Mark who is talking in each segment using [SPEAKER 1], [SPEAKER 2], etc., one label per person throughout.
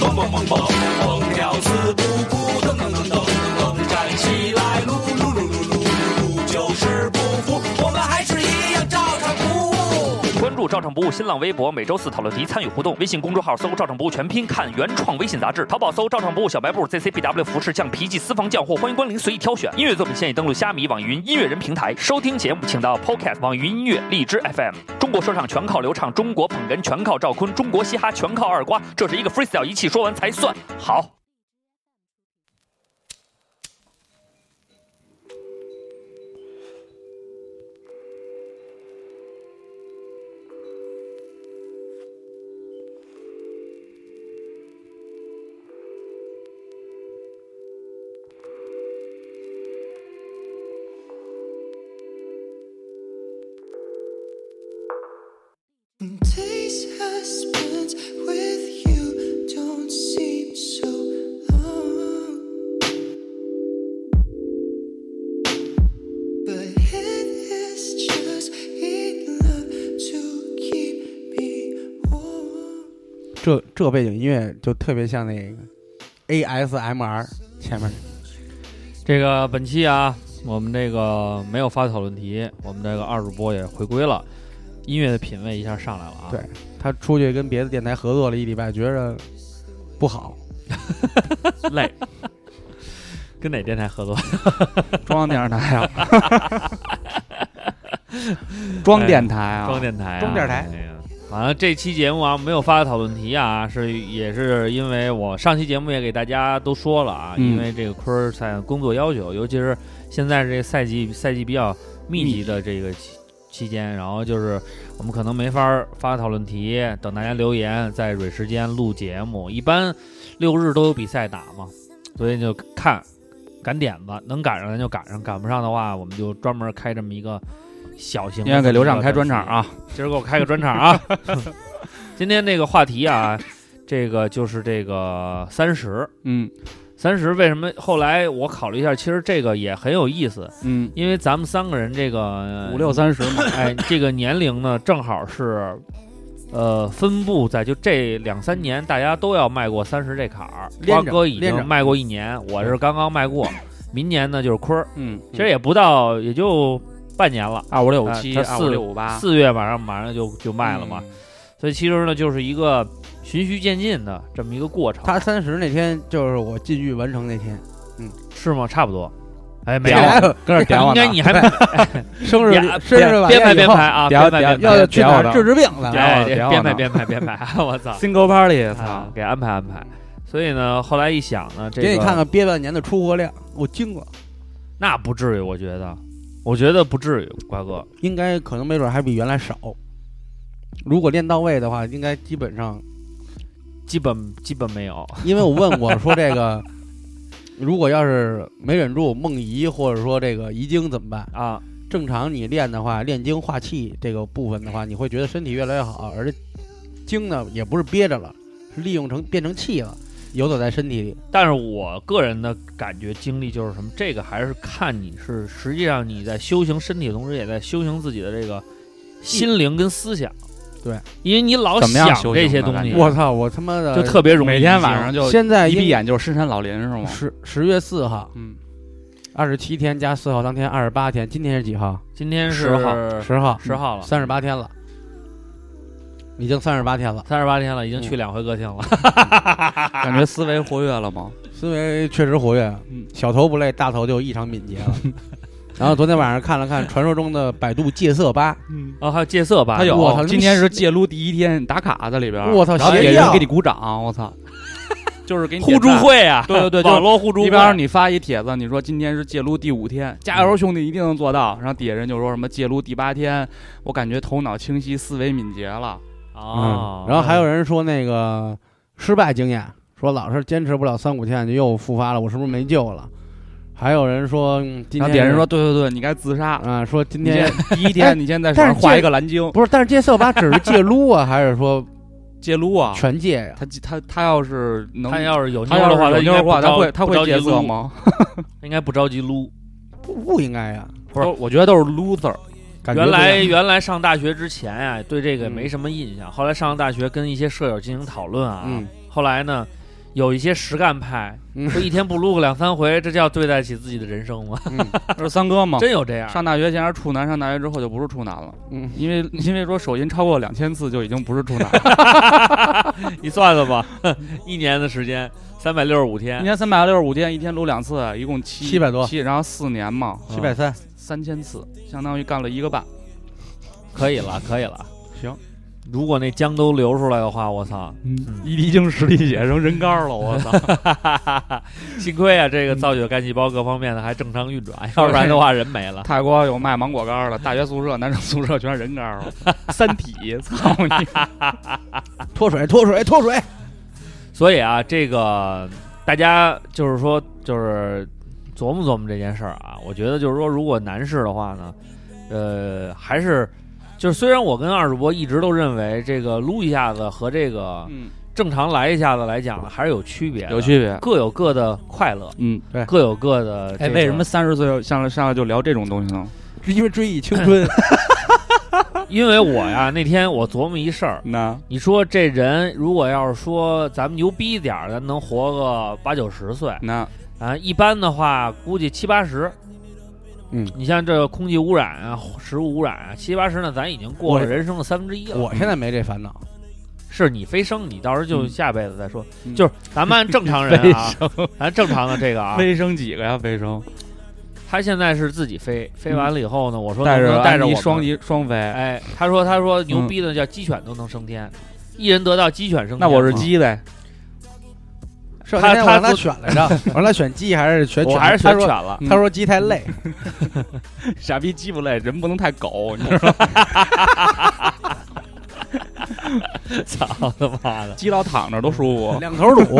[SPEAKER 1] 蹦蹦蹦，蹦跳四不顾，噔噔噔噔噔噔，站起来，噜噜噜噜噜噜，就是不服，我们还是一样照常服务。
[SPEAKER 2] 关注“照常不误”新浪微博，每周四讨论题参与互动。微信公众号搜“照常不误全拼”，看原创微信杂志。淘宝搜“照常不误小白布 ”，ZCBW 服饰匠、皮记私房匠货，欢迎光临，随意挑选。音乐作品现已登录虾米、网易云音乐人平台收听节目，请到 Podcast、网易云音乐、荔枝 FM。中国说唱全靠刘畅，中国捧哏全靠赵坤，中国嘻哈全靠二瓜。这是一个 freestyle，一气说完才算好。
[SPEAKER 3] Days I spent with you don't seem so um. long, but it is just enough to keep me warm.
[SPEAKER 4] 这这背景音乐就特别像那个 ASMR 前面
[SPEAKER 5] 这个本期啊，我们这个没有发讨论题，我们这个二主播也回归了，音乐的品味一下上来了啊。
[SPEAKER 4] 对他出去跟别的电台合作了一礼拜，觉着不好，
[SPEAKER 5] 累。 跟哪电台合作？
[SPEAKER 4] 中央电视台 啊，
[SPEAKER 6] 哎
[SPEAKER 4] 装电台啊，
[SPEAKER 5] 中央电台、啊。
[SPEAKER 4] 中电台
[SPEAKER 5] 哎呀。完了，这期节目啊，没有发讨论题啊，是也是因为我上期节目也给大家都说了啊，
[SPEAKER 4] 嗯
[SPEAKER 5] 因为这个坤儿在工作要求，尤其是现在这个赛季赛季比较密集的这个期期间，然后就是我们可能没法儿发讨论题，等大家留言，在蕊时间录节目。一般六日都有比赛打嘛，所以就看赶点子，能赶上咱就赶上，赶不上的话，我们就专门开这么一个小型的。
[SPEAKER 4] 应该给刘畅开专场啊，
[SPEAKER 5] 今儿给我开个专场啊！今天这个话 题啊，这个就是这个三十，
[SPEAKER 4] 嗯
[SPEAKER 5] 三十为什么？后来我考虑一下，其实这个也很有意思，
[SPEAKER 4] 嗯，
[SPEAKER 5] 因为咱们三个人这个
[SPEAKER 4] 五六，三十嘛，
[SPEAKER 5] 哎，这个年龄呢，正好是。呃，分布在就这两三年，大家都要迈过三十这坎儿。
[SPEAKER 4] 连
[SPEAKER 5] 瓜
[SPEAKER 4] 着
[SPEAKER 5] 哥已
[SPEAKER 4] 连着
[SPEAKER 5] 经迈过一年，我是刚 刚迈过。明年呢就是坤儿，
[SPEAKER 4] 嗯，啊
[SPEAKER 5] 其实也不到，也就半年了。
[SPEAKER 6] 二五六七、
[SPEAKER 5] 哎他
[SPEAKER 6] 二
[SPEAKER 5] 四
[SPEAKER 6] 啊五六五八，
[SPEAKER 5] 四月马上马上就就卖了嘛，
[SPEAKER 4] 嗯
[SPEAKER 5] 所以其实呢就是一个循序渐进的这么一个过程，
[SPEAKER 4] 他三十那天就是我禁欲完成那天，
[SPEAKER 5] 是吗？差不多，哎，没
[SPEAKER 4] 别
[SPEAKER 5] 有，
[SPEAKER 4] 来了
[SPEAKER 6] 跟这点
[SPEAKER 5] 应
[SPEAKER 6] 我呢
[SPEAKER 5] 该你还
[SPEAKER 4] 生日
[SPEAKER 5] 呀
[SPEAKER 4] 生日晚
[SPEAKER 5] 编排
[SPEAKER 4] 宴以
[SPEAKER 5] 编
[SPEAKER 4] 后
[SPEAKER 5] 排啊，
[SPEAKER 6] 别
[SPEAKER 5] 编
[SPEAKER 6] 别
[SPEAKER 5] 排编排，
[SPEAKER 4] 要去哪儿治治病了，
[SPEAKER 6] 别
[SPEAKER 5] 哎，
[SPEAKER 6] 别别
[SPEAKER 5] 编排
[SPEAKER 6] 别
[SPEAKER 5] 编排编排， 我 操，
[SPEAKER 6] single party，
[SPEAKER 5] 啊
[SPEAKER 6] 操，，
[SPEAKER 5] 给安排安排。所以呢，后来一想呢，这
[SPEAKER 4] 给你看
[SPEAKER 5] 个
[SPEAKER 4] 看憋半年的出货量，我惊了，
[SPEAKER 5] 那不至于，我觉得，我觉得不至于，瓜哥，
[SPEAKER 4] 应该可能没准还比原来少。如果练到位的话，应该基本上，
[SPEAKER 5] 基本基本没有，
[SPEAKER 4] 因为我问我说这个，如果要是没忍住梦遗或者说这个遗精怎么办？
[SPEAKER 5] 啊，
[SPEAKER 4] 正常你练的话，练精化气这个部分的话，你会觉得身体越来越好，而且精呢也不是憋着了，是利用成变成气了，游走在身体里。
[SPEAKER 5] 但是我个人的感觉经历就是什么，这个还是看你是实际上你在修行身体的同时，也在修行自己的这个心灵跟思想。
[SPEAKER 4] 对，
[SPEAKER 5] 因为你老
[SPEAKER 6] 怎么样
[SPEAKER 5] 想
[SPEAKER 6] 修行呢呃
[SPEAKER 5] 这些东西，
[SPEAKER 4] 我操，我他妈的
[SPEAKER 5] 就特别容易
[SPEAKER 6] 每天晚上就
[SPEAKER 4] 现在
[SPEAKER 6] 一
[SPEAKER 4] 应
[SPEAKER 6] 闭眼就是深山老林是吗？
[SPEAKER 4] 十十月四号，
[SPEAKER 6] 嗯，
[SPEAKER 4] 二十七天加四号当天，二十八天，今天是几号？
[SPEAKER 5] 今天是
[SPEAKER 6] 10号
[SPEAKER 4] 十号，
[SPEAKER 5] 十号了，
[SPEAKER 4] 三十八天了，已经三十八天了。
[SPEAKER 5] 三十八天了，已经去两回歌厅了。
[SPEAKER 6] 嗯感觉思维活跃了吗？
[SPEAKER 4] 思维确实活跃，
[SPEAKER 6] 嗯
[SPEAKER 4] 小头不累，大头就异常敏 捷了。然后昨天晚上看了 看传说中的百度戒色吧，
[SPEAKER 6] 嗯，
[SPEAKER 5] 哦，还有戒色吧，
[SPEAKER 6] 他
[SPEAKER 4] 我操
[SPEAKER 6] 有，今天
[SPEAKER 4] 那
[SPEAKER 6] 是戒撸第一天，打卡在里边儿，
[SPEAKER 4] 我操
[SPEAKER 6] 然后
[SPEAKER 4] 邪
[SPEAKER 6] 底下
[SPEAKER 4] 教
[SPEAKER 6] 人给你鼓掌，我操，就是给你
[SPEAKER 5] 互助
[SPEAKER 6] 点赞，
[SPEAKER 5] 会啊，
[SPEAKER 6] 对对 对就是
[SPEAKER 5] 网络互助
[SPEAKER 6] 一
[SPEAKER 5] 会
[SPEAKER 6] 边儿你发一帖子，你说今天是戒撸第五天，
[SPEAKER 7] 嗯
[SPEAKER 6] 加油兄弟，一定能做到。然后底下人就说什么戒撸第八天，我感觉头脑清晰，思维敏捷了。嗯
[SPEAKER 5] 哦，
[SPEAKER 4] 然后还有人说那个失败经验，说老是坚持不了三五天就又复发了，我是不是没救了？还有人说，嗯今
[SPEAKER 6] 然
[SPEAKER 4] 天
[SPEAKER 6] 后底下人
[SPEAKER 4] 是
[SPEAKER 6] 说，对对对，你该自杀。
[SPEAKER 4] 啊，说
[SPEAKER 6] 你
[SPEAKER 4] 今天
[SPEAKER 6] 现在第一
[SPEAKER 4] 哎
[SPEAKER 6] 天，你现在手
[SPEAKER 4] 但
[SPEAKER 6] 上
[SPEAKER 4] 是
[SPEAKER 6] 画
[SPEAKER 4] 戒
[SPEAKER 6] 一个蓝 鲸，
[SPEAKER 4] 不是，但是戒色吧只是戒撸啊，还是说
[SPEAKER 6] 戒撸啊，
[SPEAKER 4] 全戒呀、
[SPEAKER 6] 他他他要是能，
[SPEAKER 5] 他要是有妞
[SPEAKER 6] 他要
[SPEAKER 5] 的话，
[SPEAKER 6] 有
[SPEAKER 5] 应
[SPEAKER 6] 妞
[SPEAKER 5] 该
[SPEAKER 6] 的
[SPEAKER 5] 不
[SPEAKER 6] 话，他
[SPEAKER 5] 着
[SPEAKER 6] 会他
[SPEAKER 5] 不
[SPEAKER 6] 会
[SPEAKER 5] 着急
[SPEAKER 6] 戒色
[SPEAKER 5] 撸？
[SPEAKER 6] 吗？
[SPEAKER 5] 应该不着急撸。
[SPEAKER 4] 不不应该呀、
[SPEAKER 6] 不是，我觉得都是 loser。
[SPEAKER 4] 感觉
[SPEAKER 5] 原来
[SPEAKER 4] 不一样
[SPEAKER 5] 原来上大学之前啊，对这个没什么印象。后来上了大学，跟一些舍友进行讨论啊。
[SPEAKER 4] 嗯
[SPEAKER 5] 后来呢，有一些实干派，
[SPEAKER 4] 嗯
[SPEAKER 5] 说一天不撸个两三回，这叫对得起自己的人生吗？
[SPEAKER 7] 这是三哥嘛。
[SPEAKER 5] 真有这样？
[SPEAKER 7] 上大学前是处男，上大学之后就不是处男了，
[SPEAKER 4] 嗯
[SPEAKER 7] 因为因为说手淫超过两千次就已经不是处男了。
[SPEAKER 5] 你算算吧， 一年的时间，三百六十五
[SPEAKER 7] 一
[SPEAKER 5] 天，
[SPEAKER 7] 年三百六十五天，一天撸两次，一共七
[SPEAKER 4] 700多
[SPEAKER 7] 七，然后四年嘛，
[SPEAKER 5] 嗯
[SPEAKER 4] 七百三，
[SPEAKER 7] 三千次，相当于干了一个半。
[SPEAKER 5] 可以了，可以了。
[SPEAKER 4] 行，
[SPEAKER 5] 如果那姜都流出来的话，我操！
[SPEAKER 7] 嗯，一滴精十滴血，成人干了，我操！
[SPEAKER 5] 幸亏啊，这个造血干细胞各方面的还正常运转，要不然的话人没了。
[SPEAKER 7] 泰国有卖芒果干的，大学宿舍、男生宿舍全是人干了。三体，操你！
[SPEAKER 4] 脱水脱水脱水，
[SPEAKER 5] 所以啊，这个大家就是说，就是琢磨琢磨这件事儿啊。我觉得就是说，如果男士的话呢，呃，还是就是虽然我跟二主播一直都认为这个撸一下子和这个
[SPEAKER 7] 嗯，
[SPEAKER 5] 正常来一下子来讲呢，还是有区别的，
[SPEAKER 7] 有区别。
[SPEAKER 5] 各有各的快乐，
[SPEAKER 7] 嗯，
[SPEAKER 5] 各有各的、
[SPEAKER 7] 哎，为什么？三十岁上来上来就聊这种东西呢？
[SPEAKER 4] 是因为追忆青春，
[SPEAKER 5] 因为我呀，那天我琢磨一事儿，
[SPEAKER 7] 那
[SPEAKER 5] 你说这人如果要是说咱们牛逼点儿，咱能活个八九十岁，
[SPEAKER 7] 那
[SPEAKER 5] 啊，一般的话估计七八十。
[SPEAKER 4] 嗯，
[SPEAKER 5] 你像这个空气污染啊、食物污染啊，七八十呢，咱已经过了人生的三分之一了。
[SPEAKER 4] 我现在没这烦恼，
[SPEAKER 5] 是你飞升，你到时候就
[SPEAKER 7] 嗯
[SPEAKER 5] 下辈子再说。
[SPEAKER 7] 嗯
[SPEAKER 5] 就是咱们按正常人啊，咱正常的这个啊，
[SPEAKER 7] 飞升几个呀？飞升
[SPEAKER 5] 他现在是自己飞，飞完了以后呢，我说
[SPEAKER 7] 带
[SPEAKER 5] 能不
[SPEAKER 7] 着
[SPEAKER 5] 能带
[SPEAKER 7] 安
[SPEAKER 5] 着我
[SPEAKER 7] 妮
[SPEAKER 5] 们
[SPEAKER 7] 双嗯级双飞，
[SPEAKER 5] 哎，他说他说牛逼的叫鸡犬都能升天，一人得道鸡犬升天。
[SPEAKER 7] 那我是鸡呗。
[SPEAKER 4] 是
[SPEAKER 5] 他
[SPEAKER 4] 那天我让
[SPEAKER 5] 他
[SPEAKER 4] 他选来着，我让他选鸡还是选
[SPEAKER 5] 我
[SPEAKER 4] 犬，
[SPEAKER 5] 还是
[SPEAKER 4] 他
[SPEAKER 5] 选
[SPEAKER 4] 说
[SPEAKER 5] 犬 了。
[SPEAKER 4] 他说鸡太累，
[SPEAKER 7] 傻逼鸡不累，人不能太狗，你知道吗？
[SPEAKER 5] 操他妈的！
[SPEAKER 7] 鸡老躺着多舒 服。
[SPEAKER 4] 两头堵，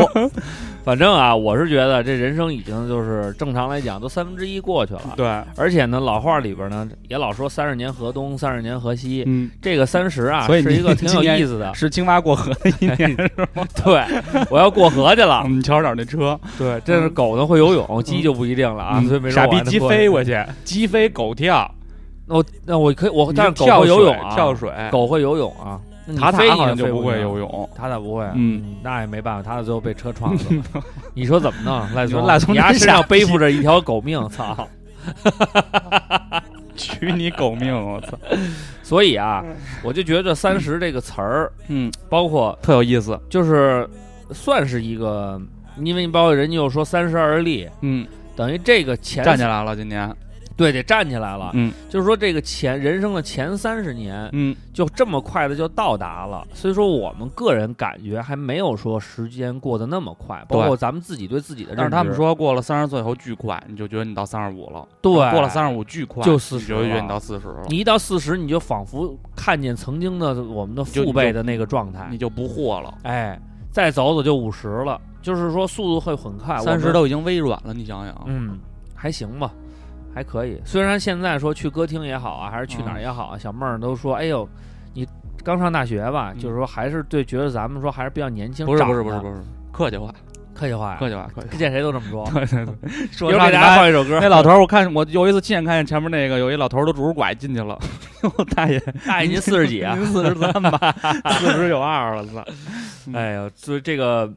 [SPEAKER 5] 反正啊，我是觉得这人生已经就是正常来讲都三分之一过去了。
[SPEAKER 7] 对，
[SPEAKER 5] 而且呢，老话里边呢也老说三十年河东，三十年河西。
[SPEAKER 7] 嗯，
[SPEAKER 5] 这个三十啊，
[SPEAKER 7] 所以
[SPEAKER 5] 是一
[SPEAKER 7] 你
[SPEAKER 5] 个挺有
[SPEAKER 7] 今年。
[SPEAKER 5] 意思的
[SPEAKER 7] 是青蛙过河那一年是吗？
[SPEAKER 5] 对，我要过河去了。
[SPEAKER 7] 你瞧点那车，
[SPEAKER 5] 对，这是狗呢会游泳，鸡就不一定了嗯啊。所以没
[SPEAKER 7] 嗯
[SPEAKER 5] 准
[SPEAKER 7] 傻
[SPEAKER 5] 我还
[SPEAKER 7] 逼
[SPEAKER 5] 能
[SPEAKER 7] 鸡
[SPEAKER 5] 过去
[SPEAKER 7] 飞过去， 鸡飞狗跳，
[SPEAKER 5] 那我那我可以我，但是
[SPEAKER 7] 你就
[SPEAKER 5] 狗
[SPEAKER 7] 跳
[SPEAKER 5] 会游
[SPEAKER 7] 水
[SPEAKER 5] 泳啊，
[SPEAKER 7] 跳水。
[SPEAKER 5] 狗会游泳啊。那你
[SPEAKER 7] 塔塔
[SPEAKER 5] 飞
[SPEAKER 7] 好
[SPEAKER 5] 你
[SPEAKER 7] 像就
[SPEAKER 5] 飞
[SPEAKER 7] 不会
[SPEAKER 5] 了
[SPEAKER 7] 游泳，
[SPEAKER 5] 塔塔不会啊，
[SPEAKER 7] 嗯，
[SPEAKER 5] 那也没办法，塔塔最后被车撞死了。 你说怎 么弄？赖
[SPEAKER 7] 你
[SPEAKER 5] 松，
[SPEAKER 7] 说赖松
[SPEAKER 5] 你丫
[SPEAKER 7] 真
[SPEAKER 5] 身上
[SPEAKER 7] 傻逼
[SPEAKER 5] 背负着一条狗命，操！
[SPEAKER 7] 取你狗命！我 操，
[SPEAKER 5] 所以啊，我就觉得“三十”这个词儿，
[SPEAKER 7] 嗯，
[SPEAKER 5] 包括
[SPEAKER 7] 特有意思，
[SPEAKER 5] 就是算是一个，因为你包括人家又说三十而立，
[SPEAKER 7] 嗯，
[SPEAKER 5] 等于这个前
[SPEAKER 7] 站起来了，今年，
[SPEAKER 5] 对得站起来了，
[SPEAKER 7] 嗯
[SPEAKER 5] 就是说这个前人生的前三十年
[SPEAKER 7] 嗯，
[SPEAKER 5] 就这么快的就到达了，所以说我们个人感觉还没有说时间过得那么快，包括咱们自己对自己的认知，
[SPEAKER 7] 但是他们说过了三十岁以后巨快，你就觉得你到三十五了，
[SPEAKER 5] 对
[SPEAKER 7] 过了三十五巨快，
[SPEAKER 5] 就
[SPEAKER 7] 你
[SPEAKER 5] 40
[SPEAKER 7] 就觉得你
[SPEAKER 5] 了
[SPEAKER 7] 到四十了，
[SPEAKER 5] 你一到四十，你就仿佛看见曾经的我们的
[SPEAKER 7] 就
[SPEAKER 5] 父辈的那个状态
[SPEAKER 7] 你，就不惑了，
[SPEAKER 5] 哎，再走走就五十了，就是说速度会很快，
[SPEAKER 7] 三
[SPEAKER 5] 我
[SPEAKER 7] 十
[SPEAKER 5] 们
[SPEAKER 7] 都已经微软了，你想想，
[SPEAKER 5] 嗯，还行吧，还可以。虽然现在说去歌厅也好啊，还是去哪儿
[SPEAKER 7] 嗯
[SPEAKER 5] 也好啊，小妹儿都说：“哎呦，你刚上大学吧？”
[SPEAKER 7] 嗯
[SPEAKER 5] 就是说，还是对，觉得咱们说还是比较年轻。
[SPEAKER 7] 不是不是
[SPEAKER 5] 长
[SPEAKER 7] 不是
[SPEAKER 5] 得
[SPEAKER 7] 不是，客气话，
[SPEAKER 5] 客气话呀，
[SPEAKER 7] 客气话，客 气话。
[SPEAKER 5] 啊见谁都这么说。
[SPEAKER 7] 说
[SPEAKER 5] 一
[SPEAKER 7] 唱
[SPEAKER 5] 会儿给大
[SPEAKER 7] 你
[SPEAKER 5] 家
[SPEAKER 7] 妈
[SPEAKER 5] 放一首歌。
[SPEAKER 7] 那老头儿，我看我有一次亲眼看见前面那个有一老头儿都拄着拐进去了， 我大爷，
[SPEAKER 5] 大 爷您四十几啊？
[SPEAKER 7] 您四十三吧，四十有二了，操！
[SPEAKER 5] 哎呦，就是这个，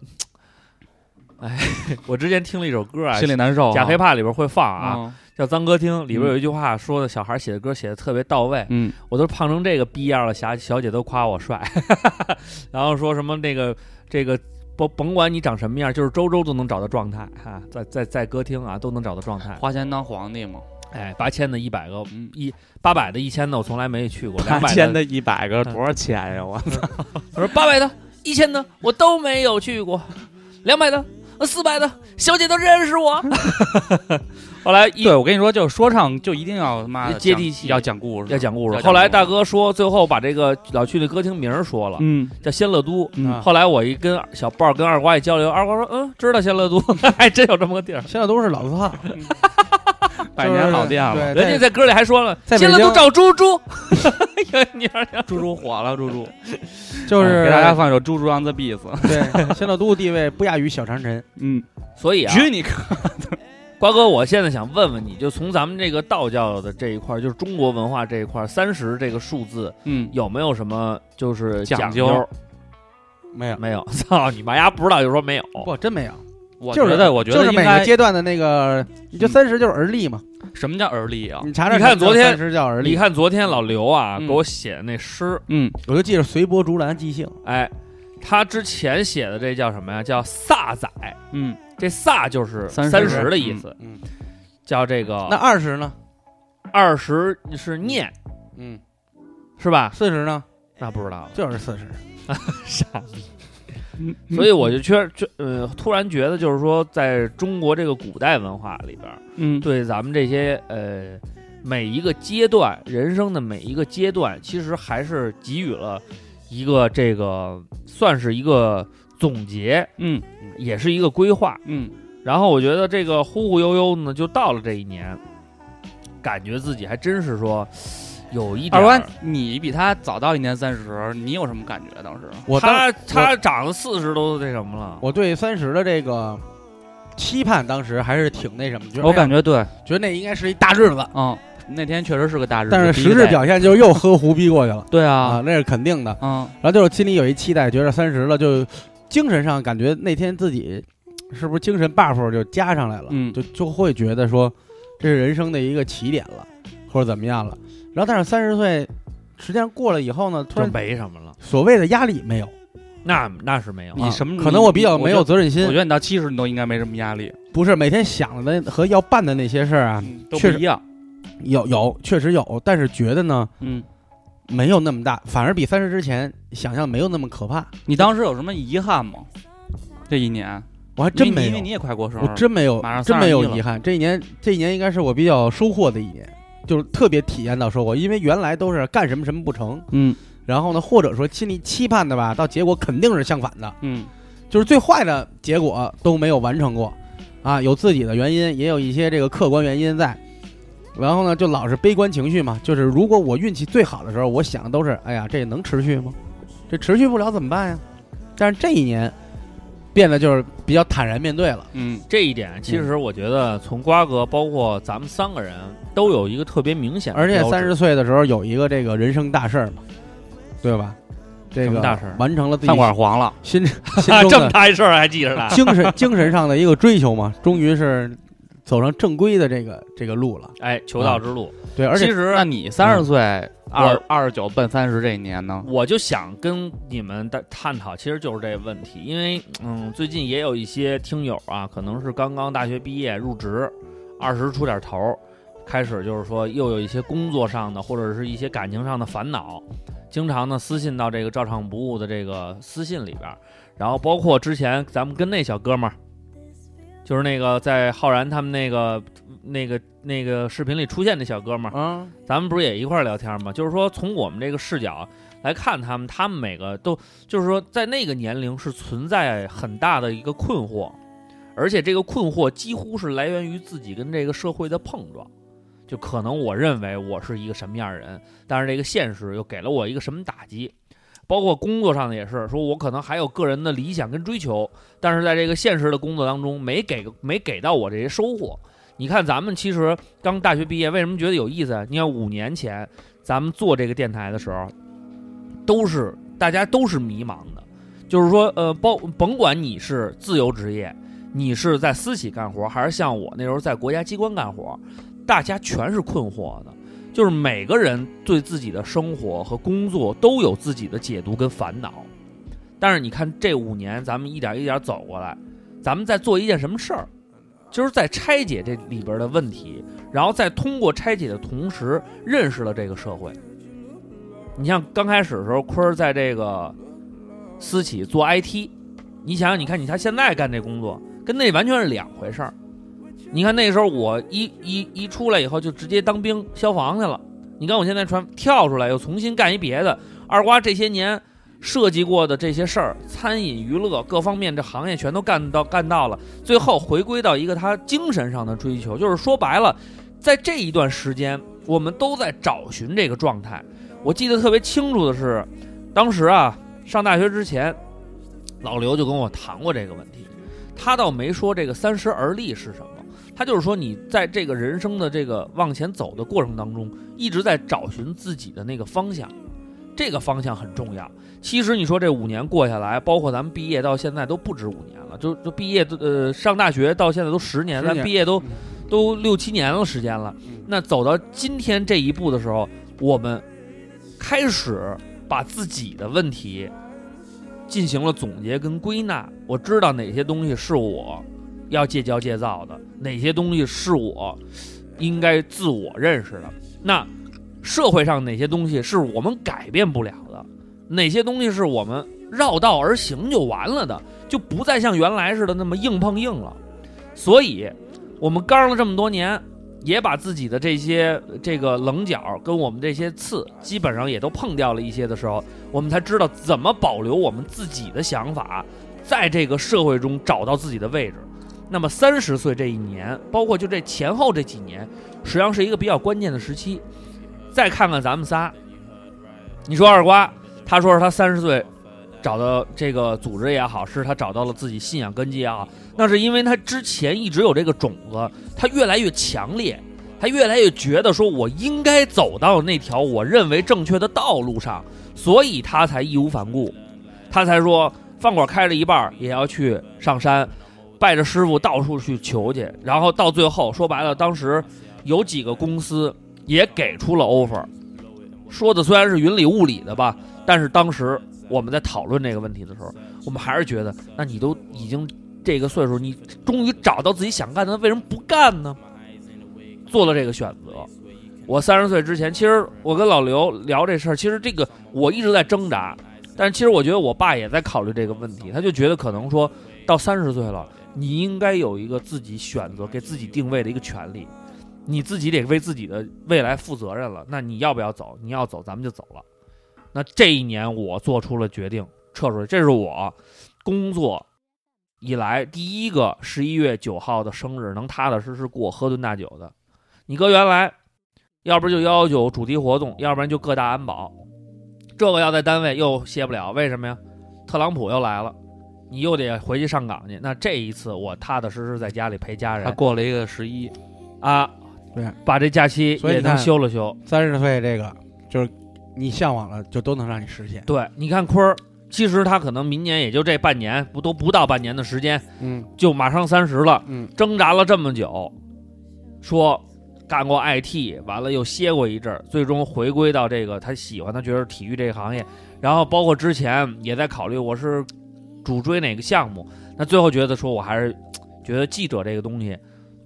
[SPEAKER 5] 哎，我之前听了一首歌啊，嗯
[SPEAKER 7] 心里难受啊。
[SPEAKER 5] 假黑怕里边会放啊，
[SPEAKER 7] 啊，
[SPEAKER 5] 叫《脏歌厅》，里边有一句话说的，小孩写的歌写的特别到位。
[SPEAKER 7] 嗯，
[SPEAKER 5] 我都胖成这个逼样了，小小姐都夸我帅， 然后说什么那个这个甭甭管你长什么样，就是周周都能找到状态啊，在在在歌厅啊都能找到状态。
[SPEAKER 7] 花钱当皇帝嘛，
[SPEAKER 5] 哎，八千的、一百个、
[SPEAKER 7] 嗯，
[SPEAKER 5] 一八百的、一千的，我从来没去过。两百
[SPEAKER 7] 千
[SPEAKER 5] 的，
[SPEAKER 7] 的一百个多少钱呀？我
[SPEAKER 5] 我说八百的、一千的，我都没有去过。两百的、四百的，小姐都认识我。 后来 一
[SPEAKER 7] 对我跟你说，就是说唱就一定要他妈的
[SPEAKER 5] 接
[SPEAKER 7] 讲
[SPEAKER 5] 地气
[SPEAKER 7] 要讲故事，
[SPEAKER 5] 要讲故事，后来大，哥说，最后把这个老去的歌厅名儿说了，
[SPEAKER 7] 嗯，
[SPEAKER 5] 叫仙乐都。
[SPEAKER 7] 嗯
[SPEAKER 5] 后来我一跟小豹跟二瓜一交流，二瓜说：“嗯，知道仙乐都， 还真有这么个 地儿。
[SPEAKER 4] 现在都是老字号，
[SPEAKER 7] 百年老店了，
[SPEAKER 4] 对，”
[SPEAKER 5] 人家
[SPEAKER 4] 在
[SPEAKER 5] 在歌里还说了：“
[SPEAKER 4] 在北
[SPEAKER 5] 仙
[SPEAKER 4] 京
[SPEAKER 5] 乐都找猪猪。” 有你儿娘
[SPEAKER 7] 猪猪火了，猪猪，
[SPEAKER 4] 就
[SPEAKER 7] 嗯
[SPEAKER 4] 是
[SPEAKER 7] 给大家放一首《猪猪 on the beat》，
[SPEAKER 4] 对，仙乐都地位不亚于小长城，
[SPEAKER 7] 嗯，
[SPEAKER 5] 所以啊，
[SPEAKER 7] 娶你个
[SPEAKER 5] 瓜哥，我现在想问问你，就从咱们这个道教的这一块儿，就是中国文化这一块儿，三十这个数字
[SPEAKER 7] 嗯，
[SPEAKER 5] 有没有什么就是
[SPEAKER 7] 讲
[SPEAKER 5] 究？
[SPEAKER 4] 没有，
[SPEAKER 5] 没有， 操你妈呀！不知道就说没有，
[SPEAKER 4] 不真没有，
[SPEAKER 6] 我
[SPEAKER 4] 就是
[SPEAKER 6] 觉
[SPEAKER 5] 觉
[SPEAKER 6] 得
[SPEAKER 5] 得我觉
[SPEAKER 4] 就
[SPEAKER 5] 得
[SPEAKER 4] 是
[SPEAKER 5] 应
[SPEAKER 4] 每个
[SPEAKER 5] 该。
[SPEAKER 4] 阶段的那个，你就
[SPEAKER 6] 嗯
[SPEAKER 4] 三十就是而立嘛，
[SPEAKER 6] 什么叫而立啊？
[SPEAKER 4] 你查查
[SPEAKER 5] 你看昨天
[SPEAKER 4] 三十叫而
[SPEAKER 5] 你
[SPEAKER 4] 立，
[SPEAKER 5] 看昨天老刘啊
[SPEAKER 6] 嗯
[SPEAKER 5] 给我写的那诗，
[SPEAKER 6] 嗯，
[SPEAKER 4] 我就记着随波逐澜即兴，
[SPEAKER 5] 哎，他之前写的这叫什么呀？叫萨仔，
[SPEAKER 6] 嗯，
[SPEAKER 5] 这萨就是
[SPEAKER 6] 三十
[SPEAKER 5] 三十的意思，
[SPEAKER 4] 嗯，
[SPEAKER 5] 叫这
[SPEAKER 4] 那
[SPEAKER 5] 个
[SPEAKER 4] 二十呢？
[SPEAKER 5] 二十是念
[SPEAKER 4] 嗯，
[SPEAKER 5] 是吧？
[SPEAKER 4] 四十呢？
[SPEAKER 5] 那不知道 了，
[SPEAKER 4] 就是四十，
[SPEAKER 5] 傻逼。
[SPEAKER 6] 嗯
[SPEAKER 5] 所以我就确确呃，突然觉得就是说，在中国这个古代文化里边，
[SPEAKER 6] 嗯，
[SPEAKER 5] 对咱们这些呃每一个阶段人生的每一个阶段，其实还是给予了一个这个算是一个总结，
[SPEAKER 6] 嗯
[SPEAKER 5] 也是一个规划。
[SPEAKER 6] 嗯
[SPEAKER 5] 然后我觉得这个忽忽悠悠呢，就到了这一年，感觉自己还真是说有一点
[SPEAKER 6] 二
[SPEAKER 5] 儿。
[SPEAKER 6] 关，你比他早到一年三十，你有什么感觉？当时
[SPEAKER 4] 我当
[SPEAKER 5] 他他长了四十都那什么了，
[SPEAKER 4] 我对三十的这个期盼，当时还是挺那什么，觉得哎
[SPEAKER 6] 我感觉对，
[SPEAKER 4] 觉得那应该是一大日子，
[SPEAKER 6] 嗯，那天确实是个大日子，
[SPEAKER 4] 但是
[SPEAKER 6] 第一
[SPEAKER 4] 实质
[SPEAKER 6] 代
[SPEAKER 4] 表现就是又喝胡逼过去了
[SPEAKER 6] 对
[SPEAKER 4] 啊
[SPEAKER 6] 啊，，
[SPEAKER 4] 那是肯定的。
[SPEAKER 6] 嗯
[SPEAKER 4] 然后就是心里有一期待，觉得三十了就精神上感觉那天自己是不是精神 buff 就加上来了，
[SPEAKER 6] 嗯
[SPEAKER 4] 就就会觉得说这是人生的一个起点了，或者怎么样了。然后但是三十岁实际上过了以后呢，突
[SPEAKER 5] 就
[SPEAKER 4] 然
[SPEAKER 5] 没什么了。
[SPEAKER 4] 所谓的压力没有，
[SPEAKER 5] 那那是没有
[SPEAKER 6] 你
[SPEAKER 5] 啊
[SPEAKER 6] 什么？
[SPEAKER 4] 可能我比较
[SPEAKER 6] 你
[SPEAKER 4] 没有，责任
[SPEAKER 6] 我觉得我
[SPEAKER 4] 心
[SPEAKER 6] 觉，得你到七十你都应该没什么压力，
[SPEAKER 4] 不是每天想的和要办的那些事儿啊，
[SPEAKER 6] 都不
[SPEAKER 4] 确实
[SPEAKER 6] 一样，
[SPEAKER 4] 有有确实有，但是觉得呢
[SPEAKER 6] 嗯。
[SPEAKER 4] 没有那么大，反而比三十之前想象没有那么可怕。
[SPEAKER 6] 你当时有什么遗憾吗？这一年
[SPEAKER 4] 我还真
[SPEAKER 6] 因为你
[SPEAKER 4] 没有，
[SPEAKER 6] 因为你也快过生日
[SPEAKER 4] 我
[SPEAKER 6] 了，
[SPEAKER 4] 真没有
[SPEAKER 6] 马上，
[SPEAKER 4] 真没有
[SPEAKER 6] 31了
[SPEAKER 4] 遗憾。这一年，这一年应该是我比较收获的一年，就是特别体验到收获。因为原来都是干什么什么不成，
[SPEAKER 6] 嗯
[SPEAKER 4] 然后呢，或者说心里期盼的吧，到结果肯定是相反的，
[SPEAKER 6] 嗯
[SPEAKER 4] 就是最坏的结果都没有完成过，啊，有自己的原因，也有一些这个客观原因在。然后呢，就老是悲观情绪嘛，就是如果我运气最好的时候，我想的都是，哎呀，这能持续吗？这持续不了怎么办呀？但是这一年，变得就是比较坦然面对了。
[SPEAKER 6] 嗯
[SPEAKER 5] 这一点，其实我觉得从瓜哥包括咱们三个人都有一个特别明显的
[SPEAKER 4] 而
[SPEAKER 5] 嗯标志，
[SPEAKER 4] 且三十岁的时候有一个这个人生大事儿嘛，对吧？这
[SPEAKER 5] 什
[SPEAKER 4] 个
[SPEAKER 5] 么大事儿
[SPEAKER 4] 完成了自己
[SPEAKER 6] 饭馆黄了，
[SPEAKER 4] 心心
[SPEAKER 5] 啊
[SPEAKER 4] 中
[SPEAKER 5] 这么
[SPEAKER 4] 的。
[SPEAKER 5] 大一事儿还记着呢
[SPEAKER 4] 精神精神上的一个追求嘛，终于是走上正规的这个这个路了。
[SPEAKER 5] 哎，求道之路，
[SPEAKER 4] 对，而
[SPEAKER 5] 其
[SPEAKER 4] 且
[SPEAKER 5] 实
[SPEAKER 6] 那你三十岁二
[SPEAKER 5] 我
[SPEAKER 6] 二十九奔三十这一年
[SPEAKER 7] 嗯
[SPEAKER 6] 呢？
[SPEAKER 5] 我就想跟你们的探讨，其实就是这问题，因为嗯，最近也有一些听友啊，可能是刚刚大学毕业入职，二十出点头儿，开始就是说又有一些工作上的或者是一些感情上的烦恼，经常呢私信到这个照常不误的这个私信里边儿，然后包括之前咱们跟那小哥们儿，就是那个在浩然他们那个那个那个视频里出现那小哥们儿。
[SPEAKER 4] 啊，
[SPEAKER 5] 咱们不是也一块儿聊天吗？就是说，从我们这个视角来看他们，他们每个都就是说，在那个年龄是存在很大的一个困惑，而且这个困惑几乎是来源于自己跟这个社会的碰撞。就可能我认为我是一个什么样的人，但是这个现实又给了我一个什么打击。包括工作上的也是，说我可能还有个人的理想跟追求，但是在这个现实的工作当中，没给没给到我这些收获。你看，咱们其实刚大学毕业，为什么觉得有意思啊？你看五年前咱们做这个电台的时候，都是大家都是迷茫的，就是说，呃，包甭管你是自由职业，你是在私企干活，还是像我那时候在国家机关干活，大家全是困惑的。就是每个人对自己的生活和工作都有自己的解读跟烦恼，但是你看这五年，咱们一点一点走过来，咱们在做一件什么事儿？就是在拆解这里边的问题，然后在通过拆解的同时，认识了这个社会。你像刚开始的时候，坤儿在这个私企做 IT，你想想，你看你他现在干这工作，跟那完全是两回事儿。你看那时候我一一一出来以后，就直接当兵消防去了。你看我现在传跳出来，又重新干一别的。二瓜这些年涉及过的这些事儿，餐饮、娱乐各方面这行业全都干到干到了，最后回归到一个他精神上的追求，就是说白了，在这一段时间，我们都在找寻这个状态。我记得特别清楚的是，当时啊上大学之前，老刘就跟我谈过这个问题，他倒没说这个三十而立是什么。他就是说，你在这个人生的这个往前走的过程当中，一直在找寻自己的那个方向。这个方向很重要。其实你说这五年过下来，包括咱们毕业到现在都不止五年了，就就毕业都呃上大学到现在都十年，
[SPEAKER 4] 十
[SPEAKER 5] 咱
[SPEAKER 4] 年
[SPEAKER 5] 毕业都
[SPEAKER 4] 嗯
[SPEAKER 5] 都六七年了时间了。那走到今天这一步的时候，我们开始把自己的问题进行了总结跟归纳。我知道哪些东西是我要戒骄戒躁的，哪些东西是我应该自我认识的。那社会上哪些东西是我们改变不了的，哪些东西是我们绕道而行就完了的，就不再像原来似的那么硬碰硬了。所以，我们刚了这么多年，也把自己的这些这个棱角跟我们这些刺，基本上也都碰掉了一些的时候，我们才知道怎么保留我们自己的想法，在这个社会中找到自己的位置。那么三十岁这一年，包括就这前后这几年，实际上是一个比较关键的时期。再看看咱们仨，你说二瓜，他说是他三十岁找到这个组织也好，是他找到了自己信仰根基也好，那是因为他之前一直有这个种子，他越来越强烈，他越来越觉得说我应该走到那条我认为正确的道路上，所以他才义无反顾，他才说饭馆开了一半儿也要去上山，拜着师傅到处去求去，然后到最后说白了，当时有几个公司也给出了 offer，说的虽然是云里雾里的吧，但是当时我们在讨论这个问题的时候，我们还是觉得，那你都已经这个岁数，你终于找到自己想干的，为什么不干呢？做了这个选择。我三十岁之前，其实我跟老刘聊这事儿，其实这个我一直在挣扎，但是其实我觉得我爸也在考虑这个问题，他就觉得可能说到三十岁了，你应该有一个自己选择、给自己定位的一个权利，你自己得为自己的未来负责任了。那你要不要走？你要走，咱们就走了。那这一年我做出了决定，撤出来，这是我工作以来第一个十一月九号的生日能踏踏实实过喝顿大酒的。你哥原来要不就幺幺九主题活动，要不然就各大安保，这个要在单位又歇不了，为什么呀？特朗普又来了，你又得回去上岗去。那这一次我踏踏实实在家里陪家
[SPEAKER 6] 他
[SPEAKER 5] 人
[SPEAKER 6] 过了一个十一，
[SPEAKER 5] 啊，
[SPEAKER 4] 对
[SPEAKER 5] 把这假期
[SPEAKER 4] 所以
[SPEAKER 5] 也
[SPEAKER 4] 你看
[SPEAKER 5] 能休了休。
[SPEAKER 4] 三十岁这个就是你向往了，就都能让你实现。
[SPEAKER 5] 对，你看坤儿，其实他可能明年也就这半年，不都不到半年的时间，
[SPEAKER 4] 嗯
[SPEAKER 5] 就马上三十了，
[SPEAKER 4] 嗯，
[SPEAKER 5] 挣扎了这么久，说干过 IT，完了又歇过一阵儿，最终回归到这个他喜欢，他觉得体育这个行业，然后包括之前也在考虑我是主追哪个项目，那最后觉得说我还是觉得记者这个东西，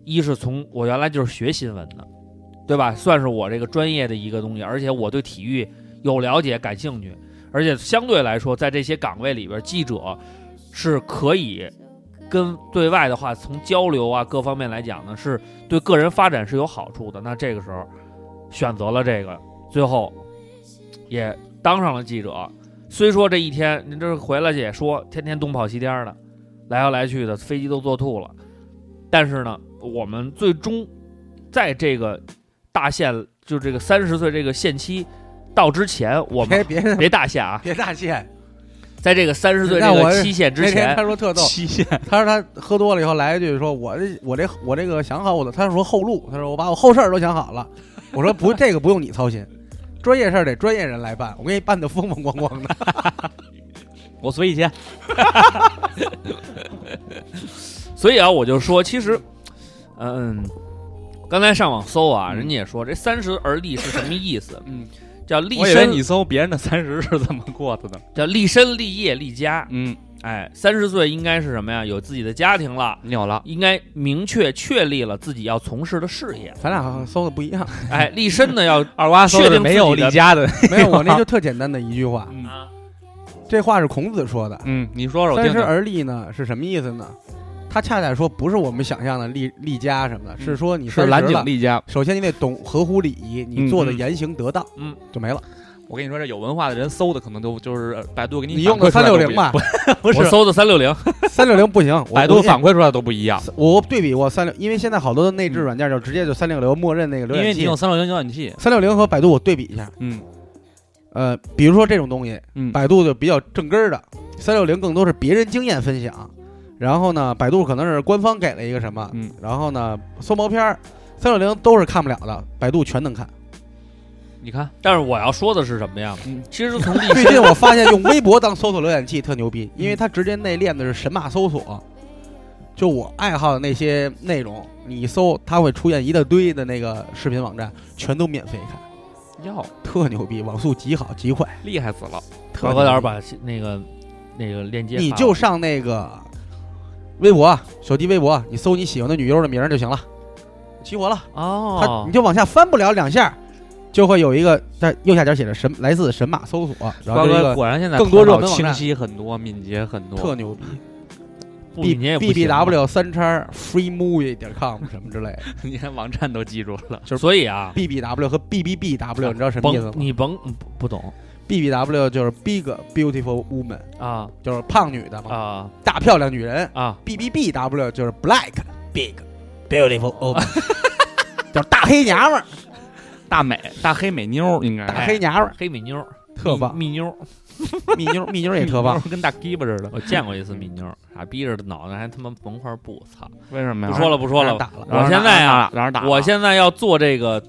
[SPEAKER 5] 一是从我原来就是学新闻的，对吧？算是我这个专业的一个东西，而且我对体育有了解、感兴趣，而且相对来说，在这些岗位里边，记者是可以跟对外的话，从交流啊各方面来讲呢，是对个人发展是有好处的。那这个时候选择了这个，最后也当上了记者。虽说这一天您这回来也说天天东跑西颠儿的，来回来去的，飞机都坐吐了，但是呢，我们最终在这个大限，就这个三十岁这个限期到之前，我们
[SPEAKER 4] 别别
[SPEAKER 5] 别大限啊，
[SPEAKER 4] 别大限。
[SPEAKER 5] 在这个三十岁
[SPEAKER 4] 那
[SPEAKER 5] 这
[SPEAKER 4] 我
[SPEAKER 5] 个
[SPEAKER 4] 是
[SPEAKER 5] 期限之
[SPEAKER 4] 那天
[SPEAKER 5] 前
[SPEAKER 4] 他，说特逗，
[SPEAKER 6] 期限
[SPEAKER 4] 他说他喝多了以后来一句说：“我这我这我这个想好我的。”他说后路，他说我把我后事儿都想好 了。我说不，这个不用你操心，专业事儿得专业人来办，我给你办的风风光光的。
[SPEAKER 6] 我随意签，
[SPEAKER 5] 所以啊，我就说，其实，嗯，刚才上网搜啊，人家也说这三十而立是什么意思？
[SPEAKER 6] 嗯，
[SPEAKER 5] 叫立
[SPEAKER 6] 我以为
[SPEAKER 5] 身，
[SPEAKER 6] 你搜别人的三十是怎么过的呢？
[SPEAKER 5] 叫立身、立业、立家。
[SPEAKER 6] 嗯，
[SPEAKER 5] 哎，三十岁应该是什么呀？有自己的家庭了，
[SPEAKER 6] 你有了，
[SPEAKER 5] 应该明确确立了自己要从事的事业。
[SPEAKER 4] 咱俩搜的不一样，
[SPEAKER 5] 哎，立身呢要
[SPEAKER 6] 二瓜
[SPEAKER 5] 搜的没有李
[SPEAKER 6] 家的，
[SPEAKER 4] 没有我那就特简单的一句话，
[SPEAKER 6] 嗯
[SPEAKER 5] 啊
[SPEAKER 4] 这话是孔子说的。
[SPEAKER 6] 嗯，你说说我
[SPEAKER 4] 三
[SPEAKER 6] 听
[SPEAKER 4] 十
[SPEAKER 6] 听，
[SPEAKER 4] 而立呢是什么意思呢？他恰恰说不是我们想象的立立家什么的，是说你
[SPEAKER 6] 嗯是蓝
[SPEAKER 4] 30了
[SPEAKER 6] 景丽家。
[SPEAKER 4] 首先你得懂合乎礼仪，你
[SPEAKER 6] 嗯
[SPEAKER 4] 做的
[SPEAKER 6] 嗯
[SPEAKER 4] 言行得当，
[SPEAKER 5] 嗯，
[SPEAKER 4] 就没了。
[SPEAKER 6] 我跟你说，这有文化的人搜的可能都就是百度给你
[SPEAKER 4] 你用
[SPEAKER 6] 反
[SPEAKER 4] 个
[SPEAKER 6] 馈出
[SPEAKER 4] 三
[SPEAKER 6] 来
[SPEAKER 4] 六
[SPEAKER 6] 都不
[SPEAKER 4] 零
[SPEAKER 6] 一
[SPEAKER 4] 吧，
[SPEAKER 6] 不
[SPEAKER 5] 我
[SPEAKER 6] 是
[SPEAKER 5] 搜的三六零，
[SPEAKER 4] 三六零不行，我
[SPEAKER 6] 百度
[SPEAKER 4] 我
[SPEAKER 6] 反馈出来都不一样，
[SPEAKER 4] 我对比过三六，因为现在好多的内置软件就直接就三六零默认那个浏
[SPEAKER 6] 因为
[SPEAKER 4] 览
[SPEAKER 6] 你
[SPEAKER 4] 器
[SPEAKER 6] 用。三六零浏览器，
[SPEAKER 4] 三六零和百度我对比一下，
[SPEAKER 6] 嗯
[SPEAKER 4] 呃，比如说这种东西，
[SPEAKER 6] 嗯
[SPEAKER 4] 百度就比较正根儿的，三六零更多是别人经验分享。然后呢，百度可能是官方给了一个什么，
[SPEAKER 6] 嗯
[SPEAKER 4] 然后呢，搜毛片儿，三六零都是看不了的，百度全能看。
[SPEAKER 5] 你看，但是我要说的是什么呀？其实从第
[SPEAKER 4] 最近我发现用微博当搜索浏览器特牛逼，因为它直接内敛的是神马搜索，就我爱好的那些内容，你一搜它会出现一大堆的那个视频网站，全都免费看，
[SPEAKER 6] 哟，
[SPEAKER 4] 特牛逼，网速极好极快，
[SPEAKER 6] 厉害死了！
[SPEAKER 4] 特
[SPEAKER 5] 老
[SPEAKER 4] 牛
[SPEAKER 5] 高
[SPEAKER 4] 逼
[SPEAKER 5] 老师把那个那个链接发了，
[SPEAKER 4] 你就上那个微博啊，手机微博啊，你搜你喜欢的女优的名儿就行了，齐活了。它
[SPEAKER 5] 哦
[SPEAKER 4] 你，就往下翻不了两下，就会有一个在右下角写着神来自神马搜索，然
[SPEAKER 6] 瓜
[SPEAKER 4] 后这
[SPEAKER 6] 哥
[SPEAKER 4] 个
[SPEAKER 6] 果然现在
[SPEAKER 4] 更多
[SPEAKER 6] 头脑
[SPEAKER 4] 热门网
[SPEAKER 6] 清
[SPEAKER 4] 站
[SPEAKER 6] 晰很多，敏捷很多，
[SPEAKER 4] 特牛逼
[SPEAKER 5] 不
[SPEAKER 4] ，B
[SPEAKER 5] 你也不行
[SPEAKER 4] B B
[SPEAKER 5] 啊
[SPEAKER 4] W 三叉 free movie 点 com 什么之类的
[SPEAKER 6] 你看网站都记住了。
[SPEAKER 5] 所以啊，
[SPEAKER 4] ，B B W 和 B B B W 你知道什么意思
[SPEAKER 5] 甭
[SPEAKER 4] 吗
[SPEAKER 5] 你甭不不懂
[SPEAKER 4] ？B B W 就是 Big Beautiful Woman，
[SPEAKER 5] 啊
[SPEAKER 4] 就是胖女的嘛，
[SPEAKER 5] 啊
[SPEAKER 4] 大漂亮女人。
[SPEAKER 5] 啊！
[SPEAKER 4] B B B W 就是 Black Big Beautiful Woman，就是大黑娘们儿，
[SPEAKER 6] 大美大黑美妞儿
[SPEAKER 7] 哎
[SPEAKER 6] 应该
[SPEAKER 4] 大黑娘们儿
[SPEAKER 5] 黑米妞儿
[SPEAKER 4] 特棒，
[SPEAKER 5] 蜜蜜妞儿，
[SPEAKER 4] 蜜妞蜜妞也特 棒，
[SPEAKER 6] 跟大鸡巴似的。
[SPEAKER 5] 我见过一次蜜妞儿，傻逼着脑袋还他妈蒙块布，操！
[SPEAKER 6] 为什么呀？
[SPEAKER 5] 不说了，不说
[SPEAKER 4] 让
[SPEAKER 5] 了
[SPEAKER 4] 人，哎打了。
[SPEAKER 5] 我现在
[SPEAKER 6] 让人
[SPEAKER 5] 啊
[SPEAKER 6] 打了，让人打了
[SPEAKER 5] 我现在要做这个，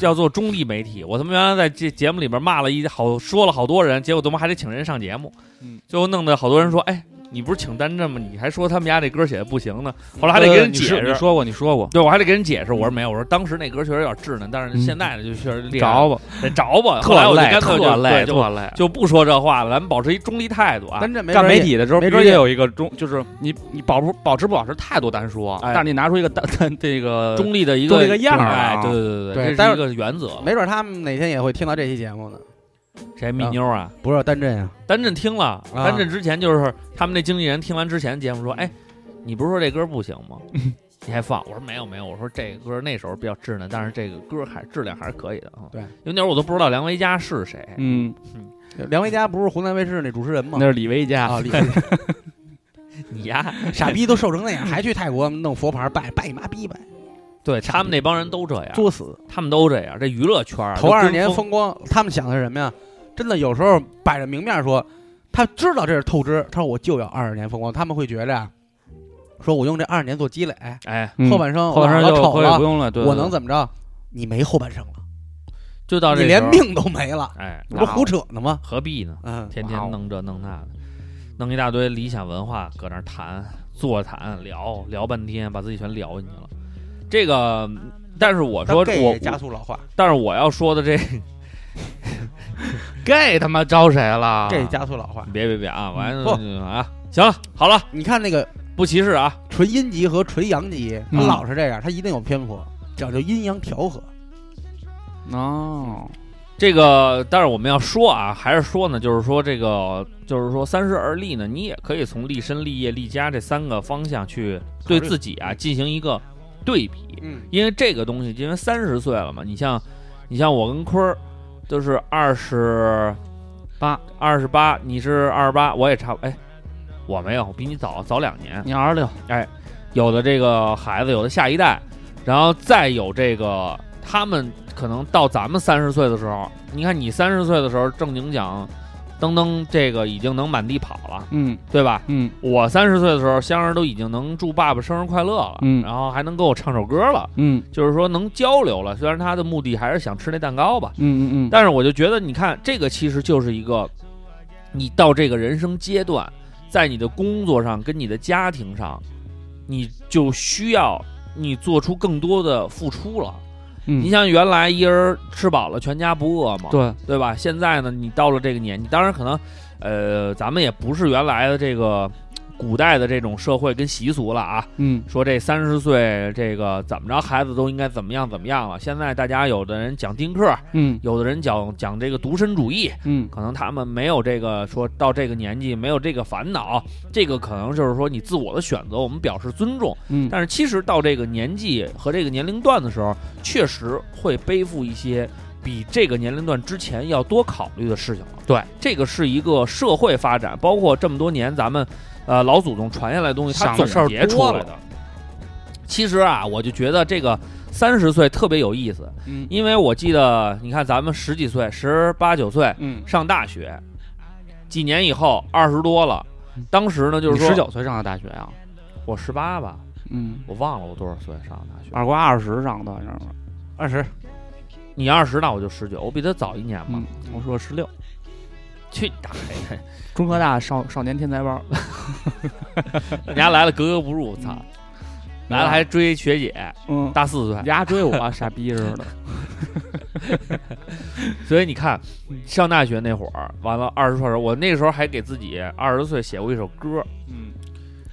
[SPEAKER 5] 要做中立媒体。我他妈原来在这节目里边骂了一好，说了好多人，结果他妈还得请人上节目，
[SPEAKER 6] 嗯
[SPEAKER 5] 最后弄得好多人说，哎，你不是请单振吗？你还说他们家这歌写的不行呢，后来还得给人解
[SPEAKER 6] 呃你是
[SPEAKER 5] 释
[SPEAKER 6] 你。说过，你说过，
[SPEAKER 5] 对，我还得给人解释，我说没有，我说当时那歌确实有点稚嫩，但是现在呢就确实厉害
[SPEAKER 6] 嗯着吧，
[SPEAKER 5] 得着吧。后来
[SPEAKER 6] 特
[SPEAKER 5] 我就
[SPEAKER 6] 累，
[SPEAKER 5] 干脆就
[SPEAKER 6] 特累，
[SPEAKER 5] 对就
[SPEAKER 6] 特累。
[SPEAKER 5] 就不说这话了，咱们保持一中立态度啊。
[SPEAKER 4] 咱这没
[SPEAKER 6] 干
[SPEAKER 4] 准儿
[SPEAKER 6] 媒
[SPEAKER 4] 也
[SPEAKER 6] 体的时候，
[SPEAKER 4] 没
[SPEAKER 6] 必
[SPEAKER 4] 准儿
[SPEAKER 6] 须得
[SPEAKER 4] 也
[SPEAKER 6] 有一个中，就是你你保不保持不保持态度单说，
[SPEAKER 5] 哎呃
[SPEAKER 6] 但是你拿出一个单这个
[SPEAKER 5] 中立的一
[SPEAKER 6] 中
[SPEAKER 5] 个
[SPEAKER 6] 立个样儿
[SPEAKER 5] 哎
[SPEAKER 6] 啊，
[SPEAKER 5] 对对
[SPEAKER 4] 对
[SPEAKER 5] 对
[SPEAKER 4] 待
[SPEAKER 5] 这
[SPEAKER 4] 会
[SPEAKER 5] 是
[SPEAKER 4] 儿
[SPEAKER 5] 一个原则。
[SPEAKER 4] 没准他们哪天也会听到这期节目呢。
[SPEAKER 5] 谁
[SPEAKER 6] 嗯
[SPEAKER 5] 蜜妞啊？
[SPEAKER 4] 不是单阵呀、
[SPEAKER 5] 单振听了，
[SPEAKER 4] 啊
[SPEAKER 5] 单振之前就是他们那经纪人听完之前节目说，哎，你不是说这歌不行 吗？你还放？我说没有没有，我说这个歌那时候比较稚嫩，但是这个歌还质量还是可以的啊。
[SPEAKER 4] 对，
[SPEAKER 5] 有那会儿我都不知道梁维嘉是谁，
[SPEAKER 6] 嗯，
[SPEAKER 4] 梁维嘉不是湖南卫视那主持人吗
[SPEAKER 6] 那？是李维
[SPEAKER 4] 啊，
[SPEAKER 6] 嘉，
[SPEAKER 4] 李
[SPEAKER 5] 你呀，
[SPEAKER 4] 傻逼都瘦成那 样，还去泰国弄佛牌拜拜你妈逼拜，
[SPEAKER 5] 对他们那帮人都这样，
[SPEAKER 4] 作死！
[SPEAKER 5] 他们都这样，这娱乐圈儿啊
[SPEAKER 4] 头二十年
[SPEAKER 5] 风，
[SPEAKER 4] 风光，他们想的是什么呀？真的有时候摆着明面说，他知道这是透支，他说我就要二十年风光，他们会觉着呀，说我用这二十年做积累，
[SPEAKER 5] 哎，
[SPEAKER 6] 嗯
[SPEAKER 4] 后半生
[SPEAKER 6] 后半生
[SPEAKER 4] 我老
[SPEAKER 6] 就
[SPEAKER 4] 了丑
[SPEAKER 6] 可以
[SPEAKER 4] 了
[SPEAKER 6] 不，用了，对，
[SPEAKER 4] 我能
[SPEAKER 6] 怎
[SPEAKER 4] 怎么着？你没后半生了，
[SPEAKER 5] 就到这
[SPEAKER 4] 你连
[SPEAKER 5] 时候，
[SPEAKER 4] 命都没了，
[SPEAKER 5] 哎，
[SPEAKER 4] 你不胡扯呢吗？
[SPEAKER 5] 何必呢？
[SPEAKER 4] 嗯，
[SPEAKER 5] 天天弄这弄那的，弄一大堆理想文化搁那儿谈座谈聊聊半天，把自己全聊进去了。这个，但是我说
[SPEAKER 4] 当 gay
[SPEAKER 5] 我
[SPEAKER 4] 也，加速老化，
[SPEAKER 5] 但是我要说的这，
[SPEAKER 6] gay 他妈招谁了？
[SPEAKER 4] 这也加速老化。
[SPEAKER 5] 啊别别别啊，完
[SPEAKER 4] 嗯
[SPEAKER 5] 了、啊，行了，好了，
[SPEAKER 4] 你看那个
[SPEAKER 5] 不歧视啊，
[SPEAKER 4] 纯阴极和纯阳极，他
[SPEAKER 6] 嗯
[SPEAKER 4] 老是这样，他一定有偏颇，讲究阴阳调和。
[SPEAKER 6] 哦，
[SPEAKER 5] 这个，但是我们要说啊，还是说呢，就是说这个，就是说三十而立呢，你也可以从立身、立业、立家这三个方向去对自己啊进行一个对比。
[SPEAKER 4] 嗯，
[SPEAKER 5] 因为这个东西，因为三十岁了嘛，你像，你像我跟坤儿，都是二十八，二十八，你是二十八，我也差不，哎，我没有，我比你早早两年。
[SPEAKER 6] 你二十六，
[SPEAKER 5] 有的这个孩子，有的下一代，然后再有这个他们可能到咱们三十岁的时候，你看你三十岁的时候正经讲，登登这个已经能满地跑了，
[SPEAKER 6] 嗯
[SPEAKER 5] 对吧？
[SPEAKER 6] 嗯，
[SPEAKER 5] 我三十岁的时候，香儿都已经能祝爸爸生日快乐了，
[SPEAKER 6] 嗯
[SPEAKER 5] 然后还能给我唱首歌了。
[SPEAKER 6] 嗯
[SPEAKER 5] 就是说能交流了。虽然他的目的还是想吃那蛋糕吧，
[SPEAKER 6] 嗯嗯嗯，
[SPEAKER 5] 但是我就觉得，你看这个其实就是一个，你到这个人生阶段，在你的工作上跟你的家庭上，你就需要你做出更多的付出了。你
[SPEAKER 7] 嗯
[SPEAKER 6] 你
[SPEAKER 5] 像原来一人吃饱了全家不饿
[SPEAKER 6] 嗯
[SPEAKER 5] 嘛，
[SPEAKER 6] 对，
[SPEAKER 5] 对吧？现在呢，你到了这个年纪，当然可能，呃，咱们也不是原来的这个古代的这种社会跟习俗了啊，
[SPEAKER 6] 嗯
[SPEAKER 5] 说这三十岁这个怎么着，孩子都应该怎么样怎么样了。现在大家有的人讲丁克，
[SPEAKER 6] 嗯
[SPEAKER 5] 有的人讲讲这个独身主义，
[SPEAKER 6] 嗯
[SPEAKER 5] 可能他们没有这个说到这个年纪没有这个烦恼，这个可能就是说你自我的选择，我们表示尊重。
[SPEAKER 6] 嗯，
[SPEAKER 5] 但是其实到这个年纪和这个年龄段的时候，确实会背负一些比这个年龄段之前要多考虑的事情了。对，这个是一个社会发展，包括这么多年咱们呃老祖宗传下来的东西，他
[SPEAKER 6] 想的
[SPEAKER 5] 总
[SPEAKER 6] 事儿
[SPEAKER 5] 结出
[SPEAKER 6] 多
[SPEAKER 5] 来
[SPEAKER 6] 了
[SPEAKER 5] 的。其实啊，我就觉得这个三十岁特别有意思，
[SPEAKER 6] 嗯
[SPEAKER 5] 因为我记得你看咱们十几岁、十八九岁
[SPEAKER 6] 嗯，
[SPEAKER 5] 上大学，几年以后二十多了，当时呢就是说
[SPEAKER 6] 嗯十九岁上的大学啊，
[SPEAKER 5] 我十八吧，
[SPEAKER 6] 嗯，
[SPEAKER 5] 我忘了我多少岁上的大学。
[SPEAKER 6] 二瓜二十上的，你知道吗？
[SPEAKER 4] 二十
[SPEAKER 5] 你二十，那我就十九，我比他早一年嘛
[SPEAKER 6] 嗯。，我说十六，
[SPEAKER 5] 去打开，
[SPEAKER 6] 中科大少少年天才班，
[SPEAKER 5] 人家来了格格不入，我操！来了还追学姐，
[SPEAKER 6] 嗯，
[SPEAKER 5] 大四岁
[SPEAKER 6] 人。家追我，啊傻逼似的。
[SPEAKER 5] 所以你看，上大学那会儿，完了二十出头，我那个时候还给自己二十岁写过一首歌，
[SPEAKER 6] 嗯，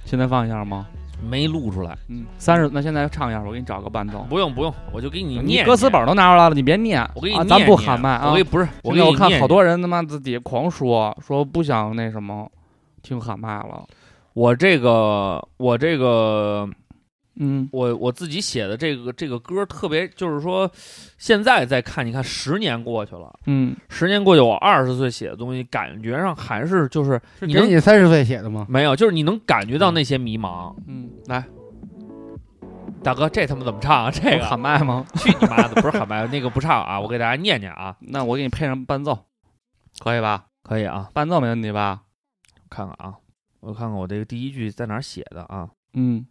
[SPEAKER 6] 现在放一下吗？
[SPEAKER 5] 没录出来。
[SPEAKER 6] 嗯，三十，那现在唱一下，我给你找个伴奏。
[SPEAKER 5] 不用不用，我就给你念
[SPEAKER 6] 你
[SPEAKER 5] 念
[SPEAKER 6] 歌词本儿都拿出来了，你别念，
[SPEAKER 5] 我给你
[SPEAKER 6] 啊
[SPEAKER 5] 念
[SPEAKER 6] 咱不
[SPEAKER 5] 念
[SPEAKER 6] 喊麦啊。
[SPEAKER 5] 我给不是，我
[SPEAKER 6] 我
[SPEAKER 5] 给你
[SPEAKER 6] 我看
[SPEAKER 5] 念
[SPEAKER 6] 好
[SPEAKER 5] 念
[SPEAKER 6] 多人他妈自己狂说说不想那什么，听喊麦了。
[SPEAKER 5] 我这个我这个
[SPEAKER 6] 嗯，
[SPEAKER 5] 我我自己写的这个这个歌特别，就是说现在再看，你看十年过去了，
[SPEAKER 6] 嗯，
[SPEAKER 5] 十年过去，我二十岁写的东西，感觉上还是就是
[SPEAKER 4] 是
[SPEAKER 5] 你
[SPEAKER 4] 给
[SPEAKER 5] 能
[SPEAKER 4] 你三十岁写的吗？
[SPEAKER 5] 没有，就是你能感觉到那些迷茫。
[SPEAKER 6] 嗯，来，
[SPEAKER 5] 大哥，这他妈怎么唱啊？这
[SPEAKER 6] 喊
[SPEAKER 5] 个
[SPEAKER 6] 麦吗？
[SPEAKER 5] 去你妈的！不是喊麦，那个不唱啊！我给大家念念啊，
[SPEAKER 6] 那我给你配上伴奏，可以吧？
[SPEAKER 5] 可以啊，
[SPEAKER 6] 伴奏没问题吧？
[SPEAKER 5] 看看啊，我看看我这个第一句在哪儿写的啊？
[SPEAKER 6] 嗯，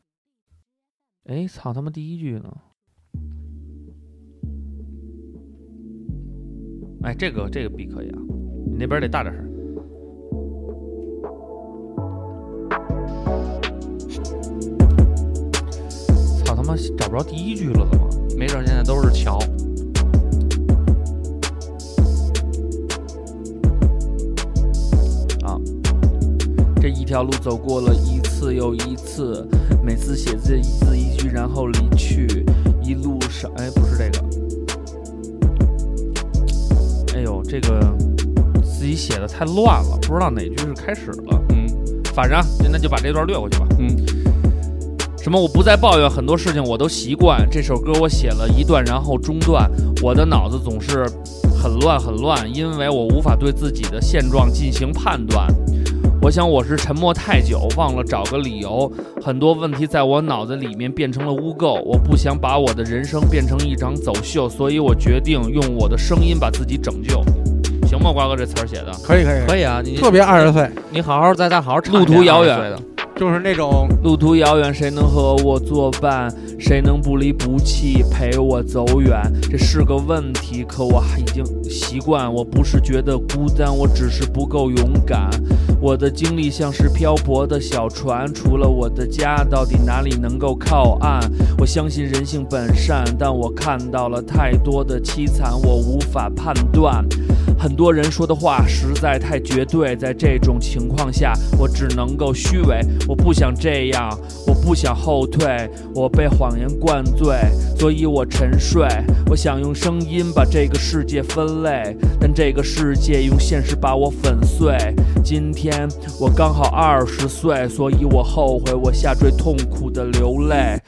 [SPEAKER 5] 哎，操他妈第一句呢？哎，这个这个 B 可以啊，你那边得大点声。操他妈找不着第一句了，怎么？
[SPEAKER 6] 没准儿现在都是桥。
[SPEAKER 5] 这一条路走过了一次又一次，每次写字一字一句，然后离去。一路上，哎，不是这个。哎呦，这个自己写的太乱了，不知道哪句是开始了。
[SPEAKER 6] 嗯
[SPEAKER 5] 反正那就把这段略过去吧。
[SPEAKER 6] 嗯，
[SPEAKER 5] 什么？我不再抱怨很多事情，我都习惯。这首歌我写了一段，然后中断。我的脑子总是很乱很乱，因为我无法对自己的现状进行判断。我想我是沉默太久，忘了找个理由。很多问题在我脑子里面变成了污垢。我不想把我的人生变成一场走秀，所以我决定用我的声音把自己拯救。行吗，瓜哥？这词儿写的
[SPEAKER 4] 可以可以，
[SPEAKER 6] 可以啊，你
[SPEAKER 4] 特别二十岁，
[SPEAKER 6] 你好好在那好好唱一
[SPEAKER 5] 路途
[SPEAKER 6] 遍
[SPEAKER 5] 遥
[SPEAKER 6] 20
[SPEAKER 5] 远
[SPEAKER 6] 岁的
[SPEAKER 4] 就是那种
[SPEAKER 5] 路途遥远，谁能和我作伴？谁能不离不弃陪我走远？这是个问题，可我已经习惯。我不是觉得孤单，我只是不够勇敢。我的经历像是漂泊的小船，除了我的家，到底哪里能够靠岸？我相信人性本善，但我看到了太多的凄惨，我无法判断。很多人说的话实在太绝对，在这种情况下，我只能够虚伪。我不想这样，我不想后退，我被谎言灌醉，所以我沉睡。我想用声音把这个世界分类，但这个世界用现实把我粉碎。今天我刚好二十岁，所以我后悔，我下坠痛苦的流泪。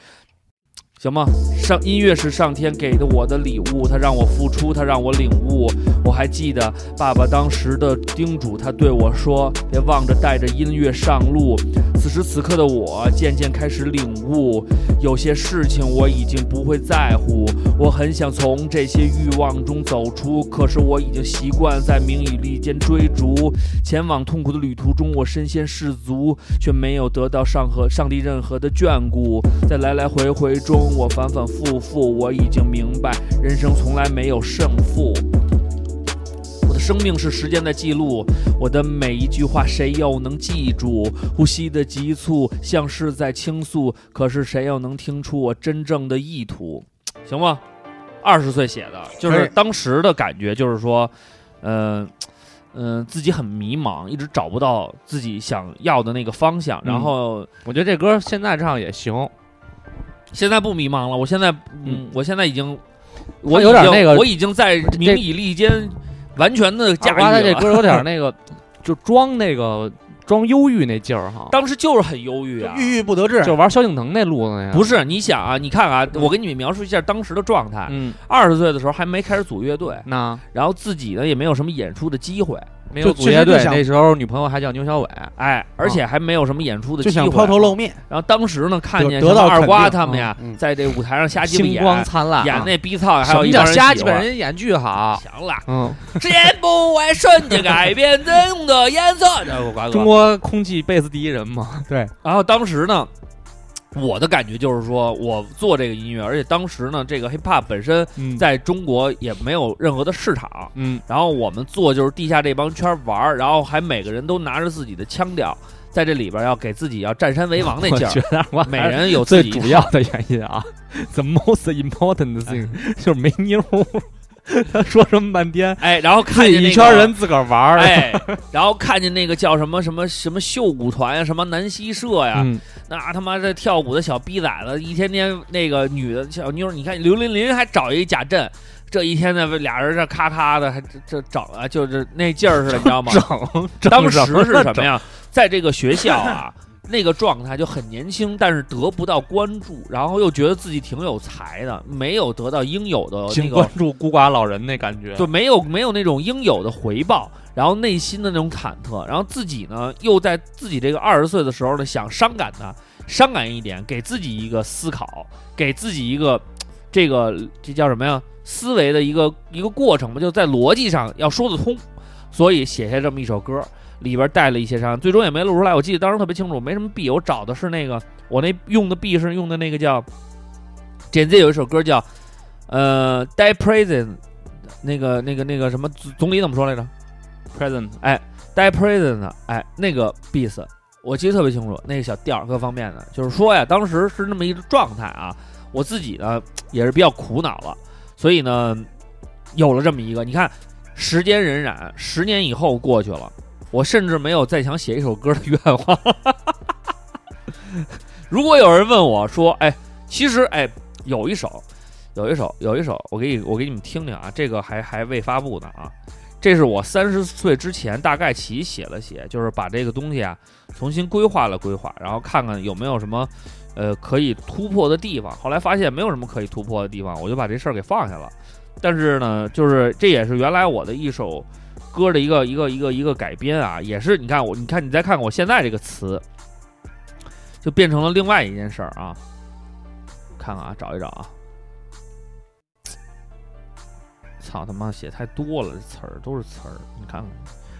[SPEAKER 5] 行吗？上音乐是上天给的我的礼物，它让我付出，它让我领悟。我还记得爸爸当时的叮嘱，他对我说：“别忘着带着音乐上路。”此时此刻的我渐渐开始领悟，有些事情我已经不会在乎。我很想从这些欲望中走出，可是我已经习惯在名与利间追逐。前往痛苦的旅途中，我身先士卒，却没有得到上和上帝任何的眷顾。在来来回回中，我反反复复，我已经明白，人生从来没有胜负。我的生命是时间在记录，我的每一句话谁又能记住？呼吸的急促像是在倾诉，可是谁又能听出我真正的意图？行吗？二十岁写的，就
[SPEAKER 4] 可
[SPEAKER 5] 是
[SPEAKER 4] 以
[SPEAKER 5] 当时的感觉，就是说，嗯、嗯、自己很迷茫，一直找不到自己想要的那个方向。然
[SPEAKER 6] 嗯
[SPEAKER 5] 后
[SPEAKER 6] 我觉得这歌现在唱也行，
[SPEAKER 5] 现在不迷茫了，我现在，嗯
[SPEAKER 6] 嗯，
[SPEAKER 5] 我现在已经，我
[SPEAKER 6] 有点
[SPEAKER 5] 已经
[SPEAKER 6] 那个
[SPEAKER 5] 我已经在名以利间完全的驾
[SPEAKER 6] 阿
[SPEAKER 7] 啊
[SPEAKER 6] 瓜他
[SPEAKER 5] 驭
[SPEAKER 6] 这
[SPEAKER 5] 了。
[SPEAKER 6] 歌有点那个， 就装那个装忧郁那劲儿哈，
[SPEAKER 5] 当时就是很忧郁啊，
[SPEAKER 4] 郁郁不得志，
[SPEAKER 6] 就玩萧敬腾那路子那样。
[SPEAKER 5] 不
[SPEAKER 6] 是，
[SPEAKER 5] 是？你想啊，你看啊，我给你们描述一下当时的状态。
[SPEAKER 6] 嗯，
[SPEAKER 5] 二十岁的时候还没开始组乐队，
[SPEAKER 6] 那
[SPEAKER 5] 然后自己呢也没有什么演出的机会，
[SPEAKER 6] 没
[SPEAKER 4] 就
[SPEAKER 6] 有
[SPEAKER 4] 其
[SPEAKER 6] 组
[SPEAKER 4] 实
[SPEAKER 6] 乐
[SPEAKER 4] 就
[SPEAKER 6] 队，
[SPEAKER 4] 想
[SPEAKER 6] 那时候女朋友还叫牛小伟，
[SPEAKER 5] 哎，而且还没有什么演出的
[SPEAKER 4] 就
[SPEAKER 5] 机会。
[SPEAKER 4] 想抛头露面，
[SPEAKER 5] 然后当时呢，看见
[SPEAKER 4] 得得到
[SPEAKER 5] 什么二瓜
[SPEAKER 4] 肯定
[SPEAKER 5] 他们呀，
[SPEAKER 4] 嗯嗯
[SPEAKER 5] 在这舞台上瞎鸡巴
[SPEAKER 6] 星
[SPEAKER 5] 演，
[SPEAKER 6] 光灿烂啊。
[SPEAKER 5] 演那逼操，还
[SPEAKER 6] 什
[SPEAKER 5] 有
[SPEAKER 6] 么
[SPEAKER 5] 一
[SPEAKER 6] 叫
[SPEAKER 5] 帮人
[SPEAKER 6] 瞎
[SPEAKER 5] 喜
[SPEAKER 6] 鸡巴
[SPEAKER 5] 欢
[SPEAKER 6] 人演剧好？
[SPEAKER 5] 行了，
[SPEAKER 6] 嗯，
[SPEAKER 5] 时间不会瞬间改变真空的颜色。这是我瓜哥
[SPEAKER 6] 中国空气贝斯第一人嘛。
[SPEAKER 5] 然后当时呢，我的感觉就是说，我做这个音乐，而且当时呢，这个 hip hop 本身
[SPEAKER 8] 嗯
[SPEAKER 5] 在中国也没有任何的市场，
[SPEAKER 8] 嗯
[SPEAKER 5] 然后我们做就是地下这帮圈玩儿，然后还每个人都拿着自己的腔调，在这里边要给自己要占山为王那
[SPEAKER 8] 我
[SPEAKER 5] 劲
[SPEAKER 8] 觉
[SPEAKER 5] 儿，
[SPEAKER 8] 得我
[SPEAKER 5] 每
[SPEAKER 8] 还是
[SPEAKER 5] 人有自
[SPEAKER 8] 最
[SPEAKER 5] 己
[SPEAKER 8] 主要的原因啊，the most important thing 就是没妞儿，他说这么半天，
[SPEAKER 5] 哎，然后
[SPEAKER 8] 自
[SPEAKER 5] 看见
[SPEAKER 8] 己
[SPEAKER 5] 那
[SPEAKER 8] 一
[SPEAKER 5] 个
[SPEAKER 8] 圈人自个儿玩儿，
[SPEAKER 5] 哎，然后看见那个叫什么什么什么秀舞团呀，什么南溪社呀，
[SPEAKER 8] 嗯，
[SPEAKER 5] 那他妈这跳舞的小逼崽子，一天天那个女的小妞儿，你看刘琳琳还找一贾震，这一天呢俩人这咔咔的，还这这整啊，就是那劲儿似的，你知道吗？
[SPEAKER 8] 整整
[SPEAKER 5] 当时
[SPEAKER 8] 什么
[SPEAKER 5] 是
[SPEAKER 8] 了
[SPEAKER 5] 什么
[SPEAKER 8] 整
[SPEAKER 5] 呀？在这个学校啊，那个状态就很年轻，但是得不到关注，然后又觉得自己挺有才的，没有得到应有的那
[SPEAKER 8] 请
[SPEAKER 5] 个
[SPEAKER 8] 关注孤寡老人那感觉，
[SPEAKER 5] 就没有没有那种应有的回报，然后内心的那种忐忑，然后自己呢又在自己这个二十岁的时候呢，想伤感呢，伤感一点，给自己一个思考，给自己一个这个这叫什么呀？思维的一个一个过程吧，就在逻辑上要说得通，所以写下这么一首歌，里边带了一些伤，最终也没录出来。我记得当时特别清楚，没什么 B，我找的是那个我那用的 B 是用的那个叫简介有一首歌叫呃《Die Prison》。那个、那个、那个什么，总总理怎么说来着
[SPEAKER 8] present，
[SPEAKER 5] ？Die President，哎，那个 beats，我记得特别清楚，那个小调儿各方面的，就是说呀，当时是那么一个状态啊，我自己呢也是比较苦恼了，所以呢，有了这么一个，你看，时间荏苒，十年以后过去了，我甚至没有再想写一首歌的愿望。 如果有人问我说，哎，其实哎，有一首，有一首，有一首，我给你，我给你们听听啊，这个还还未发布呢啊，这是我三十岁之前大概其写了写，就是把这个东西啊重新规划了规划，然后看看有没有什么呃可以突破的地方。后来发现没有什么可以突破的地方，我就把这事儿给放下了。但是呢，就是这也是原来我的一首歌的一个一个一个一个改编啊，也是你看我，你看你再看看我现在这个词，就变成了另外一件事儿啊。看看啊，找一找啊。操他妈写太多了，这词儿都是词儿。你看看，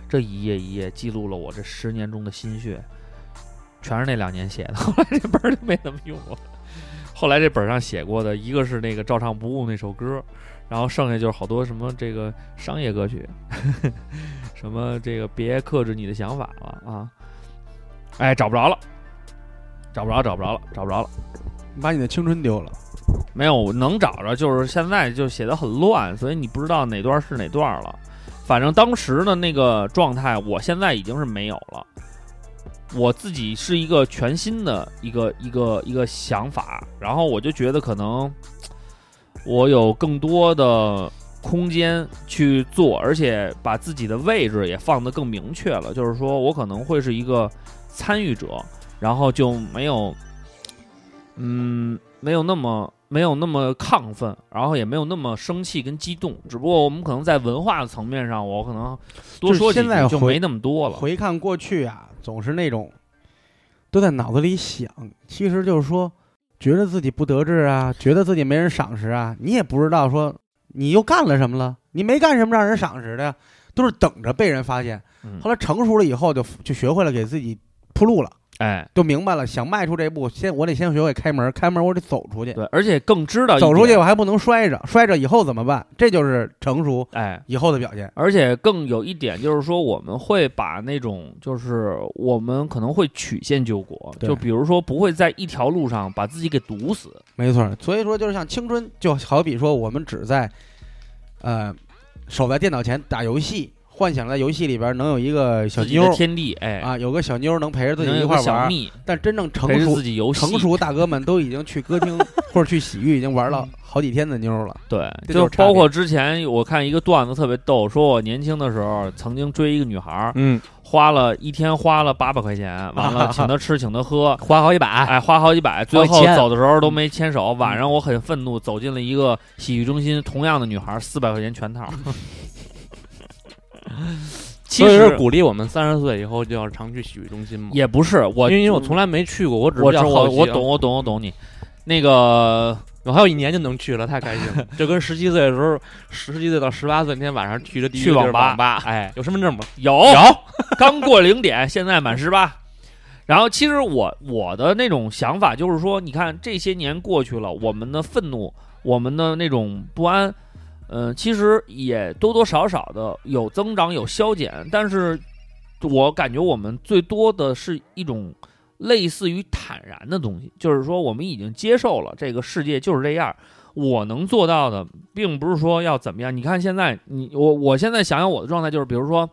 [SPEAKER 5] 这一页一页记录了我这十年中的心血，全是那两年写的。 后来这本儿就没怎么用了。后来这本儿上写过的，一个是那个照唱不误那首歌，然后剩下就是好多什么这个商业歌曲， 什么这个别克制你的想法了啊！哎，找不着了，找不着，找不着了，找不着了。
[SPEAKER 4] 你把你的青春丢了。
[SPEAKER 5] 没有能找着，就是现在就写的很乱，所以你不知道哪段是哪段了。反正当时的那个状态，我现在已经是没有了。我自己是一个全新的一个一个一个想法，然后我就觉得可能我有更多的空间去做，而且把自己的位置也放得更明确了。就是说我可能会是一个参与者，然后就没有，嗯，没有那么没有那么亢奋，然后也没有那么生气跟激动。只不过我们可能在文化层面上，我可能多
[SPEAKER 4] 就是
[SPEAKER 5] 说几
[SPEAKER 4] 现在
[SPEAKER 5] 句就
[SPEAKER 4] 回
[SPEAKER 5] 没那么多了。
[SPEAKER 4] 回看过去啊，总是那种都在脑子里想，其实就是说，觉得自己不得志啊，觉得自己没人赏识啊，你也不知道说你又干了什么了，你没干什么让人赏识的呀，都是等着被人发现
[SPEAKER 5] 嗯。
[SPEAKER 4] 后来成熟了以后就，就学会了给自己铺路了，
[SPEAKER 5] 哎，
[SPEAKER 4] 就明白了，想迈出这一步，先我得先学会开门，开门我得走出去，
[SPEAKER 5] 对，而且更知道一
[SPEAKER 4] 走出去
[SPEAKER 5] 点
[SPEAKER 4] 我还不能摔着，摔着以后怎么办？这就是成熟
[SPEAKER 5] 哎，
[SPEAKER 4] 以后的表现。
[SPEAKER 5] 而且更有一点就是说，我们会把那种就是我们可能会曲线救国，
[SPEAKER 4] 对
[SPEAKER 5] 就比如说不会在一条路上把自己给堵死。
[SPEAKER 4] 没错儿，所以说就是像青春，就好比说我们只在，呃，守在电脑前打游戏，幻想在游戏里边能有一个小
[SPEAKER 5] 自己
[SPEAKER 4] 妞
[SPEAKER 5] 的
[SPEAKER 4] 儿
[SPEAKER 5] 天地，哎，
[SPEAKER 4] 啊，有个小妞儿能陪着自
[SPEAKER 5] 能
[SPEAKER 4] 己一
[SPEAKER 5] 有
[SPEAKER 4] 块
[SPEAKER 5] 个
[SPEAKER 4] 儿玩
[SPEAKER 5] 小
[SPEAKER 4] 儿。
[SPEAKER 5] 蜜
[SPEAKER 4] 但真正
[SPEAKER 5] 陪
[SPEAKER 4] 成
[SPEAKER 5] 着
[SPEAKER 4] 熟
[SPEAKER 5] 自己游戏，
[SPEAKER 4] 成熟大哥们都已经去歌 厅或者去洗浴，已经玩了好几天的妞儿了。
[SPEAKER 5] 对，
[SPEAKER 4] 这
[SPEAKER 5] 就
[SPEAKER 4] 就是
[SPEAKER 5] 包括之前我看一个段子特别逗，说我年轻的时候曾经追一个女孩 儿，
[SPEAKER 8] 嗯，
[SPEAKER 5] 花了一天花了八百块钱，完了请她吃请她喝，
[SPEAKER 8] 花好几百，
[SPEAKER 5] 哎，花好几百，最
[SPEAKER 8] 好几
[SPEAKER 5] 后
[SPEAKER 8] 千嗯
[SPEAKER 5] 走的时候都没牵手。晚上我很愤怒，走进了一个洗浴中心，同样的女孩，四百块钱 全套。其
[SPEAKER 8] 所以是
[SPEAKER 5] 实
[SPEAKER 8] 鼓励我们三十岁以后就要常去洗浴中心嘛，
[SPEAKER 5] 也不是我，
[SPEAKER 8] 因为因为我从来没去过，我只是
[SPEAKER 5] 我
[SPEAKER 8] 比
[SPEAKER 5] 知
[SPEAKER 8] 较
[SPEAKER 5] 我
[SPEAKER 8] 好奇啊
[SPEAKER 5] 我懂，我懂我懂你。那个
[SPEAKER 8] 我还有一年就能去了，太开心 了。就跟十七岁的时候，十七岁到十八岁那天晚上去的第一
[SPEAKER 5] 去
[SPEAKER 8] 个地儿
[SPEAKER 5] 网吧
[SPEAKER 8] 网吧，
[SPEAKER 5] 哎，
[SPEAKER 8] 有身份证吗？
[SPEAKER 5] 有刚过零点，现在满十八。然后其实我我的那种想法就是说，你看这些年过去了，我们的愤怒，我们的那种不安，嗯、其实也多多少少的有增长有消减，但是我感觉我们最多的是一种类似于坦然的东西，就是说我们已经接受了这个世界就是这样。我能做到的，并不是说要怎么样。你看现在，你我我现在想想我的状态就是，比如说，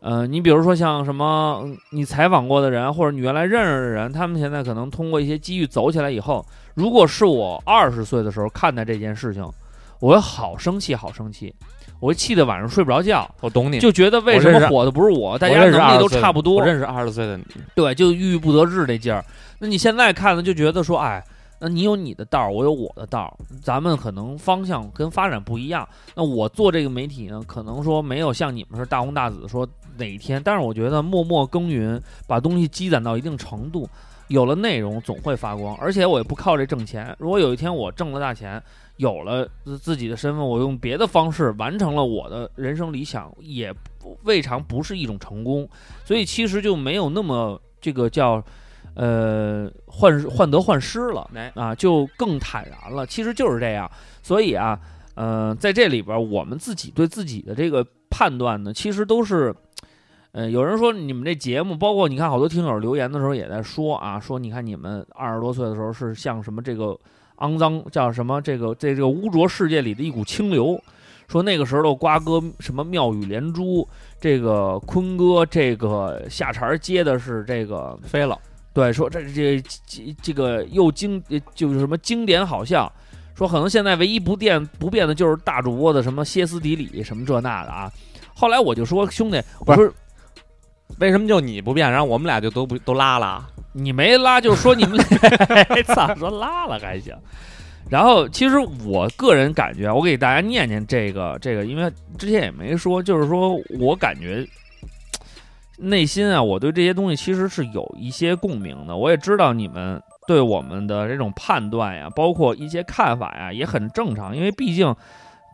[SPEAKER 5] 呃，你比如说像什么嗯你采访过的人，啊或者你原来认识的人，他们现在可能通过一些机遇走起来以后，如果是我二十岁的时候看待这件事情，我会好生气，好生气，我会气得晚上睡不着觉，
[SPEAKER 7] 我懂你，
[SPEAKER 5] 就觉得为什
[SPEAKER 7] 嗯我认
[SPEAKER 5] 么
[SPEAKER 7] 识
[SPEAKER 5] 火的不是我，大
[SPEAKER 7] 我
[SPEAKER 5] 家
[SPEAKER 7] 认识
[SPEAKER 5] 能力都
[SPEAKER 7] 20岁的
[SPEAKER 5] 差不多
[SPEAKER 7] 我，认识二十岁的你，
[SPEAKER 5] 对，就郁郁不得志这劲儿。那你现在看了就觉得说，哎，那你有你的道儿，我有我的道儿，咱们可能方向跟发展不一样。那我做这个媒体呢，可能说没有像你们是大红大紫，说哪一天，但是我觉得默默耕耘，把东西积攒到一定程度，有了内容总会发光。而且我也不靠这挣钱，如果有一天我挣了大钱。有了自自己的身份，我用别的方式完成了我的人生理想，也不未尝不是一种成功。所以其实就没有那么这个叫呃患患得患失了
[SPEAKER 7] 哎，
[SPEAKER 5] 啊，就更坦然了。其实就是这样，所以啊，呃，在这里边儿我们自己对自己的这个判断呢，其实都是。呃，有人说你们这节目，包括你看好多听友留言的时候也在说啊，说你看你们二十多岁的时候是像什么这个肮脏叫什么这个这这个污浊世界里的一股清流，说那个时候的瓜哥什么妙语连珠，这个坤哥这个下茬儿接的是这个
[SPEAKER 7] 飞了，
[SPEAKER 5] 对，说这这这这个又经呃就是什么经典好笑，说可能现在唯一不变不变的就是大主播的什么歇斯底里什么这那的啊。后来我就说兄弟，我
[SPEAKER 7] 不
[SPEAKER 5] 说
[SPEAKER 7] 为什么就你不变，然后我们俩就都不都拉了？啊
[SPEAKER 6] 嗯
[SPEAKER 5] 你没拉，就说 你们操，说拉了还行。然后，其实我个人感觉，啊我给大家念念这个这个，因为之前也没说，就是说我感觉内心啊，我对这些东西其实是有一些共鸣的。我也知道你们对我们的这种判断呀，包括一些看法呀，也很正常，因为毕竟，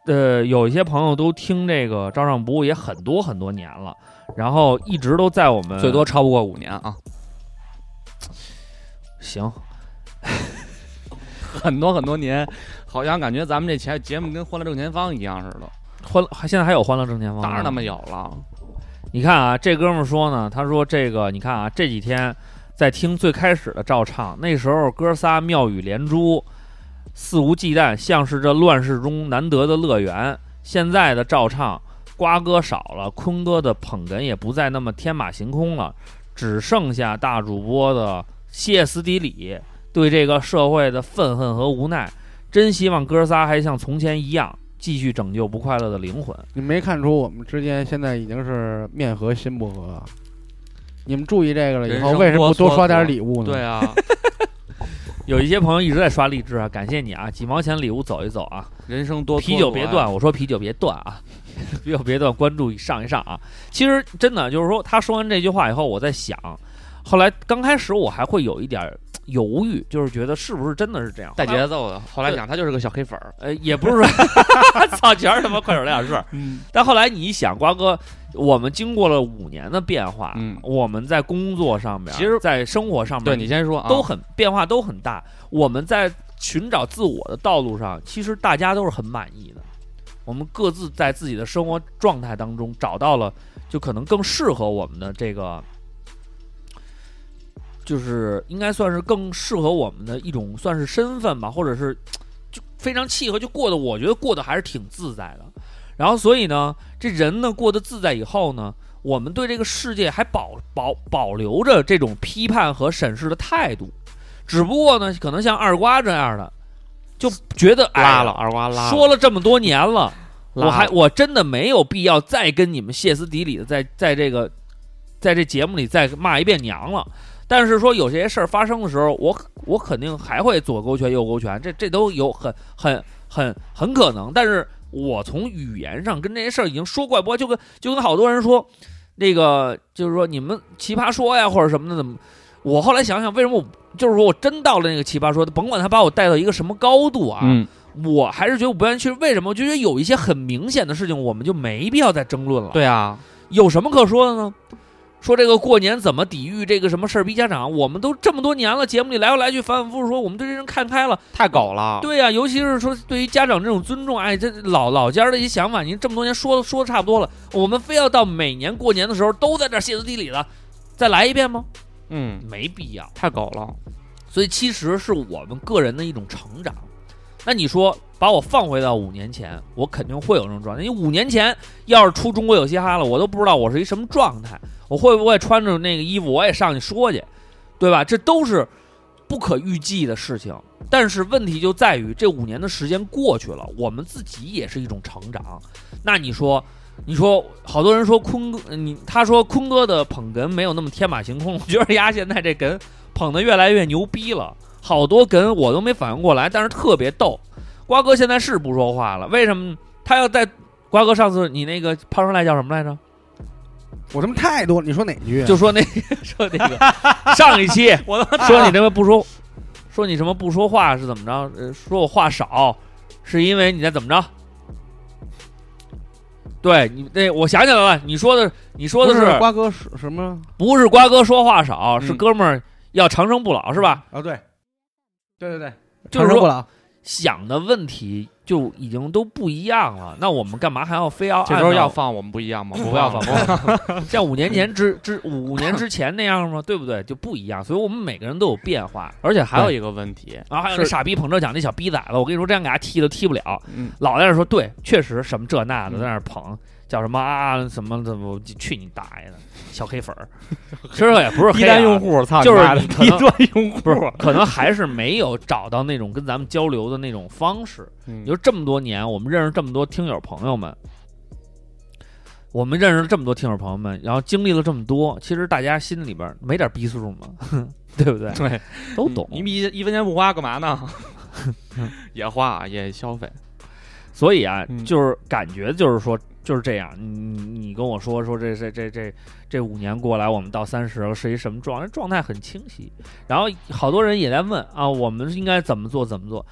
[SPEAKER 5] 呃，有一些朋友都听这个照上不误也很多很多年了，然后一直都在我们
[SPEAKER 7] 最多超不过五年啊，
[SPEAKER 5] 行。
[SPEAKER 6] 很多很多年，好像感觉咱们这前节目跟《欢乐正前方》一样似的，
[SPEAKER 5] 欢还现在还有欢乐正前方吗？
[SPEAKER 6] 当然他妈有了。
[SPEAKER 5] 你看啊，这哥们儿说呢，他说这个，你看啊，这几天在听最开始的照唱，那时候哥仨妙语连珠，肆无忌惮，像是这乱世中难得的乐园。现在的照唱，瓜哥少了，坤哥的捧哏也不再那么天马行空了，只剩下大主播的歇斯底里，对这个社会的愤恨和无奈。真希望哥仨还像从前一样，继续拯救不快乐的灵魂。
[SPEAKER 4] 你没看出我们之间现在已经是面和心不和啊？你们注意这个了，以
[SPEAKER 7] 人
[SPEAKER 4] 后
[SPEAKER 7] 生
[SPEAKER 4] 为什么不多
[SPEAKER 7] 多
[SPEAKER 4] 刷点礼
[SPEAKER 7] 嗯
[SPEAKER 4] 物呢？
[SPEAKER 6] 对啊，
[SPEAKER 5] 有一些朋友一直在刷荔枝啊，感谢你啊，几毛钱礼物走一走啊，
[SPEAKER 6] 人生多
[SPEAKER 5] 啤酒别
[SPEAKER 6] 挫
[SPEAKER 5] 断，我说啤酒别断啊， 啤酒别断，关注上一上啊。其实真的就是说，他说完这句话以后，我在想，后来刚开始我还会有一点儿犹豫，就是觉得是不是真的是这样，
[SPEAKER 6] 带节奏
[SPEAKER 7] 啊
[SPEAKER 6] 的。后来想他就是个小黑粉儿，
[SPEAKER 5] 呃， 也不是说， 操，全是他妈快手那点事儿。
[SPEAKER 6] 嗯
[SPEAKER 5] 但后来你一想，瓜哥，我们经过了五年的变化，
[SPEAKER 6] 嗯
[SPEAKER 5] 我们在工作上面，
[SPEAKER 6] 其实
[SPEAKER 5] 在生活上面，
[SPEAKER 6] 对你先说啊，
[SPEAKER 5] 都很变化都很大。我们在寻找自我的道路上，其实大家都是很满意的。我们各自在自己的生活状态当中找到了，就可能更适合我们的这个，就是应该算是更适合我们的一种算是身份吧，或者是就非常契合，就过得我觉得过得还是挺自在的。然后所以呢，这人呢过得自在以后呢，我们对这个世界还保保保留着这种批判和审视的态度，只不过呢，可能像二瓜这样的，就觉得哎
[SPEAKER 7] 拉了，二瓜拉了，
[SPEAKER 5] 说了这么多年了，
[SPEAKER 7] 拉
[SPEAKER 5] 我还我真的没有必要再跟你们歇斯底里的在在这个在这节目里再骂一遍娘了。但是说有些事儿发生的时候，我我肯定还会左勾拳右勾拳，这这都有很很很很可能。但是我从语言上跟这些事儿已经说怪不怪，就跟就跟好多人说，那个就是说你们奇葩说呀或者什么的怎么，我后来想想为什么我就是说我真到了那个奇葩说，甭管他把我带到一个什么高度啊，
[SPEAKER 6] 嗯，
[SPEAKER 5] 我还是觉得我不愿意去。为什么？我就觉得有一些很明显的事情，我们就没必要再争论了。，
[SPEAKER 7] 对啊，
[SPEAKER 5] 有什么可说的呢？说这个过年怎么抵御这个什么事儿逼家长，我们都这么多年了，节目里来来去反反复复说，我们对这人看开了。
[SPEAKER 7] 太狗了。
[SPEAKER 5] 对呀、尤其是说对于家长这种尊重，哎，这老老家的一些想法，您这么多年说说的差不多了，我们非要到每年过年的时候都在这儿歇斯底里的，再来一遍吗？
[SPEAKER 6] 嗯，
[SPEAKER 5] 没必要。
[SPEAKER 6] 太狗了。
[SPEAKER 5] 所以其实是我们个人的一种成长。那你说把我放回到五年前，我肯定会有这种状态。因为五年前要是出中国有嘻哈了，我都不知道我是一什么状态，我会不会穿着那个衣服我也上去说去，对吧？这都是不可预计的事情。但是问题就在于这五年的时间过去了，我们自己也是一种成长。那你说，你说好多人说坤哥，你他说坤哥的捧哏没有那么天马行空，我觉得丫现在这哏捧得越来越牛逼了，好多梗我都没反应过来，但是特别逗。瓜哥现在是不说话了，为什么？他要在瓜哥上次你那个抛上来叫什么来着？
[SPEAKER 4] 我他妈太多，你说哪句啊？
[SPEAKER 5] 就说那 说那个上一期，我说你这个不说，说你什么不说话是怎么着？呃说我话少，是因为你在怎么着？对你那我想起来了，你说的你说的
[SPEAKER 4] 不
[SPEAKER 5] 是
[SPEAKER 4] 瓜哥是什么
[SPEAKER 5] 不是瓜哥说话少，是
[SPEAKER 6] 嗯
[SPEAKER 5] 哥们儿要长生不老是吧？
[SPEAKER 4] 啊？对，对对对，
[SPEAKER 5] 就是
[SPEAKER 4] 长生
[SPEAKER 5] 说
[SPEAKER 4] 不老。
[SPEAKER 5] 想的问题就已经都不一样了。那我们干嘛还要非要
[SPEAKER 7] 这
[SPEAKER 5] 按
[SPEAKER 7] 时候
[SPEAKER 5] 照
[SPEAKER 7] 要放我们不一 样吗？不要放，不要放
[SPEAKER 5] 像五年前之之五五年之前那样吗？对不对？就不一样。所以我们每个人都有变化。
[SPEAKER 7] 而且还有一个问题，
[SPEAKER 5] 然后还有那
[SPEAKER 7] 是
[SPEAKER 5] 傻逼捧着奖那小逼崽子，我跟你说，这样给他踢都踢不了。
[SPEAKER 6] 嗯，
[SPEAKER 5] 老在那说对，确实什么这那
[SPEAKER 6] 嗯
[SPEAKER 5] 的，在那儿捧，叫什么啊什么怎么，去你大爷的，小 黑粉儿。其实也不是
[SPEAKER 7] 低
[SPEAKER 5] 黑、啊、
[SPEAKER 7] 端用户，操
[SPEAKER 5] 就是
[SPEAKER 7] 妈的
[SPEAKER 5] 你可
[SPEAKER 7] 低
[SPEAKER 5] 能
[SPEAKER 7] 端用户，
[SPEAKER 5] 不是，可能还是没有找到那种跟咱们交流的那种方式。你
[SPEAKER 7] 嗯
[SPEAKER 5] 说这么多年，我们认识这么多听友朋友们，我们认识了这么多听友朋友们，然后经历了这么多，其实大家心里边儿没点逼数吗？ 对不对？
[SPEAKER 7] 对，
[SPEAKER 5] 都懂。
[SPEAKER 7] 嗯你一一分钱不花干嘛呢？也花也消费，
[SPEAKER 5] 所以啊，
[SPEAKER 7] 嗯
[SPEAKER 5] 就是感觉就是说就是这样。你你你跟我说说这这这这这五年过来，我们到三十了是一什么状态？状态很清晰。然后好多人也在问啊，我们应该怎么做？怎么做？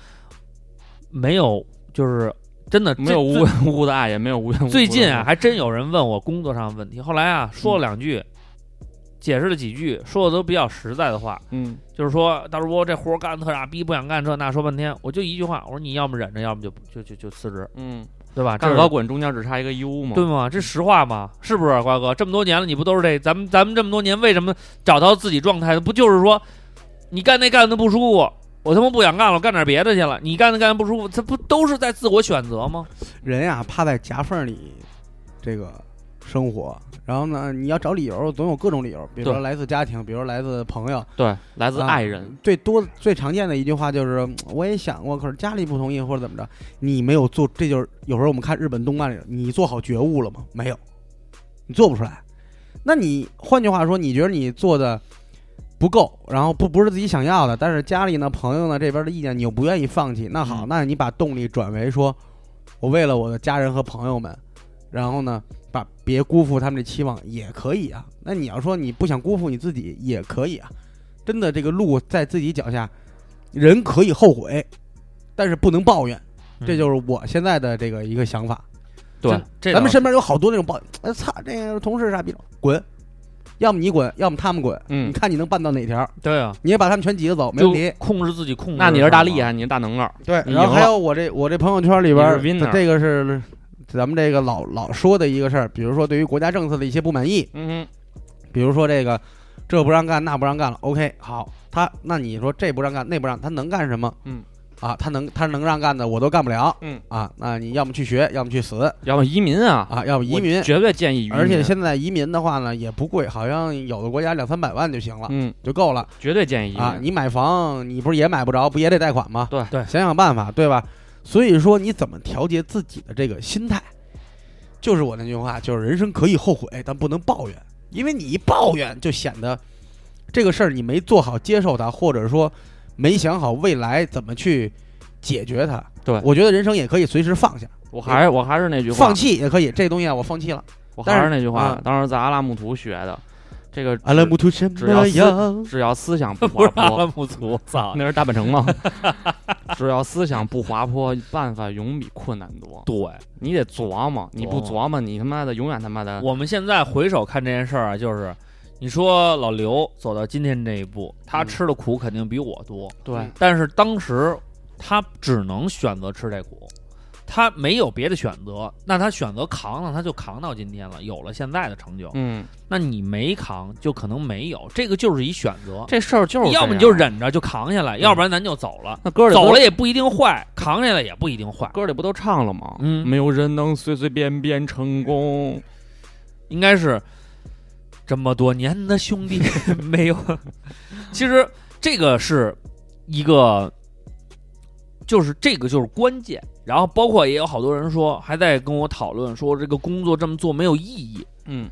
[SPEAKER 5] 没有，就是真的
[SPEAKER 6] 没有
[SPEAKER 5] 这
[SPEAKER 6] 无缘无故的爱，也没有无缘无故的
[SPEAKER 5] 最近啊，，还真有人问我工作上的问题，后来啊说了两句，解释了几句，说的都比较实在的话，
[SPEAKER 6] 嗯，
[SPEAKER 5] 就是说大主播这活儿干得特傻逼，不想干这那，说半天，我就一句话，我说你要么忍着，要么就就就就辞职，
[SPEAKER 7] 嗯，
[SPEAKER 5] 对啊吧？这
[SPEAKER 7] 干
[SPEAKER 5] 是
[SPEAKER 7] 老滚中间只差一个义乌嘛，
[SPEAKER 5] 对吗？嗯这实话吗？是不是，瓜哥？这么多年了，你不都是这？咱们咱们这么多年，为什么找到自己状态的？不就是说，你干那干的不舒服，我他妈不想干了，我干点别的去了。你干那干的不舒服，这不都是在自我选择吗？
[SPEAKER 4] 人呀、怕在夹缝里这个生活，然后呢，你要找理由，总有各种理由，比如说
[SPEAKER 7] 对
[SPEAKER 4] 来自家庭，比如说来自朋友，
[SPEAKER 7] 对，来自
[SPEAKER 4] 啊
[SPEAKER 7] 爱人，
[SPEAKER 4] 最多最常见的一句话就是嗯我也想过，可是家里不同意或者怎么着，你没有做，这就是有时候我们看日本动漫里，你做好觉悟了吗？没有，你做不出来。那你换句话说，你觉得你做的不够，然后不不是自己想要的，但是家里呢、朋友呢这边的意见你又不愿意放弃，那好，那你把动力转为说，我为了我的家人和朋友们，然后呢。把别辜负他们的期望也可以啊，那你要说你不想辜负你自己也可以啊，真的这个路在自己脚下，人可以后悔，但是不能抱怨。这就是我现在的这个一个想法。
[SPEAKER 7] 对
[SPEAKER 5] 真，这
[SPEAKER 4] 咱们
[SPEAKER 5] 倒
[SPEAKER 4] 身边有好多那种抱怨，哎操，这个同事傻逼，滚！要么你滚，要么他们滚，你
[SPEAKER 7] 嗯，
[SPEAKER 4] 看你能办到哪条？
[SPEAKER 5] 对啊，
[SPEAKER 4] 你也把他们全挤着走，没问题
[SPEAKER 5] 就。控制自己控制。
[SPEAKER 7] 那你是大厉，害，你是大能儿，
[SPEAKER 4] 对，
[SPEAKER 7] 你
[SPEAKER 4] 然后
[SPEAKER 7] 赢
[SPEAKER 4] 还
[SPEAKER 7] 了
[SPEAKER 4] 有我这我这朋友圈里边儿，
[SPEAKER 7] 你是 winner
[SPEAKER 4] 这个是咱们这个老老说的一个事儿，比如说对于国家政策的一些不满意，
[SPEAKER 7] 嗯
[SPEAKER 4] 比如说这个这不让干，那不让干了。OK，好，他那你说这不让干，那不让，他能干什么？
[SPEAKER 7] 嗯，
[SPEAKER 4] 啊，他能他能让干的，我都干不了。
[SPEAKER 7] 嗯，
[SPEAKER 4] 啊，那你要么去学，要么去死
[SPEAKER 7] 哼，要么移民啊，
[SPEAKER 4] 啊，要么移民
[SPEAKER 7] 我。绝对建议移民，啊
[SPEAKER 4] 而且现在移民的话呢，也不贵，好像有的国家两三百万就行了，
[SPEAKER 7] 嗯，
[SPEAKER 4] 就够了
[SPEAKER 7] 绝对建议移民
[SPEAKER 4] 啊。你买房，你不是也买不着，不也得贷款吗？
[SPEAKER 7] 对
[SPEAKER 5] 对
[SPEAKER 4] 想想办法，对吧？所以说，你怎么调节自己的这个心态？就是我那句话，就是人生可以后悔，但不能抱怨，因为你一抱怨就显得这个事儿你没做好接受它，或者说没想好未来怎么去解决它。
[SPEAKER 7] 对
[SPEAKER 4] 我觉得人生也可以随时放下，
[SPEAKER 7] 我还是我还是那句话，
[SPEAKER 4] 放弃也可以，这东西啊，我放弃了。
[SPEAKER 7] 我
[SPEAKER 4] 但
[SPEAKER 7] 还
[SPEAKER 4] 是
[SPEAKER 7] 是那句话
[SPEAKER 4] 啊，
[SPEAKER 7] 当
[SPEAKER 5] 嗯
[SPEAKER 7] 时在阿拉木图学的，这个
[SPEAKER 4] 阿拉木图什
[SPEAKER 7] 只要
[SPEAKER 4] 么
[SPEAKER 7] 思
[SPEAKER 4] 样？
[SPEAKER 7] 只要思想不
[SPEAKER 5] 不
[SPEAKER 7] 滑
[SPEAKER 5] 是阿
[SPEAKER 7] 坡，
[SPEAKER 5] 拉木图，操，
[SPEAKER 7] 那是大本城吗？ 只要思想不滑坡，办法永比困难多。
[SPEAKER 5] 对。
[SPEAKER 7] 你得琢磨，你不
[SPEAKER 5] 琢
[SPEAKER 7] 琢磨，你他妈的永远他妈的
[SPEAKER 5] 我们现在回首看这件事儿啊，就是你说老刘走到今天这一步，他
[SPEAKER 6] 嗯
[SPEAKER 5] 吃的苦肯定比我多，
[SPEAKER 6] 对，
[SPEAKER 5] 但是当时他只能选择吃这苦，他没有别的选择。那他选择扛了，他就扛到今天了，有了现在的成就。
[SPEAKER 7] 嗯，
[SPEAKER 5] 那你没扛，就可能没有，这个就是一选择。
[SPEAKER 7] 这事儿就是这样，嗯
[SPEAKER 5] 要么你就忍着就扛下来，要不然咱就走了。
[SPEAKER 7] 那歌里不
[SPEAKER 5] 走了，也不一定坏，扛下来也不一定坏。
[SPEAKER 7] 歌里不都唱了吗？
[SPEAKER 5] 嗯
[SPEAKER 7] 没有人能随随便便成功。
[SPEAKER 5] 应该是这么多年的兄弟 没有。其实这个是一个，就是这个就是关键。然后包括也有好多人说，还在跟我讨论说这个工作这么做没有意义。
[SPEAKER 7] 嗯，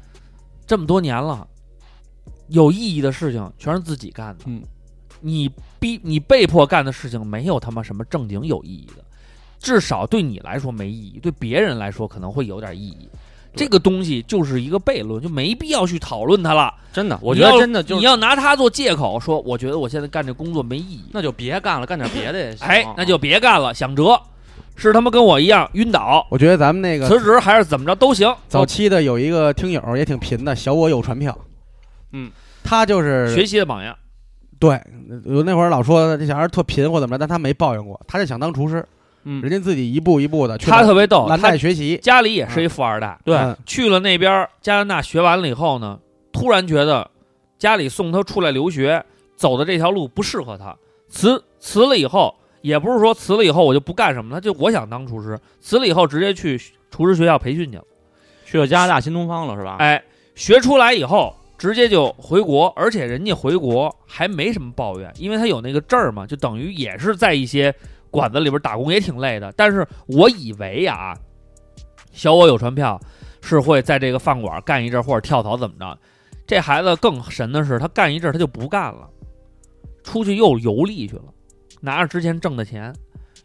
[SPEAKER 5] 这么多年了，有意义的事情全是自己干的。
[SPEAKER 7] 嗯，
[SPEAKER 5] 你逼你被迫干的事情没有他妈什么正经有意义的，至少对你来说没意义，对别人来说可能会有点意义。这个东西就是一个悖论，就没必要去讨论它了。
[SPEAKER 7] 真的，我觉得
[SPEAKER 5] 你要
[SPEAKER 7] 真的就
[SPEAKER 5] 你要拿它做借口，说我觉得我现在干这工作没意义，
[SPEAKER 7] 那就别干了，干点别的也行。
[SPEAKER 5] 哎，那就别干了，想辙，是他妈跟我一样晕倒、
[SPEAKER 4] 我觉得咱们那个
[SPEAKER 5] 辞职还是怎么着都行，
[SPEAKER 4] 早期的有一个听友也挺贫的，小我有传票，
[SPEAKER 7] 嗯，
[SPEAKER 4] 他就是
[SPEAKER 5] 学习的榜样。
[SPEAKER 4] 对，有那会儿老说这小孩儿特贫或怎么着，但他没抱怨过，他就想当厨师，
[SPEAKER 7] 嗯
[SPEAKER 4] 人家自己一步一步的去
[SPEAKER 5] 他特别逗，
[SPEAKER 4] 蓝
[SPEAKER 5] 他
[SPEAKER 4] 带学习，
[SPEAKER 5] 家里也是一富二代，
[SPEAKER 7] 对
[SPEAKER 4] 嗯
[SPEAKER 5] 去了那边儿加拿大学完了以后呢，突然觉得家里送他出来留学走的这条路不适合他，辞辞了以后，也不是说辞了以后我就不干什么了，就我想当厨师，辞了以后直接去厨师学校培训去了，
[SPEAKER 7] 去了加拿大新东方了是吧？，
[SPEAKER 5] 哎，学出来以后。直接就回国，而且人家回国还没什么抱怨，因为他有那个证儿嘛，就等于也是在一些馆子里边打工，也挺累的。但是我以为啊，小我有传票是会在这个饭馆干一阵儿或者跳槽怎么着。这孩子更神的是，他干一阵儿他就不干了，出去又游历去了，拿着之前挣的钱，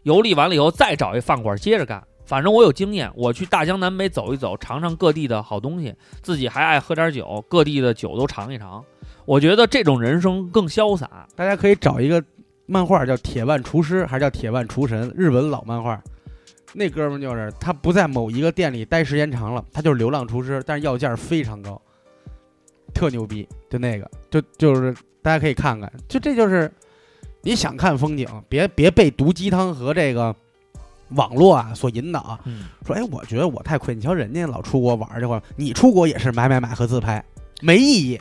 [SPEAKER 5] 游历完了以后再找一饭馆接着干。反正我有经验，我去大江南北走一走，尝尝各地的好东西，自己还爱喝点酒，各地的酒都尝一尝。我觉得这种人生更潇洒。
[SPEAKER 4] 大家可以找一个漫画叫《铁腕厨师》，还是叫《铁腕厨神》，日本老漫画。那哥们儿就是他不在某一个店里待时间长了，他就是流浪厨师，但是要价非常高，特牛逼。就那个，就就是大家可以看看，就这就是你想看风景，别别被毒鸡汤和这个网络啊所引导啊。
[SPEAKER 5] 嗯，
[SPEAKER 4] 说哎，我觉得我太亏，你瞧人家老出国玩儿去，或者你出国也是买买买和自拍，没意义。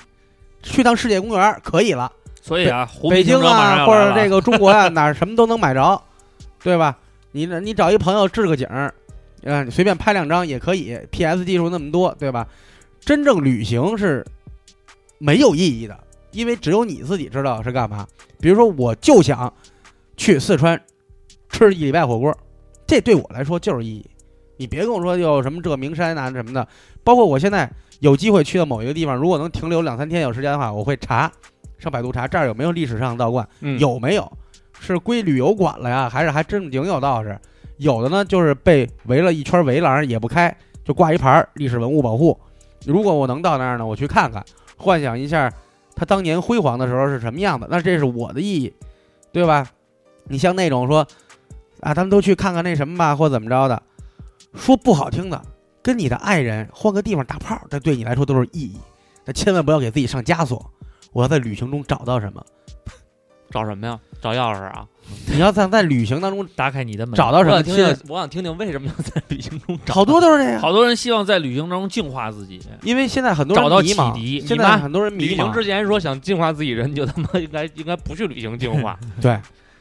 [SPEAKER 4] 去趟世界公园儿可以了。
[SPEAKER 5] 所以啊，胡
[SPEAKER 4] 北
[SPEAKER 5] 平
[SPEAKER 4] 京
[SPEAKER 5] 生马上
[SPEAKER 4] 啊，
[SPEAKER 5] 要
[SPEAKER 4] 或
[SPEAKER 5] 来
[SPEAKER 4] 者
[SPEAKER 5] 了
[SPEAKER 4] 这个中国啊，哪儿什么都能买着，对吧？你这你找一朋友置个景儿，啊，你随便拍两张也可以。PS 技术那么多，对吧？真正旅行是没有意义的，因为只有你自己知道是干嘛。比如说，我就想去四川吃一礼拜火锅，这对我来说就是意义。你别跟我说有什么这名山啊什么的，包括我现在有机会去到某一个地方，如果能停留两三天有时间的话，我会查上百度查这儿有没有历史上的道观，
[SPEAKER 7] 嗯
[SPEAKER 4] 有没有是归旅游管了呀，还是还正经有道士？有的呢就是被围了一圈围栏也不开，就挂一牌儿历史文物保护。如果我能到那儿呢，我去看看，幻想一下他当年辉煌的时候是什么样的，那这是我的意义，对吧？你像那种说啊，咱们都去看看那什么吧，或怎么着的，说不好听的，跟你的爱人换个地方打炮，这对你来说都是意义。那千万不要给自己上枷锁，我要在旅行中找到什么？
[SPEAKER 7] 找什么呀？找钥匙啊？
[SPEAKER 4] 你要想在旅行当中
[SPEAKER 5] 打开你的门，
[SPEAKER 4] 找到
[SPEAKER 7] 我
[SPEAKER 4] 什么
[SPEAKER 7] 想听
[SPEAKER 4] 新的，
[SPEAKER 7] 听，我想听听为什么要在旅行中
[SPEAKER 4] 好多都是这样。
[SPEAKER 5] 好多人希望在旅行中净化自己，
[SPEAKER 4] 因为现在很多人
[SPEAKER 5] 找到
[SPEAKER 4] 迷
[SPEAKER 5] 启迪
[SPEAKER 4] 茫，
[SPEAKER 7] 你
[SPEAKER 4] 现在
[SPEAKER 7] 妈
[SPEAKER 4] 很多人迷
[SPEAKER 7] 旅行
[SPEAKER 4] 茫，
[SPEAKER 7] 之前说想净化自己人，你就他妈应该应该不去旅行净 化，
[SPEAKER 4] 对，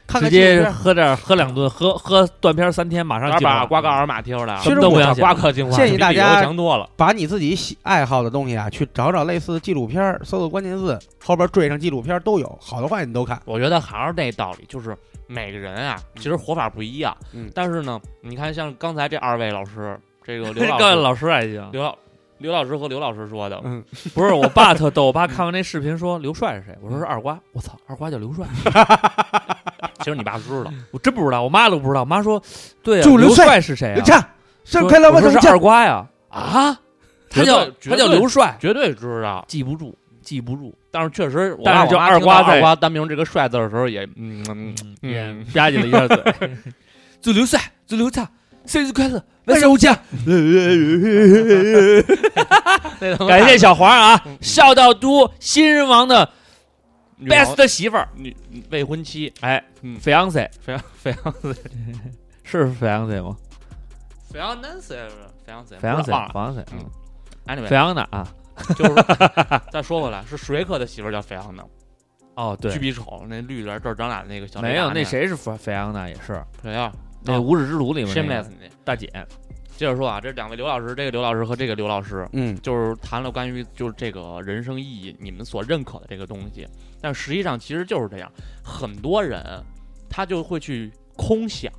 [SPEAKER 4] 看看
[SPEAKER 5] 直
[SPEAKER 4] 纪录
[SPEAKER 5] 接
[SPEAKER 4] 片
[SPEAKER 5] 喝点喝两顿，喝喝断片三天，马上
[SPEAKER 7] 哪
[SPEAKER 5] 净化
[SPEAKER 7] 把瓜哥尔马贴出来啊？
[SPEAKER 4] 其实
[SPEAKER 7] 什么都
[SPEAKER 4] 我
[SPEAKER 7] 不想
[SPEAKER 5] 想
[SPEAKER 7] 瓜哥净化，
[SPEAKER 4] 建议
[SPEAKER 7] 比
[SPEAKER 4] 大
[SPEAKER 7] 旅游
[SPEAKER 4] 家
[SPEAKER 7] 强多了。
[SPEAKER 4] 把你自己喜爱好的东西啊，去找找类似的纪录片儿，搜搜关键字，后边缀上纪录片儿都有，好的坏你都看。
[SPEAKER 7] 我觉得还是那道理，就是每个人啊，其实活法不一样。
[SPEAKER 4] 嗯
[SPEAKER 7] 但是呢，你看像刚才这二位老师，这个 刘老
[SPEAKER 5] 告诉
[SPEAKER 7] 师、
[SPEAKER 5] 老师还行，
[SPEAKER 7] 刘老、刘老师和刘老师说的，
[SPEAKER 4] 嗯
[SPEAKER 5] 不是我爸特逗，我爸看完那视频说刘帅是谁，
[SPEAKER 4] 嗯
[SPEAKER 5] 我说是二瓜，我操，二瓜叫刘帅，
[SPEAKER 7] 其实你爸知道，
[SPEAKER 5] 我真不知道，我妈都不知道，我妈说对啊，
[SPEAKER 4] 就
[SPEAKER 5] 刘
[SPEAKER 4] 刘帅
[SPEAKER 5] 帅是谁
[SPEAKER 4] 你
[SPEAKER 5] 啊？
[SPEAKER 4] 看，上开两
[SPEAKER 5] 我
[SPEAKER 4] 万
[SPEAKER 5] 说
[SPEAKER 4] 怎
[SPEAKER 5] 是
[SPEAKER 4] 么见
[SPEAKER 5] 二？瓜呀？啊，他
[SPEAKER 7] 绝对
[SPEAKER 5] 叫
[SPEAKER 7] 绝
[SPEAKER 5] 他叫
[SPEAKER 7] 对
[SPEAKER 5] 刘帅，
[SPEAKER 7] 绝对知道。
[SPEAKER 5] 记不住，记不住，
[SPEAKER 7] 但是确实，我
[SPEAKER 5] 但是
[SPEAKER 7] 爸我
[SPEAKER 5] 就
[SPEAKER 7] 妈
[SPEAKER 5] 二
[SPEAKER 7] 听到
[SPEAKER 5] 瓜在
[SPEAKER 7] 二瓜单名这个“帅”字的时候也，嗯嗯
[SPEAKER 5] 嗯，
[SPEAKER 7] 嗯
[SPEAKER 5] 吧唧了一下嘴，就刘帅，就刘畅，生日快乐！
[SPEAKER 4] 万寿家，
[SPEAKER 5] 感谢小黄啊，
[SPEAKER 7] 嗯
[SPEAKER 5] 笑到都新人王的 best 媳妇儿，
[SPEAKER 7] 女未婚妻，
[SPEAKER 5] 哎
[SPEAKER 7] 嗯
[SPEAKER 5] ，fiance
[SPEAKER 7] 非常非常
[SPEAKER 5] 是 fiance 吗
[SPEAKER 7] 非常 Nancy，非常怎
[SPEAKER 5] ？fiance，fiance，嗯
[SPEAKER 7] 啊 Anyway，
[SPEAKER 5] ，fiance 啊，
[SPEAKER 7] 就是 再说回来，是史瑞克的媳妇儿叫菲昂娜，
[SPEAKER 5] 哦
[SPEAKER 7] 巨
[SPEAKER 5] 对，
[SPEAKER 7] 逼丑，那绿的这儿长俩那个小
[SPEAKER 5] 没有
[SPEAKER 7] 雷达
[SPEAKER 5] 那谁是 fiance 也是
[SPEAKER 7] 谁呀
[SPEAKER 5] 那无耻之徒里面那
[SPEAKER 7] 啊哦？Shameless，
[SPEAKER 5] 个
[SPEAKER 7] 你
[SPEAKER 5] 大姐，
[SPEAKER 7] 接着说啊，这两位刘老师，这个刘老师和这个刘老师，
[SPEAKER 4] 嗯，
[SPEAKER 7] 就是谈了关于就是这个人生意义，你们所认可的这个东西，但实际上其实就是这样，很多人他就会去空想，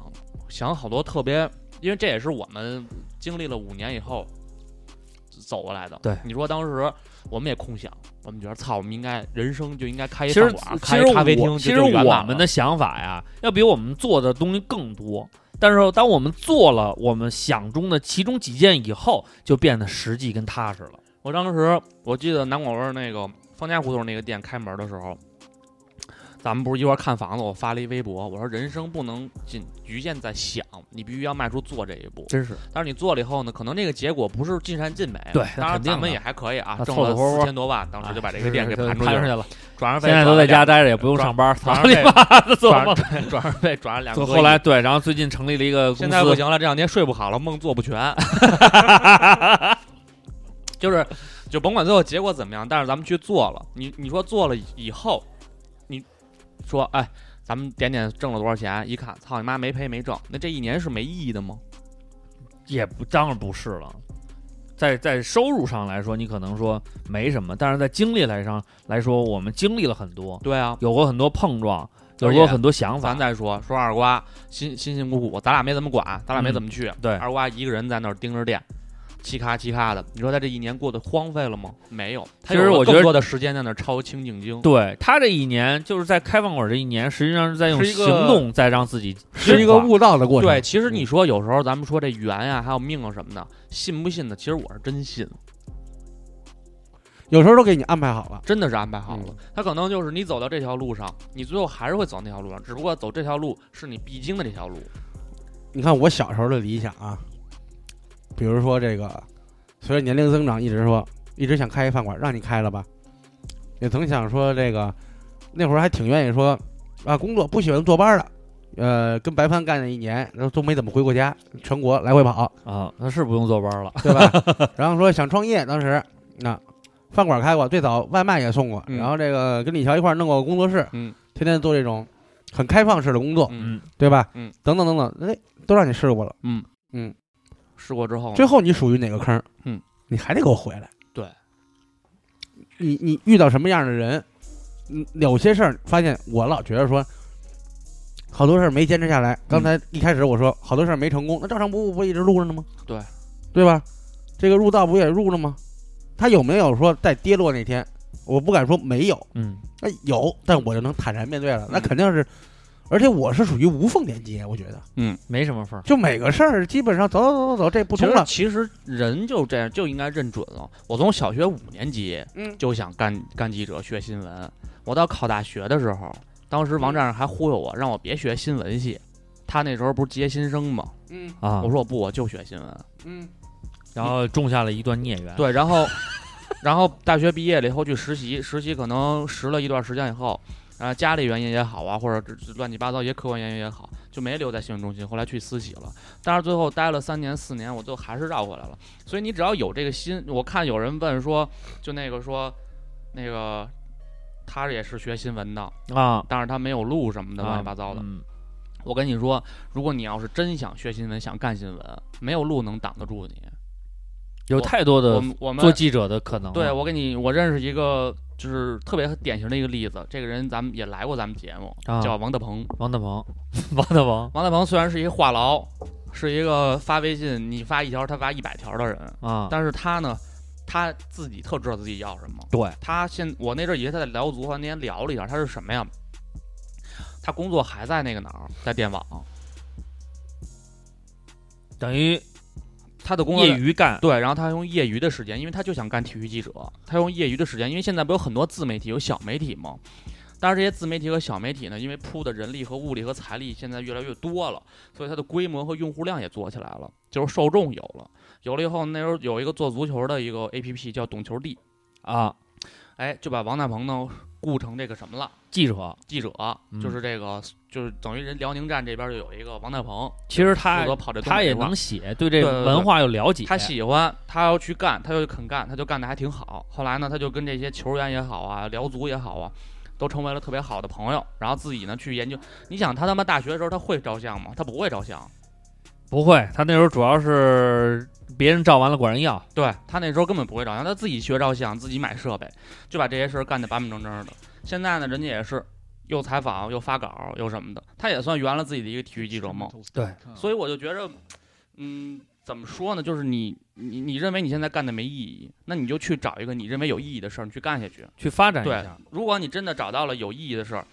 [SPEAKER 7] 想好多特别，因为这也是我们经历了五年以后走过来的。
[SPEAKER 5] 对，
[SPEAKER 7] 你说当时我们也空想，我们觉得操，我们应该人生就应该开一
[SPEAKER 5] 其
[SPEAKER 7] 饭
[SPEAKER 5] 实
[SPEAKER 7] 馆，
[SPEAKER 5] 其
[SPEAKER 7] 开
[SPEAKER 5] 实
[SPEAKER 7] 一咖啡
[SPEAKER 5] 我
[SPEAKER 7] 厅，
[SPEAKER 5] 其
[SPEAKER 7] 这
[SPEAKER 5] 实
[SPEAKER 7] 就圆满
[SPEAKER 5] 我
[SPEAKER 7] 了
[SPEAKER 5] 们的想法呀，要比我们做的东西更多。但是当我们做了我们想中的其中几件以后，就变得实际跟踏实了。
[SPEAKER 7] 我当时我记得南广味儿那个方家胡同那个店开门的时候，咱们不是一块儿看房子，我发了一微博，我说人生不能仅局限在想，你必须要迈出做这一步。
[SPEAKER 5] 真是
[SPEAKER 7] 但是你做了以后呢，可能这个结果不是尽善尽美。啊
[SPEAKER 5] 对
[SPEAKER 7] 当
[SPEAKER 5] 那
[SPEAKER 7] 然
[SPEAKER 5] 肯定的
[SPEAKER 7] 咱们也还可以啊，
[SPEAKER 5] 那
[SPEAKER 7] 挣
[SPEAKER 5] 凑
[SPEAKER 7] 了
[SPEAKER 5] 凑合合
[SPEAKER 7] 四千多万，
[SPEAKER 5] 哎
[SPEAKER 7] 当时就把这个店给盘出去
[SPEAKER 5] 盘出去
[SPEAKER 7] 了。
[SPEAKER 5] 了，
[SPEAKER 7] 转让费
[SPEAKER 5] 现在都在家待着，也不用
[SPEAKER 7] 转
[SPEAKER 5] 上班，
[SPEAKER 7] 转
[SPEAKER 5] 操
[SPEAKER 7] 让
[SPEAKER 5] 你
[SPEAKER 7] 费
[SPEAKER 5] 妈的，做
[SPEAKER 7] 转
[SPEAKER 5] 梦。
[SPEAKER 7] 转让费转了两
[SPEAKER 5] 做
[SPEAKER 7] 个。
[SPEAKER 5] 后来对，然后最近成立了一个公
[SPEAKER 7] 现在不
[SPEAKER 5] 司，
[SPEAKER 7] 行了，这两天睡不好了，梦做不 全。就是，就甭管最后结果怎么样，但是咱们去做了。你你说做了以后，你说哎，咱们点点挣了多少钱？一看，操你妈，没赔没挣，那这一年是没意义的吗？
[SPEAKER 5] 也不当然不是了。在在收入上来说，你可能说没什么，但是在经历来上来说，我们经历了很多，
[SPEAKER 7] 对啊，
[SPEAKER 5] 有过很多碰撞，有
[SPEAKER 7] 而
[SPEAKER 5] 过
[SPEAKER 7] 且
[SPEAKER 5] 很多想法
[SPEAKER 7] 咱。再说说二瓜，辛辛辛苦苦，咱俩没怎么管，咱俩没
[SPEAKER 5] 嗯
[SPEAKER 7] 怎么去。
[SPEAKER 5] 对
[SPEAKER 7] 二瓜一个人在那儿盯着店，嘁咔嘁咔的。你说他这一年过得荒废了吗？没有，他
[SPEAKER 5] 其实
[SPEAKER 7] 有了
[SPEAKER 5] 我觉
[SPEAKER 7] 更
[SPEAKER 5] 得
[SPEAKER 7] 多的时间在那儿抄清静经。
[SPEAKER 5] 对他这一年，就是在开饭馆这一年，实际上是在用
[SPEAKER 7] 是一个
[SPEAKER 5] 行动在让自己
[SPEAKER 4] 是一个
[SPEAKER 5] 进化
[SPEAKER 4] 悟道的过程。嗯
[SPEAKER 7] 对，，其实你说有时候咱们说这缘呀、还有命啊什么的，信不信的，其实我是真信，
[SPEAKER 4] 有时候都给你安排好了。
[SPEAKER 7] 真的是安排好了。
[SPEAKER 4] 嗯
[SPEAKER 7] 他可能就是你走到这条路上，你最后还是会走那条路上，只不过走这条路是你必经的这条路。
[SPEAKER 4] 哦你看我小时候的理想啊，比如说这个，随着年龄增长，一直说一直想开一饭馆，让你开了吧。也曾想说这个，那会儿还挺愿意说啊，工作不喜欢坐班的，呃，跟白帆干了一年，然后都没怎么回过家，全国来回跑，
[SPEAKER 5] 啊，那是不用坐班了。
[SPEAKER 4] 对吧？然后说想创业，当时那、饭馆开过，最早外卖也送过，
[SPEAKER 7] 嗯
[SPEAKER 4] 然后这个跟李乔一块儿弄过工作室，
[SPEAKER 7] 嗯，
[SPEAKER 4] 天天做这种很开放式的工作，
[SPEAKER 7] 嗯，
[SPEAKER 4] 对吧？
[SPEAKER 7] 嗯，
[SPEAKER 4] 等等等等，哎，都让你试过了。
[SPEAKER 7] 试过之后呢，
[SPEAKER 4] 最后你属于哪个坑？
[SPEAKER 7] 哦嗯，
[SPEAKER 4] 你还得给我回来。
[SPEAKER 7] 对，
[SPEAKER 4] 你你遇到什么样的人？嗯，有些事儿发现我老觉得说，好多事儿没坚持下
[SPEAKER 7] 嗯
[SPEAKER 4] 来。刚才一开始我说好多事儿没成功，那照常不误不一直录着呢吗？
[SPEAKER 7] 对，
[SPEAKER 4] 对吧？这个入道不也入了吗？他有没有说在跌落那天？我不敢说没有，
[SPEAKER 5] 嗯，
[SPEAKER 4] 那有，但我就能坦然面对了。那
[SPEAKER 7] 嗯
[SPEAKER 4] 肯定是，而且我是属于无缝连接，我觉得
[SPEAKER 5] 没什么事儿。
[SPEAKER 4] 就每个事儿基本上走走走走走，这不
[SPEAKER 7] 其
[SPEAKER 4] 通
[SPEAKER 7] 实
[SPEAKER 4] 了，
[SPEAKER 7] 其实人就这样就应该认准了。我从小学五年级
[SPEAKER 4] 嗯
[SPEAKER 7] 就想干干记者学新闻，我到考大学的时候，当时王站长还忽悠我，让我别学新闻系。他那时候不是接新生吗？
[SPEAKER 4] 嗯
[SPEAKER 5] 啊
[SPEAKER 7] 我，说我不，我就学新闻。
[SPEAKER 4] 嗯。
[SPEAKER 5] 然后种下了一段孽缘。
[SPEAKER 7] 对，然后，然后大学毕业了以后去实习，实习可能实了一段时间以后，啊、家里原因也好啊，或者这这乱七八糟一些客观原因也好，就没留在新闻中心，后来去私企了。但是最后待了三年四年，我最后还是绕回来了。所以你只要有这个心，我看有人问说，就那个说，那个他也是学新闻的，
[SPEAKER 5] 啊，
[SPEAKER 7] 但是他没有录什么的乱
[SPEAKER 5] 啊
[SPEAKER 7] 七八糟的。
[SPEAKER 5] 嗯
[SPEAKER 7] 我跟你说，如果你要是真想学新闻，想干新闻，没有路能挡得住你。
[SPEAKER 5] 有太多
[SPEAKER 7] 我
[SPEAKER 5] 的
[SPEAKER 7] 们我们
[SPEAKER 5] 呃做记者的可能了。
[SPEAKER 7] 对，我给你，我认识一个就是特别典型的一个例子，这个人咱们也来过咱们节目，
[SPEAKER 5] 啊
[SPEAKER 7] 叫王大鹏。
[SPEAKER 5] 王大鹏， 王大鹏
[SPEAKER 7] 王大鹏虽然是一个话痨，是一个发微信你发一条他发一百条的人，
[SPEAKER 5] 啊，
[SPEAKER 7] 但是他呢，他自己特知道自己要什么。
[SPEAKER 5] 对，
[SPEAKER 7] 他现我那阵儿以为他在辽足，后来那天聊了一下，他是什么呀？他工作还在那个哪儿，在电网，
[SPEAKER 5] 等于
[SPEAKER 7] 他的工作
[SPEAKER 5] 业余干。
[SPEAKER 7] 对，然后他用业余的时间，因为他就想干体育记者，他用业余的时间，因为现在不有很多自媒体有小媒体吗？当然，这些自媒体和小媒体呢，因为铺的人力和物力和财力现在越来越多了，所以它的规模和用户量也做起来了，就是受众有了。有了以后，那时候有一个做足球的一个 APP 叫懂球帝，
[SPEAKER 5] 啊，
[SPEAKER 7] 哎，就把王大鹏呢雇成这个什么了。
[SPEAKER 5] 记者，
[SPEAKER 7] 记者
[SPEAKER 5] 嗯
[SPEAKER 7] 就是这个，就是等于人辽宁站这边就有一个王大鹏，
[SPEAKER 5] 其实他
[SPEAKER 7] 负责跑这东
[SPEAKER 5] 哎他
[SPEAKER 7] 北
[SPEAKER 5] 也
[SPEAKER 7] 这块儿
[SPEAKER 5] 能写，对
[SPEAKER 7] 对
[SPEAKER 5] 这
[SPEAKER 7] 对对
[SPEAKER 5] 文化有了解。
[SPEAKER 7] 他喜欢，他要去干，他就肯干，他就干的还挺好。后来呢，他就跟这些球员也好啊，辽足也好啊，都成为了特别好的朋友。然后自己呢去研究，你想他他妈大学的时候他会照相吗？他不会照相。
[SPEAKER 5] 不会，他那时候主要是别人照完了管人要，
[SPEAKER 7] 对他那时候根本不会照相，他自己学照相，自己买设备，就把这些事儿干得板板正正的。现在呢，人家也是又采访又发稿又什么的，他也算圆了自己的一个体育记者梦。
[SPEAKER 5] 对，
[SPEAKER 7] 所以我就觉着，嗯，怎么说呢？就是你你你认为你现在干的没意义，那你就去找一个你认为有意义的事儿，你去干下去。
[SPEAKER 5] 去发展一
[SPEAKER 7] 对
[SPEAKER 5] 下。，
[SPEAKER 7] 如果你真的找到了有意义的事儿，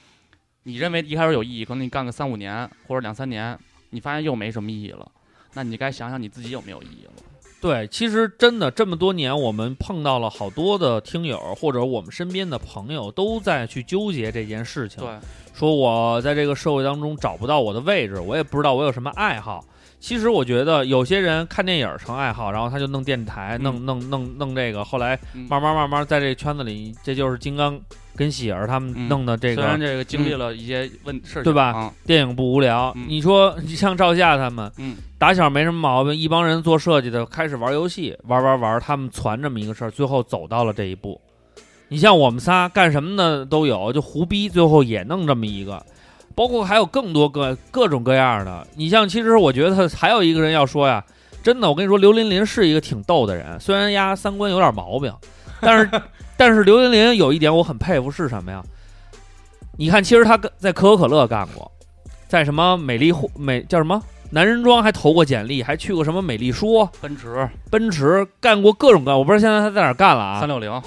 [SPEAKER 7] 你认为一开始有意义，可能你干个三五年或者两三年，你发现又没什么意义了，那你该想想你自己有没有意义了。
[SPEAKER 5] 对，其实真的这么多年，我们碰到了好多的听友或者我们身边的朋友都在去纠结这件事情。
[SPEAKER 7] 对，
[SPEAKER 5] 说我在这个社会当中找不到我的位置，我也不知道我有什么爱好。其实我觉得有些人看电影成爱好，然后他就弄电台，
[SPEAKER 7] 嗯
[SPEAKER 5] 弄弄弄弄这个，后来
[SPEAKER 7] 嗯
[SPEAKER 5] 慢慢慢慢在这个圈子里，这就是金刚跟喜儿他们
[SPEAKER 7] 嗯
[SPEAKER 5] 弄的这
[SPEAKER 7] 虽然
[SPEAKER 5] 个
[SPEAKER 7] 这个经历了一些问事儿情，
[SPEAKER 5] 对吧
[SPEAKER 7] 啊，
[SPEAKER 5] 电影不无聊。
[SPEAKER 7] 嗯
[SPEAKER 5] 你说 你像赵夏他们，
[SPEAKER 7] 嗯，
[SPEAKER 5] 打小没什么毛病，一帮人做设计的开始玩游戏，玩玩玩，他们攒这么一个事儿，最后走到了这一步。你像我们仨干什么的都有，就胡逼，最后也弄这么一个，包括还有更多各各种各样的。你像，其实我觉得还有一个人要说呀，真的，我跟你说，刘琳琳是一个挺逗的人，虽然丫三观有点毛 病，但是但是刘琳琳有一点我很佩服是什么呀？你看，其实她跟在可口可乐干过，在什么美丽户美叫什么男人装还投过简历，还去过什么美丽说、
[SPEAKER 7] 奔驰
[SPEAKER 5] 奔驰干过各种各样，我不知道现在他在哪儿干了
[SPEAKER 7] 三
[SPEAKER 5] 啊，
[SPEAKER 7] 六零，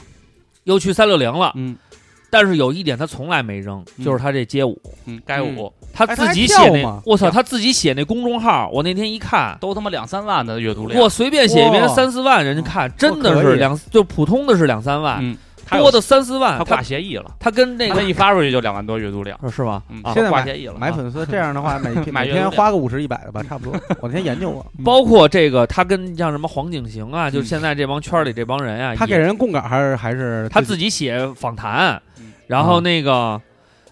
[SPEAKER 5] 又去三六零了。
[SPEAKER 7] 嗯
[SPEAKER 5] 但是有一点他从来没扔，
[SPEAKER 7] 嗯
[SPEAKER 5] 就是他这街舞，
[SPEAKER 7] 嗯，该我
[SPEAKER 5] 他
[SPEAKER 4] 哎
[SPEAKER 5] 自己
[SPEAKER 4] 他还
[SPEAKER 5] 写
[SPEAKER 4] 跳
[SPEAKER 5] 那
[SPEAKER 4] 吗，
[SPEAKER 5] 我操，他自己写那公众号，我那天一看，
[SPEAKER 7] 都他妈两三万的阅读量，
[SPEAKER 5] 我随便写一篇
[SPEAKER 4] 哇
[SPEAKER 5] 三四万，人家看真的
[SPEAKER 4] 可
[SPEAKER 5] 是
[SPEAKER 4] 以
[SPEAKER 5] 两，就普通的是两三万，
[SPEAKER 7] 嗯，他有
[SPEAKER 5] 多的三四万
[SPEAKER 7] 他，
[SPEAKER 5] 他
[SPEAKER 7] 挂协议了，
[SPEAKER 5] 他跟那
[SPEAKER 7] 他
[SPEAKER 5] 个
[SPEAKER 7] 一发出去就两万多阅读量，
[SPEAKER 5] 是吧？
[SPEAKER 7] 嗯，
[SPEAKER 5] 啊
[SPEAKER 4] 现在
[SPEAKER 7] 挂
[SPEAKER 4] 买
[SPEAKER 7] 协议了，
[SPEAKER 4] 买粉丝这样的 话，每
[SPEAKER 7] 买
[SPEAKER 4] 每
[SPEAKER 7] 阅
[SPEAKER 4] 天
[SPEAKER 7] 读
[SPEAKER 4] 花个五十一百的吧，差不多。我那天研究过，
[SPEAKER 5] 包括这个，他跟像什么黄景行啊，就是现在这帮圈儿里这帮人啊，
[SPEAKER 4] 嗯他给
[SPEAKER 5] 也
[SPEAKER 4] 人供稿还是还是
[SPEAKER 5] 他自己写访谈
[SPEAKER 7] 呃嗯，
[SPEAKER 5] 然后那个，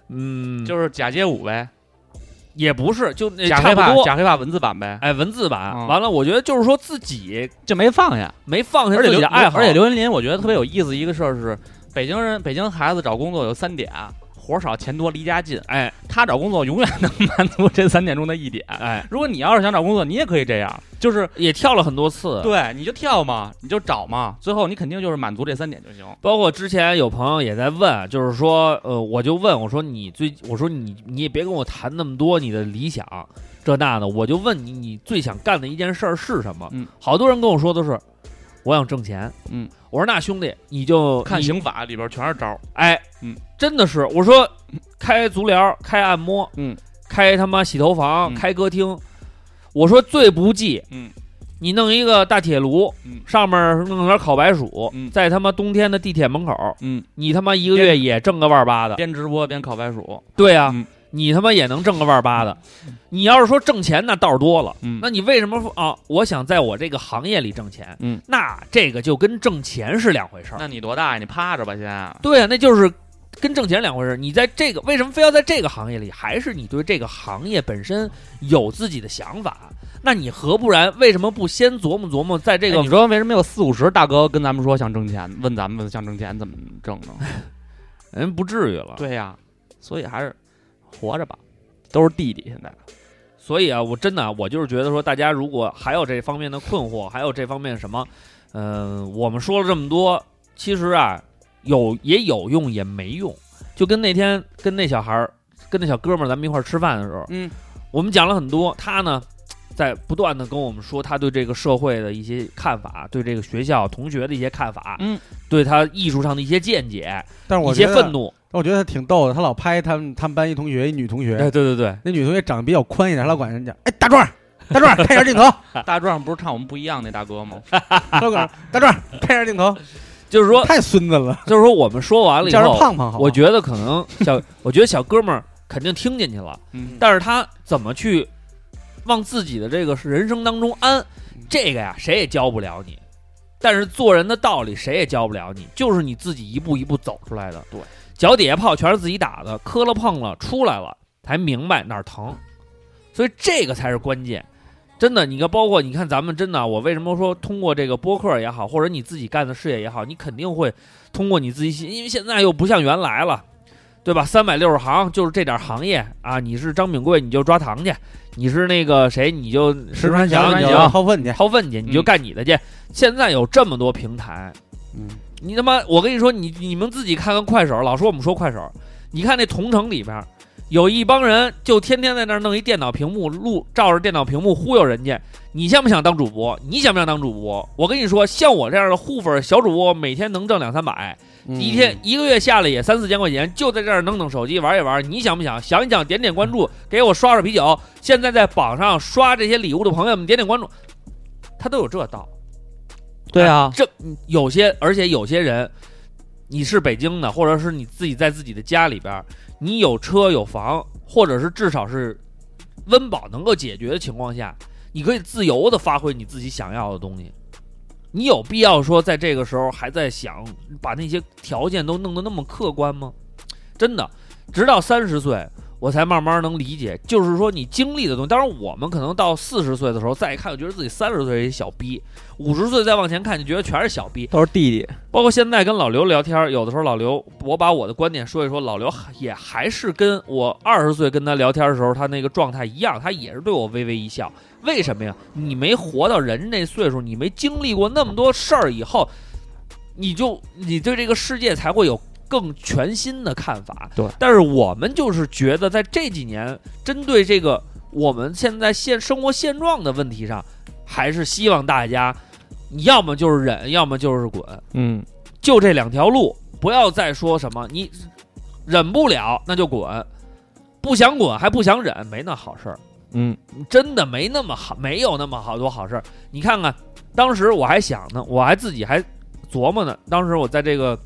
[SPEAKER 5] 嗯，
[SPEAKER 7] 就是假街舞呗，
[SPEAKER 5] 也不是，就那
[SPEAKER 7] 假
[SPEAKER 5] 差
[SPEAKER 7] 黑
[SPEAKER 5] 不
[SPEAKER 7] 怕
[SPEAKER 5] 多，
[SPEAKER 7] 假黑怕文字版呗，
[SPEAKER 5] 哎，文字版。
[SPEAKER 7] 嗯
[SPEAKER 5] 完了，我觉得就是说自己
[SPEAKER 7] 这没放下。
[SPEAKER 5] 没放下
[SPEAKER 7] 而且
[SPEAKER 5] 自己
[SPEAKER 7] 刘
[SPEAKER 5] 的爱好，
[SPEAKER 7] 而且刘云林，我觉得特别有意思一个事儿是，北京人北京孩子找工作有三点：啊活少、钱多、离家近。
[SPEAKER 5] 哎
[SPEAKER 7] 他找工作永远能满足这三点中的一点。
[SPEAKER 5] 哎，
[SPEAKER 7] 如果你要是想找工作，你也可以这样，就是
[SPEAKER 5] 也跳了很多次。
[SPEAKER 7] 对，你就跳嘛，你就找嘛，最后你肯定就是满足这三点就行。
[SPEAKER 5] 包括之前有朋友也在问，就是说，呃，我就问我说你最，我说你你也别跟我谈那么多你的理想这那的，我就问你你最想干的一件事儿是什么？
[SPEAKER 7] 嗯
[SPEAKER 5] 好多人跟我说都是我想挣钱。
[SPEAKER 7] 嗯，
[SPEAKER 5] 我说那兄弟你就
[SPEAKER 7] 看
[SPEAKER 5] 你
[SPEAKER 7] 刑法里边全是招儿，
[SPEAKER 5] 哎，
[SPEAKER 7] 嗯，
[SPEAKER 5] 真的是，我说开足疗、开按摩，
[SPEAKER 7] 嗯，
[SPEAKER 5] 开他妈洗头房、
[SPEAKER 7] 嗯
[SPEAKER 5] 开歌厅，我说最不济，
[SPEAKER 7] 嗯，
[SPEAKER 5] 你弄一个大铁炉，
[SPEAKER 7] 嗯
[SPEAKER 5] 上面弄点烤白薯，
[SPEAKER 7] 嗯
[SPEAKER 5] 在他妈冬天的地铁门口，
[SPEAKER 7] 嗯，
[SPEAKER 5] 你他妈一个月也挣个万八的，
[SPEAKER 7] 边直播边烤白薯，
[SPEAKER 5] 对啊。
[SPEAKER 7] 嗯
[SPEAKER 5] 你他妈也能挣个万八的，你要是说挣钱那道儿多了，
[SPEAKER 7] 嗯
[SPEAKER 5] 那你为什么说啊？我想在我这个行业里挣钱，
[SPEAKER 7] 嗯，
[SPEAKER 5] 那这个就跟挣钱是两回事儿。
[SPEAKER 7] 那你多大呀？你趴着吧先。
[SPEAKER 5] 对啊，那就是跟挣钱两回事儿。你在这个为什么非要在这个行业里？还是你对这个行业本身有自己的想法？那你何不然？为什么不先琢磨琢磨，在这
[SPEAKER 7] 这哎
[SPEAKER 5] 个、
[SPEAKER 7] 个你说为什么有四五十大哥跟咱们说想挣钱，问咱们想挣钱怎么挣呢？
[SPEAKER 5] 人哎不至于了？，
[SPEAKER 7] 对呀、所以还是活着吧，都是弟弟。现在
[SPEAKER 5] 所以啊，我真的啊我就是觉得说，大家如果还有这方面的困惑，还有这方面什么，嗯、我们说了这么多，其实啊，有也有用也没用。就跟那天跟那小孩儿，跟那小哥们儿，咱们一块儿吃饭的时候，
[SPEAKER 7] 嗯，
[SPEAKER 5] 我们讲了很多，他呢在不断的跟我们说他对这个社会的一些看法，对这个学校同学的一些看法，
[SPEAKER 7] 嗯，
[SPEAKER 5] 对他艺术上的一些见解，
[SPEAKER 4] 但是
[SPEAKER 5] 一
[SPEAKER 4] 我
[SPEAKER 5] 些
[SPEAKER 4] 觉
[SPEAKER 5] 愤
[SPEAKER 4] 得，
[SPEAKER 5] 怒。
[SPEAKER 4] 我觉得他挺逗的。他老拍他们他们班一同学，一女同学，
[SPEAKER 5] 对对对，
[SPEAKER 4] 那女同学长得比较宽一点，她老管人家，哎，大壮，大壮，看 一下镜头，
[SPEAKER 7] 啊大壮不是唱我们不一样那大哥吗？
[SPEAKER 4] 老管大壮看一下镜头，
[SPEAKER 5] 就是说，
[SPEAKER 4] 太孙子了，
[SPEAKER 5] 就是说，我们说完了以
[SPEAKER 4] 叫人
[SPEAKER 5] 后，
[SPEAKER 4] 胖胖好。
[SPEAKER 5] 我觉得可能小， 我觉得小哥们儿肯定听进去了，
[SPEAKER 6] 嗯
[SPEAKER 5] 但是他怎么去往自己的这个人生当中安，这个呀，谁也教不了你。但是做人的道理谁也教不了你，就是你自己一步一步走出来的。对，脚底下泡全是自己打的，磕了碰了出来了，才明白哪儿疼，所以这个才是关键。真的，你看，包括你看咱们真的，我为什么说通过这个播客也好，或者你自己干的事业也好，你肯定会通过你自己，因为现在又不像原来了，对吧？三百六十行就是这点行业啊，你是张炳贵你就抓糖去，你是那个谁你就石
[SPEAKER 4] 传
[SPEAKER 5] 祥你
[SPEAKER 4] 你就
[SPEAKER 5] 就
[SPEAKER 4] 掏粪去，
[SPEAKER 5] 掏粪去，你就干你的去。现在有这么多平台，
[SPEAKER 4] 嗯，
[SPEAKER 5] 你他妈，我跟你说，你你们自己看看快手，老说我们说快手，你看那同城里边有一帮人就天天在那儿弄一电脑屏幕录，照着电脑屏幕忽悠人家，你想不想当主播？你想不想当主播？我跟你说，像我这样的互粉小主播，每天能挣两三百，
[SPEAKER 7] 嗯
[SPEAKER 5] 一天一个月下来也三四千块钱，就在这儿弄弄手机玩一玩，你想不想？想一想，点点关注，给我刷刷啤酒。现在在榜上刷这些礼物的朋友们，点点关注，他都有这道。
[SPEAKER 7] 对啊，
[SPEAKER 5] 这有些，而且有些人，你是北京的，或者是你自己在自己的家里边儿，你有车有房，或者是至少是温饱能够解决的情况下，你可以自由的发挥你自己想要的东西。你有必要说在这个时候还在想把那些条件都弄得那么客观吗？真的，直到三十岁，我才慢慢能理解，就是说你经历的东西。当然，我们可能到四十岁的时候再一看，就觉得自己三十岁是一小逼，五十岁再往前看，就觉得全是小逼。
[SPEAKER 8] 都是弟弟，
[SPEAKER 5] 包括现在跟老刘聊天，有的时候老刘，我把我的观点说一说，老刘也还是跟我二十岁跟他聊天的时候，他那个状态一样，他也是对我微微一笑。为什么呀？你没活到人那岁数，你没经历过那么多事儿以后，你就你对这个世界才会有更全新的看法。
[SPEAKER 7] 对，
[SPEAKER 5] 但是我们就是觉得在这几年，针对这个我们现在现生活现状的问题上，还是希望大家，你要么就是忍，要么就是滚。
[SPEAKER 8] 嗯，
[SPEAKER 5] 就这两条路，不要再说什么你忍不了那就滚，不想滚还不想忍，没那好事儿。
[SPEAKER 8] 嗯，
[SPEAKER 5] 真的没那么好，没有那么好多好事儿。你看看，当时我还想呢，我还自己还琢磨呢。当时我在这个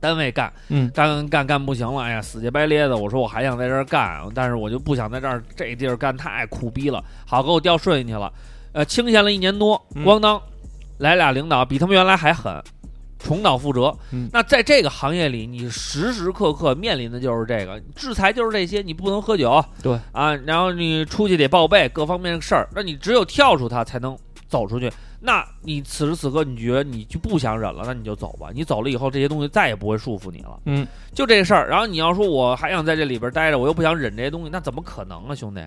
[SPEAKER 5] 单位干，
[SPEAKER 8] 嗯
[SPEAKER 5] 干干干不行了，哎呀，死乞白咧的。我说我还想在这儿干，但是我就不想在这儿这地儿干，太苦逼了。好，给我调顺义去了，呃，清闲了一年多，
[SPEAKER 8] 嗯
[SPEAKER 5] 咣当、来俩领导，比他们原来还狠。重蹈覆辙，
[SPEAKER 8] 嗯
[SPEAKER 5] 那在这个行业里，你时时刻刻面临的就是这个制裁，就是这些，你不能喝酒，啊，然后你出去得报备各方面的事儿，那你只有跳出它才能走出去。那你此时此刻你觉得你就不想忍了，那你就走吧。你走了以后，这些东西再也不会束缚你了。
[SPEAKER 8] 嗯，
[SPEAKER 5] 就这事儿。然后你要说我还想在这里边待着，我又不想忍这些东西，那怎么可能啊，兄弟？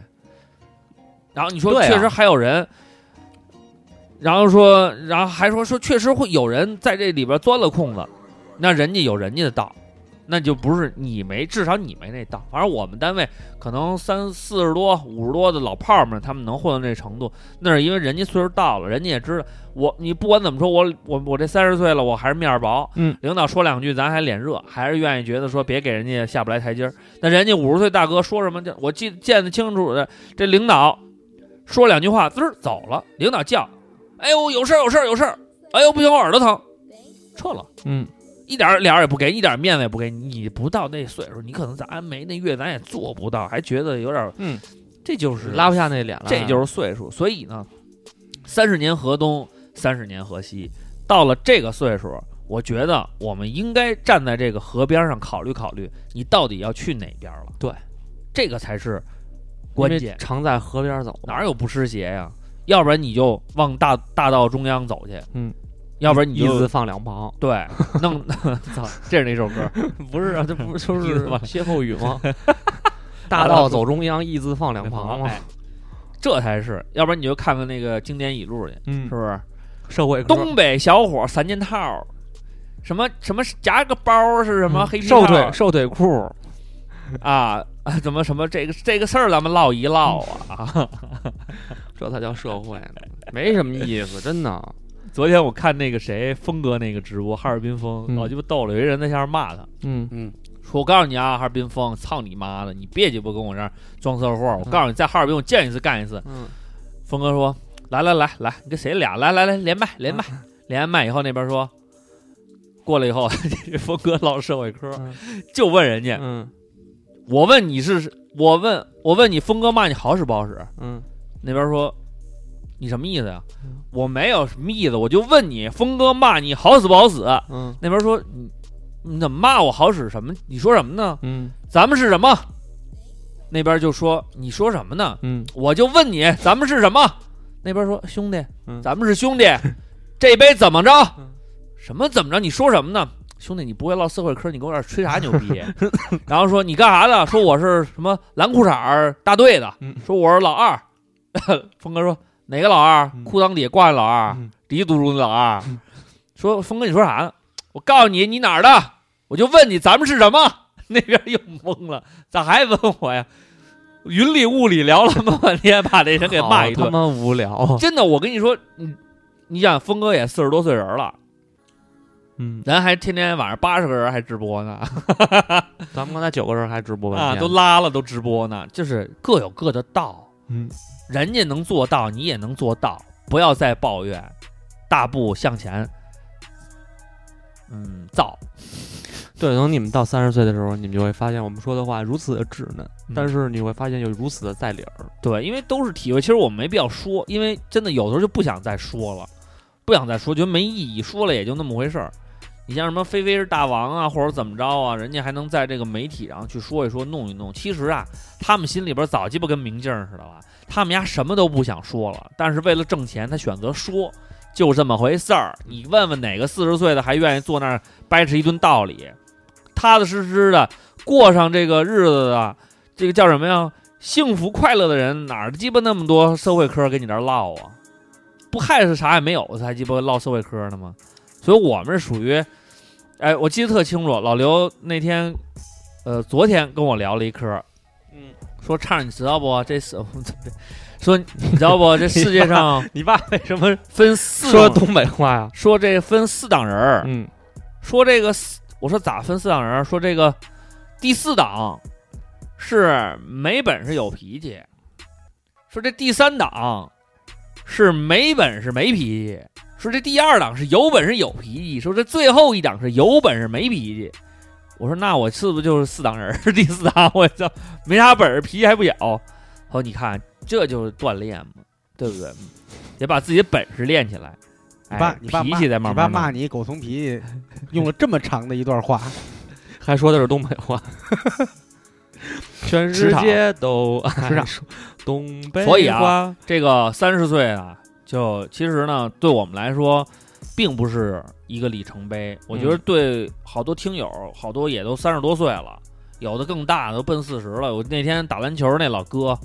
[SPEAKER 5] 然后你说
[SPEAKER 7] 对啊
[SPEAKER 5] 确实还有人，然后说，然后还说说确实会有人在这里边钻了空子，那人家有人家的道，那就不是你没，至少你没那道。反正我们单位可能三四十多、五十多的老炮儿们，他们能混到这程度，那是因为人家岁数到了，人家也知道我，你不管怎么说，我我我这三十岁了，我还是面儿薄。
[SPEAKER 8] 嗯，
[SPEAKER 5] 领导说两句，咱还脸热，还是愿意觉得说别给人家下不来台阶儿。那人家五十岁大哥说什么，这我记见得清楚的，这领导说两句话，滋儿走了，领导叫，哎呦有事儿有事儿有事儿，哎呦不行我耳朵疼，撤了。
[SPEAKER 8] 嗯，
[SPEAKER 5] 一点儿脸儿也不给，一点儿面子也不给你，你不到那岁数，你可能咱没那月咱也做不到，还觉得有点儿
[SPEAKER 8] 嗯，
[SPEAKER 5] 这就是
[SPEAKER 7] 拉不下那脸来，
[SPEAKER 5] 这就是岁数。所以呢，三十年河东，三十年河西，到了这个岁数，我觉得我们应该站在这个河边上考虑考虑，你到底要去哪边了。
[SPEAKER 7] 对，
[SPEAKER 5] 这个才是
[SPEAKER 7] 因
[SPEAKER 5] 关
[SPEAKER 7] 为
[SPEAKER 5] 键。
[SPEAKER 7] 常在河边走，
[SPEAKER 5] 哪有不湿鞋呀？要不然你就往大大道中央走去，
[SPEAKER 8] 嗯，
[SPEAKER 5] 要不然你
[SPEAKER 7] 一字
[SPEAKER 5] 就
[SPEAKER 7] 放两旁，
[SPEAKER 5] 对弄， 操，这是哪首歌？
[SPEAKER 7] 不是啊，这 不就
[SPEAKER 5] 一字
[SPEAKER 7] 是
[SPEAKER 5] 放
[SPEAKER 7] 歇后语吗？ 大道走中央，一字放两旁嘛
[SPEAKER 5] 哎。这才是，要不然你就看看那个经典语录去，
[SPEAKER 8] 嗯
[SPEAKER 5] 是不是？
[SPEAKER 7] 社会科
[SPEAKER 5] 东北小伙三件套，什么什么夹个包是什么
[SPEAKER 7] 嗯
[SPEAKER 5] 黑皮
[SPEAKER 8] 瘦
[SPEAKER 5] 套
[SPEAKER 8] 腿瘦腿裤，
[SPEAKER 5] 啊啊？怎么什么这个这个事儿咱们唠一唠啊？
[SPEAKER 7] 这才叫社会呢，没什么意思，真的。
[SPEAKER 5] 昨天我看那个谁峰哥那个直播，哈尔滨风
[SPEAKER 8] 嗯
[SPEAKER 5] 老鸡巴逗了，有一人在下面骂他，
[SPEAKER 8] 嗯，
[SPEAKER 4] 嗯，
[SPEAKER 5] 说我告诉你啊，哈尔滨风，操你妈的，你别鸡巴跟我这儿装色货，我告诉你，在哈尔滨我见一次干一次。
[SPEAKER 7] 嗯，
[SPEAKER 5] 峰哥说：“来来来来，你跟谁俩？来来来，连麦连麦，连完麦以后那边说，过来以后， 峰哥唠社会科，就问人家，
[SPEAKER 8] 嗯
[SPEAKER 5] 我问你是，我问我问你，峰哥骂你好使不好使？
[SPEAKER 8] 嗯
[SPEAKER 5] 那边说你什么意思呀？我没有什么意思，我就问你，峰哥骂你好死不好死？
[SPEAKER 8] 嗯
[SPEAKER 5] 那边说你你怎么骂我好使什么？你说什么呢？
[SPEAKER 8] 嗯
[SPEAKER 5] 咱们是什么？那边就说你说什么呢？
[SPEAKER 8] 嗯
[SPEAKER 5] 我就问你，咱们是什么？那边说兄弟，
[SPEAKER 8] 嗯
[SPEAKER 5] 咱们是兄弟，这杯怎么着
[SPEAKER 8] 嗯？
[SPEAKER 5] 什么怎么着？你说什么呢？兄弟，你不会唠社会嗑，你给我这吹啥牛逼？ 然后说你干啥的？说我是什么蓝裤衩儿大队的
[SPEAKER 8] 嗯，
[SPEAKER 5] 说我是老二。 峰哥说哪个老二
[SPEAKER 8] 嗯？
[SPEAKER 5] 裤裆底下挂着老二
[SPEAKER 8] 嗯，
[SPEAKER 5] 底嘟噜的老二。 说峰哥，你说啥呢？我告诉你，你哪儿的？我就问你，咱们是什么？ 那边又懵了，咋还问我呀？云里雾里聊了那么半天，把那人给骂一顿
[SPEAKER 8] 好他。妈无聊啊！
[SPEAKER 5] 真的，我跟你说，你你想，峰哥也四十多岁人了，
[SPEAKER 8] 嗯，
[SPEAKER 5] 咱还天天晚上八十个人还直播呢，
[SPEAKER 7] 咱们刚才九个人还直播半
[SPEAKER 5] 啊，
[SPEAKER 7] 天，
[SPEAKER 5] 都拉了都直播呢，就是各有各的道，
[SPEAKER 8] 嗯，
[SPEAKER 5] 人家能做到，你也能做到，不要再抱怨，大步向前，嗯，造，
[SPEAKER 8] 对，等你们到三十岁的时候，你们就会发现我们说的话如此的稚嫩，
[SPEAKER 7] 嗯
[SPEAKER 8] 但是你会发现有如此的在理儿。
[SPEAKER 5] 对，因为都是体会，其实我们没必要说，因为真的有的时候就不想再说了，不想再说，觉得没意义，说了也就那么回事儿。你像什么菲菲是大王啊，或者怎么着啊，人家还能在这个媒体上去说一说、弄一弄。其实啊，他们心里边早鸡巴跟明镜似的了，他们家什么都不想说了，但是为了挣钱，他选择说，就这么回事儿。你问问哪个四十岁的还愿意坐那儿掰扯一顿道理，踏踏实实的过上这个日子的，这个叫什么呀？幸福快乐的人哪儿鸡巴那么多社会科给你这儿唠啊？不害是啥也没有，才鸡巴唠社会科呢吗？所以我们是属于，哎，我记得特清楚，老刘那天，呃，昨天跟我聊了一嗑，
[SPEAKER 8] 嗯，
[SPEAKER 5] 说畅，你知道不？这是 说你知道不？这世界上
[SPEAKER 8] 你爸为什么
[SPEAKER 5] 分 四
[SPEAKER 8] 说
[SPEAKER 5] 种
[SPEAKER 8] 东北话呀？
[SPEAKER 5] 说这分四档人儿，
[SPEAKER 8] 嗯
[SPEAKER 5] 说这个四，我说咋分四档人儿？说这个第四档是没本事有脾气，说这第三档是没本事没脾气，说这第二档是有本事有脾气，说这最后一档是有本事没脾气。我说那我是不是就是四档人儿？第四档我操，没啥本事，脾气还不小。他说你看这就是锻炼嘛，对不对？得把自己的本事练起来。
[SPEAKER 4] 你爸
[SPEAKER 5] 哎，
[SPEAKER 4] 你爸
[SPEAKER 5] 脾
[SPEAKER 4] 骂
[SPEAKER 5] 气再慢慢
[SPEAKER 4] 你爸
[SPEAKER 5] 慢
[SPEAKER 4] 骂你狗怂脾 气，用了这么长的一段话，
[SPEAKER 8] 还说的是东北 话，全世界都爱说东北话。
[SPEAKER 5] 所以啊，这个三十岁啊，就其实呢，对我们来说，并不是一个里程碑。我觉得对好多听友，好多也都三十多岁了，有的更大的都奔四十了。我那天打篮球那老哥，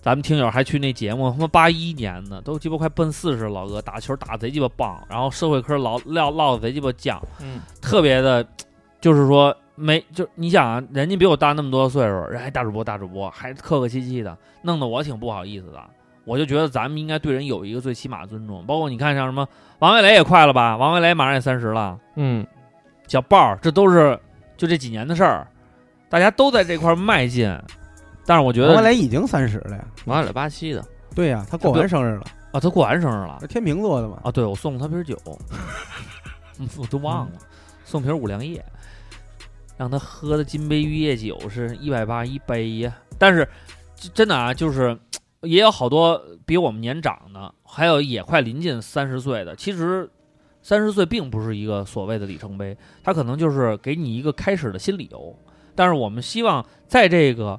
[SPEAKER 5] 咱们听友还去那节目，他妈八一年的，都鸡巴快奔四十，老哥打球打贼鸡巴棒，然后社会科老唠唠得贼鸡巴犟，
[SPEAKER 8] 嗯，
[SPEAKER 5] 特别的，就是说没就你想啊，人家比我大那么多岁数，人还大主播大主播，还客客气气的，弄得我挺不好意思的。我就觉得咱们应该对人有一个最起码的尊重，包括你看像什么王卫雷也快了吧，王卫雷马上也三十了，
[SPEAKER 8] 嗯，
[SPEAKER 5] 小豹儿这都是就这几年的事儿，大家都在这块儿迈进。但是我觉
[SPEAKER 4] 王文
[SPEAKER 5] 得
[SPEAKER 4] 雷已经三十了呀。
[SPEAKER 7] 王小磊八七的，
[SPEAKER 4] 对呀、他过完生日了，
[SPEAKER 5] 啊，他过完生日了
[SPEAKER 4] 天秤座的嘛。
[SPEAKER 5] 啊，对我送了他瓶酒，嗯我都忘了，送瓶五粮液，让他喝的金杯玉液酒是一百八一杯呀。但是这真的啊，就是也有好多比我们年长的，还有也快临近三十岁的，其实。三十岁并不是一个所谓的里程碑，它可能就是给你一个开始的新理由。但是我们希望在这个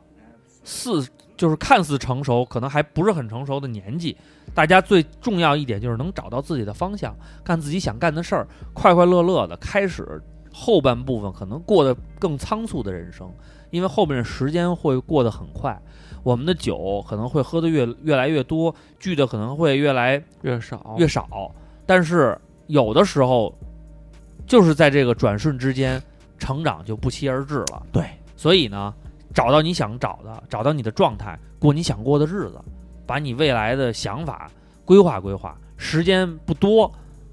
[SPEAKER 5] 似就是看似成熟，可能还不是很成熟的年纪，大家最重要一点就是能找到自己的方向，干自己想干的事儿，快快乐乐的开始后半部分可能过得更仓促的人生，因为后面的时间会过得很快，我们的酒可能会喝得越越来越多，聚的可能会越来
[SPEAKER 8] 越少
[SPEAKER 5] 越少，但是有的时候就是在这个转瞬之间，成长就不期而至了。
[SPEAKER 4] 对，
[SPEAKER 5] 所以呢，找到你想找的，找到你的状态，过你想过的日子，把你未来的想法规划规划。时间不多，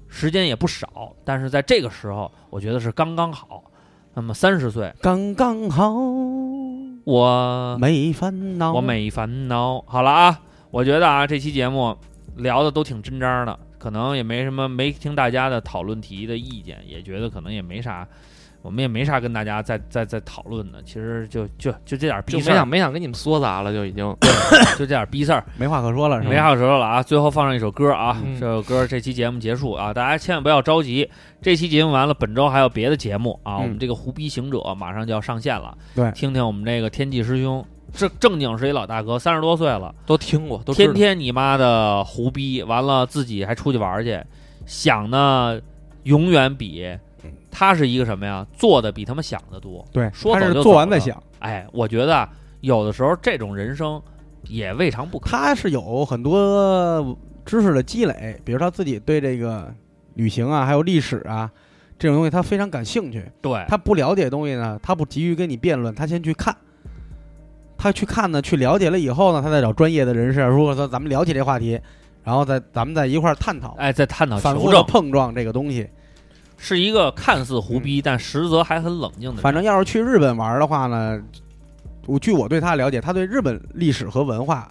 [SPEAKER 5] 时间也不少，但是在这个时候，我觉得是刚刚好。那么三十岁，
[SPEAKER 4] 刚刚好，
[SPEAKER 5] 我
[SPEAKER 4] 没烦恼。
[SPEAKER 5] 我没烦恼。好了啊，我觉得啊，这期节目聊的都挺真章的，可能也没什么，没听大家的讨论提的意见，也觉得可能也没啥，我们也没啥跟大家再再再讨论的。其实就就就这点
[SPEAKER 7] 就
[SPEAKER 5] 逼
[SPEAKER 7] 没
[SPEAKER 5] 事儿
[SPEAKER 7] 想，没想跟你们说砸了，就已经。
[SPEAKER 5] 就这点逼事儿，
[SPEAKER 4] 没话可说了，是
[SPEAKER 5] 没
[SPEAKER 4] 吧？
[SPEAKER 5] 啥有舌头了啊！最后放上一首歌啊，
[SPEAKER 7] 嗯
[SPEAKER 5] 这首歌这期节目结束啊，大家千万不要着急。这期节目完了，本周还有别的节目啊，
[SPEAKER 4] 嗯
[SPEAKER 5] 我们这个胡逼行者马上就要上线了，
[SPEAKER 4] 对
[SPEAKER 5] 听听我们这个天际师兄，这正经是一老大哥，三十多岁了，
[SPEAKER 7] 都听过，都知
[SPEAKER 5] 天
[SPEAKER 7] 道。
[SPEAKER 5] 天你妈的胡逼，完了自己还出去玩儿去，想呢永远比他是一个什么呀？做的比他们想的多。
[SPEAKER 4] 对，
[SPEAKER 5] 说
[SPEAKER 4] 他
[SPEAKER 5] 走
[SPEAKER 4] 是
[SPEAKER 5] 就
[SPEAKER 4] 做完
[SPEAKER 5] 走
[SPEAKER 4] 再
[SPEAKER 5] 的
[SPEAKER 4] 想，
[SPEAKER 5] 哎，我觉得啊有的时候这种人生也未尝不可。
[SPEAKER 4] 他是有很多知识的积累，比如他自己对这个旅行啊，还有历史啊这种东西，他非常感兴趣。
[SPEAKER 5] 对，
[SPEAKER 4] 他不了解的东西呢，他不急于跟你辩论，他先去看。他去看呢，去了解了以后呢，他再找专业的人士。如果说咱们聊起这话题，然后再咱们再一块儿探讨，
[SPEAKER 5] 哎，在探讨
[SPEAKER 4] 反
[SPEAKER 5] 求
[SPEAKER 4] 复的
[SPEAKER 5] 证，
[SPEAKER 4] 碰撞这个东西。
[SPEAKER 5] 是一个看似胡逼，但实则还很冷静的
[SPEAKER 4] 嗯反
[SPEAKER 5] 人。
[SPEAKER 4] 正要是去日本玩的话呢，我据我对他了解，他对日本历史和文化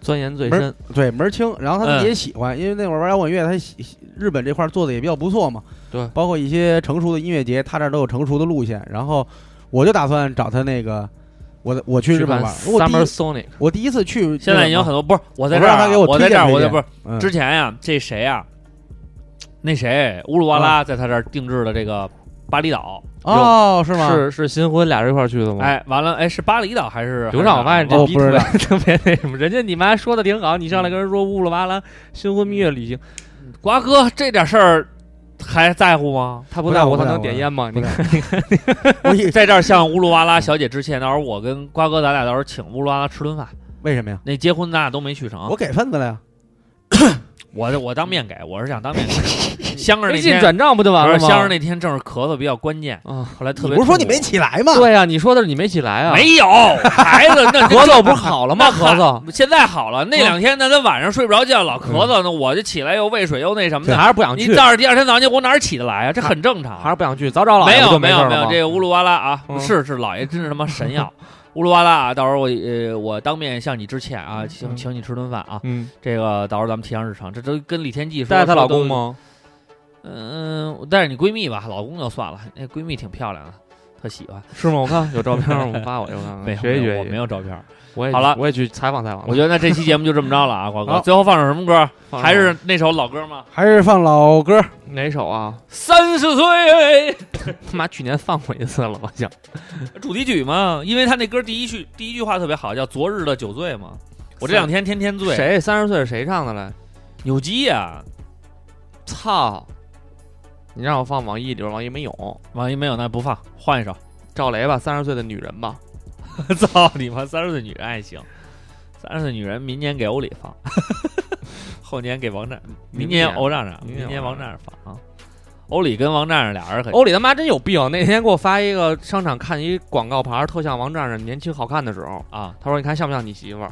[SPEAKER 7] 钻研最
[SPEAKER 4] 不是
[SPEAKER 7] 深，
[SPEAKER 4] 对门儿清，然后他自己也喜欢，因为那会儿玩摇滚乐，他喜喜日本这块儿做的也比较不错嘛。
[SPEAKER 7] 对
[SPEAKER 4] 包括一些成熟的音乐节，他这儿都有成熟的路线。然后我就打算找他那个，我我去日本玩，我第
[SPEAKER 7] Summer
[SPEAKER 4] 一
[SPEAKER 7] Sonic
[SPEAKER 4] 我第一次去，
[SPEAKER 5] 现在已经很多不是我在这儿
[SPEAKER 4] 我不让他
[SPEAKER 5] 啊，
[SPEAKER 4] 给我
[SPEAKER 5] 我在这儿，
[SPEAKER 4] 推荐
[SPEAKER 5] 我在
[SPEAKER 4] 推荐
[SPEAKER 5] 不是
[SPEAKER 4] 嗯
[SPEAKER 5] 之前呀，这谁呀？那谁乌鲁瓦
[SPEAKER 4] 啊
[SPEAKER 5] 拉在他这儿定制的这个巴厘岛，
[SPEAKER 4] 哦，是吗？
[SPEAKER 7] 是是新婚俩人一块儿去的吗？，
[SPEAKER 5] 哎，完了，哎，是巴厘岛还是？
[SPEAKER 7] 刘畅，我发现
[SPEAKER 5] 还是哪儿
[SPEAKER 7] 这
[SPEAKER 5] 啊
[SPEAKER 4] 哦
[SPEAKER 7] 逼
[SPEAKER 4] 不
[SPEAKER 7] 特
[SPEAKER 4] 知
[SPEAKER 7] 别 特别
[SPEAKER 4] 道
[SPEAKER 7] 那什么，人家你妈说的挺好，你
[SPEAKER 5] 嗯
[SPEAKER 7] 上来跟人说乌鲁巴拉新婚蜜月旅行，
[SPEAKER 5] 瓜哥这点事儿还在乎 吗？
[SPEAKER 7] 他
[SPEAKER 4] 不
[SPEAKER 7] 在
[SPEAKER 4] 在乎
[SPEAKER 7] 乎，他
[SPEAKER 4] 不在
[SPEAKER 7] 能
[SPEAKER 4] 乎
[SPEAKER 7] 点烟吗？
[SPEAKER 4] 不
[SPEAKER 7] 你
[SPEAKER 4] 在
[SPEAKER 7] 看，
[SPEAKER 4] 我以
[SPEAKER 5] 在这儿向乌鲁瓦拉小姐致歉，到时候我跟瓜哥咱俩到时候请乌鲁瓦拉吃顿饭。
[SPEAKER 4] 为什么呀？
[SPEAKER 5] 那结婚咱俩都没去成
[SPEAKER 4] 我，给份子了呀，
[SPEAKER 5] 我我当面给，我是想当面 给。香儿那
[SPEAKER 7] 微信
[SPEAKER 5] 天
[SPEAKER 7] 转账不就完
[SPEAKER 5] 不
[SPEAKER 7] 了
[SPEAKER 5] 是
[SPEAKER 7] 吗？
[SPEAKER 5] 香儿那天正是咳嗽比较关键，
[SPEAKER 7] 啊，
[SPEAKER 5] 后来特
[SPEAKER 4] 你
[SPEAKER 5] 别
[SPEAKER 4] 不是说
[SPEAKER 5] 痛
[SPEAKER 4] 你
[SPEAKER 5] 苦
[SPEAKER 4] 没起来吗？
[SPEAKER 7] 对呀，你说的是你没起来啊？
[SPEAKER 5] 啊没有孩子 那
[SPEAKER 7] 咳嗽不是好了吗？
[SPEAKER 5] 那
[SPEAKER 7] 咳嗽，
[SPEAKER 5] 现在好了，
[SPEAKER 7] 嗯
[SPEAKER 5] 那两天呢，他晚上睡不着觉，老咳嗽，那我就起来又喂水又那什么
[SPEAKER 7] 对，
[SPEAKER 5] 的。
[SPEAKER 7] 还是不想
[SPEAKER 5] 你
[SPEAKER 7] 嗯去，
[SPEAKER 5] 到是第二天早上你我哪儿起得来啊？这很正常。
[SPEAKER 7] 还是不想去，早找老
[SPEAKER 5] 没
[SPEAKER 7] 爷不
[SPEAKER 5] 有
[SPEAKER 7] 就
[SPEAKER 5] 没
[SPEAKER 7] 事
[SPEAKER 5] 有
[SPEAKER 7] 儿
[SPEAKER 5] 没
[SPEAKER 7] 了
[SPEAKER 5] 有，
[SPEAKER 7] 吗
[SPEAKER 5] 这？个乌鲁瓦拉啊，
[SPEAKER 7] 嗯
[SPEAKER 5] 是是，老爷真是他妈神药。 乌鲁瓦拉啊，到时候我呃，我当面向你致歉啊，请
[SPEAKER 7] 嗯
[SPEAKER 5] 请你吃顿饭啊。
[SPEAKER 7] 嗯，
[SPEAKER 5] 这个到时候咱们提上日程，这都跟李天记说。
[SPEAKER 7] 带着她老公
[SPEAKER 5] 说都？
[SPEAKER 7] 吗？
[SPEAKER 5] 嗯，我带着你闺蜜吧，老公就算了，那闺蜜挺漂亮的，特喜欢。
[SPEAKER 7] 是吗？我看有照片儿，我发我一个看看，
[SPEAKER 5] 没有
[SPEAKER 7] 嗯学一
[SPEAKER 5] 没有
[SPEAKER 7] 学
[SPEAKER 5] 我
[SPEAKER 7] 一
[SPEAKER 5] 没有照片。
[SPEAKER 7] 我也
[SPEAKER 5] 好了
[SPEAKER 7] 我也去采访采访。
[SPEAKER 5] 我觉得那这期节目就这么着了啊，瓜哥。
[SPEAKER 4] 好
[SPEAKER 5] 最后放首什么歌？
[SPEAKER 7] 放首
[SPEAKER 5] 还是那首老歌吗？
[SPEAKER 4] 还是放老歌？
[SPEAKER 7] 哪首啊？
[SPEAKER 5] 三十岁哎
[SPEAKER 7] 他妈去年放过一次了，好像
[SPEAKER 5] 主题曲嘛，因为他那歌第一句第一句话特别好，叫“昨日的酒醉”嘛。我这两天天天醉，
[SPEAKER 7] 谁三十岁是谁唱的来？
[SPEAKER 5] 有基呀、
[SPEAKER 7] 操！你让我放网易里边，网易没有。
[SPEAKER 5] 网易没有那不放，换一首。
[SPEAKER 7] 赵雷吧，三十岁的女人吧，
[SPEAKER 5] 操你妈！三十岁女人还行，三十岁女人明年给欧里放， 后年给王战，明
[SPEAKER 7] 明
[SPEAKER 5] 年
[SPEAKER 7] 年
[SPEAKER 5] 欧丈丈，
[SPEAKER 7] 明
[SPEAKER 5] 明
[SPEAKER 7] 年
[SPEAKER 5] 年
[SPEAKER 7] 欧
[SPEAKER 5] 王
[SPEAKER 7] 丈
[SPEAKER 5] 丈丈放啊。欧里跟王丈丈俩人很
[SPEAKER 7] 欧里他妈真有病。那天给我发一个商场看一广告牌，特像王丈人年轻好看的时候。
[SPEAKER 5] 啊，
[SPEAKER 7] 他说：“你看像不像你媳妇儿？”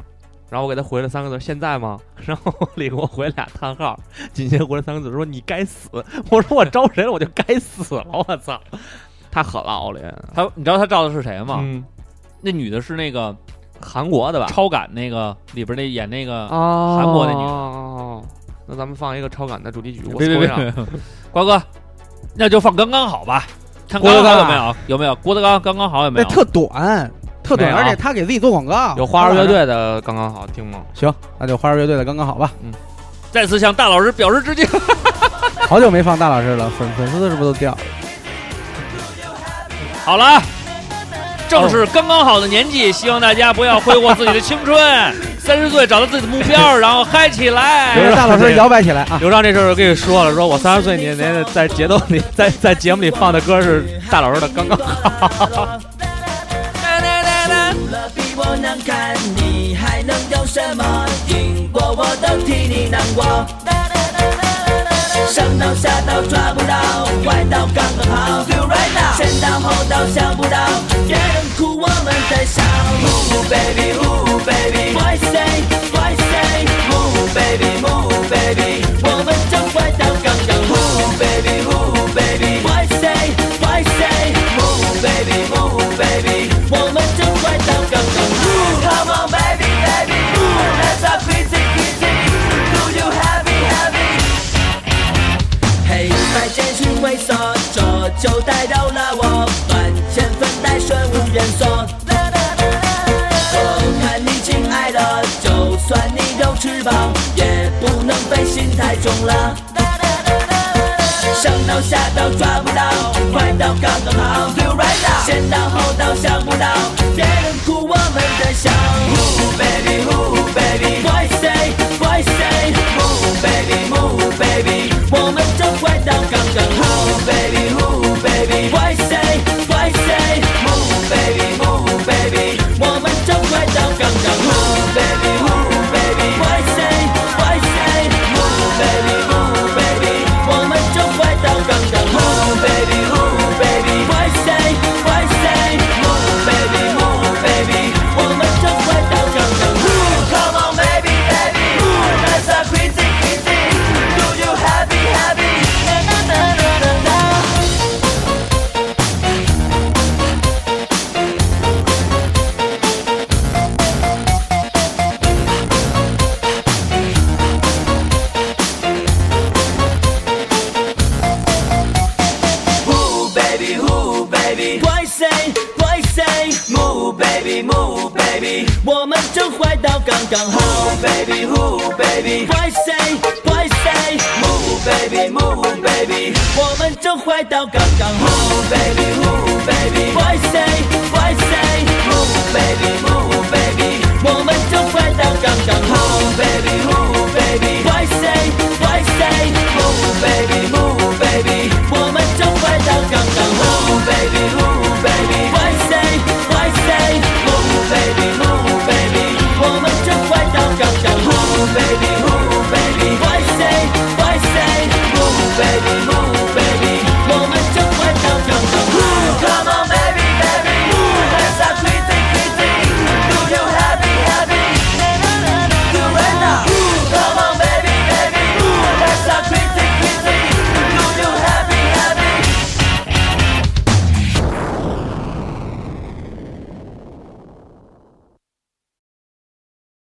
[SPEAKER 7] 然后我给他回了三个字：“现在吗？” 然后欧里给我回俩叹号，紧接着回了三个字说：“你该死！”我说：“我招谁了？我就该死了！”我操，太狠了，欧里。
[SPEAKER 5] 他你知道他照的是谁吗？
[SPEAKER 7] 嗯，
[SPEAKER 5] 那女的是那个
[SPEAKER 7] 韩国的吧？
[SPEAKER 5] 超感那个里边那演那个
[SPEAKER 7] 哦，
[SPEAKER 5] 韩国那女的
[SPEAKER 7] 的。哦那咱们放一个超感的主题曲，我
[SPEAKER 5] 别别
[SPEAKER 7] 抽
[SPEAKER 5] 别
[SPEAKER 7] 一张，
[SPEAKER 5] 瓜哥，那就放刚刚好吧，看
[SPEAKER 4] 郭
[SPEAKER 5] 刚
[SPEAKER 4] 德
[SPEAKER 5] 刚好有
[SPEAKER 4] 纲
[SPEAKER 5] 没有？有没有？郭德纲刚刚好有没
[SPEAKER 4] 那
[SPEAKER 5] 有？
[SPEAKER 4] 特短，特
[SPEAKER 7] 没
[SPEAKER 4] 短，
[SPEAKER 7] 有
[SPEAKER 4] 而且他给自己做广告。
[SPEAKER 7] 有花儿乐队的刚刚好听吗？
[SPEAKER 4] 行，那就花儿乐队的刚刚好吧。
[SPEAKER 5] 再次向大老师表示致敬。
[SPEAKER 4] 好久没放大老师了，粉粉丝是不是都掉了？
[SPEAKER 5] 好了啊，正是刚刚好的年纪，希望大家不要挥霍自己的青春。 三十岁找到自己的目标，然后嗨起
[SPEAKER 4] 留
[SPEAKER 5] 来
[SPEAKER 4] 着！大老师摇摆起来啊！
[SPEAKER 7] 刘畅这事儿跟你说了，说我三十岁那年在节奏里，在在节目里放的歌是大老师的《 刚刚好》。
[SPEAKER 1] 除了逼我难堪，你还能有什么？赢过我都替你难过。上到下到抓不到，坏到刚刚好。前到后到想不到，别人哭我们在笑。Move baby move baby，快 say 快 say move baby move baby，我们就快到刚刚好。Move baby move baby，快 say 快 say move baby move baby，我们就快到刚刚好。Come on baby baby，let's go crazy crazy，do you happy happy？翅膀，也不能被心太重了。上到下到抓不到，快到刚刚好，feel right now。先到后到想不到，别人哭我们在笑。Move baby move baby, why say why say? Move baby move baby，我们就快到刚刚好。Baby Oh, move baby, why say why say? Move baby move baby，我们就快到刚刚好。Baby Oh, move baby, why say why say? Move baby move baby，我们就快到刚刚好。Baby move baby, why say why say? Move baby move baby，我们就快到刚刚好。Come on baby baby, that's a crazy crazy, do you happy happy? Na na na na na na. 呼 baby 呼 baby，快 say 快 say，木 baby 木 baby，我们就坏到刚刚好。baby 呼 baby，快 say 快 say，木 baby 木 baby，我们就坏到刚刚好。baby 呼 baby，快 say 快 say，木 baby 木 baby，我们就坏到刚刚好。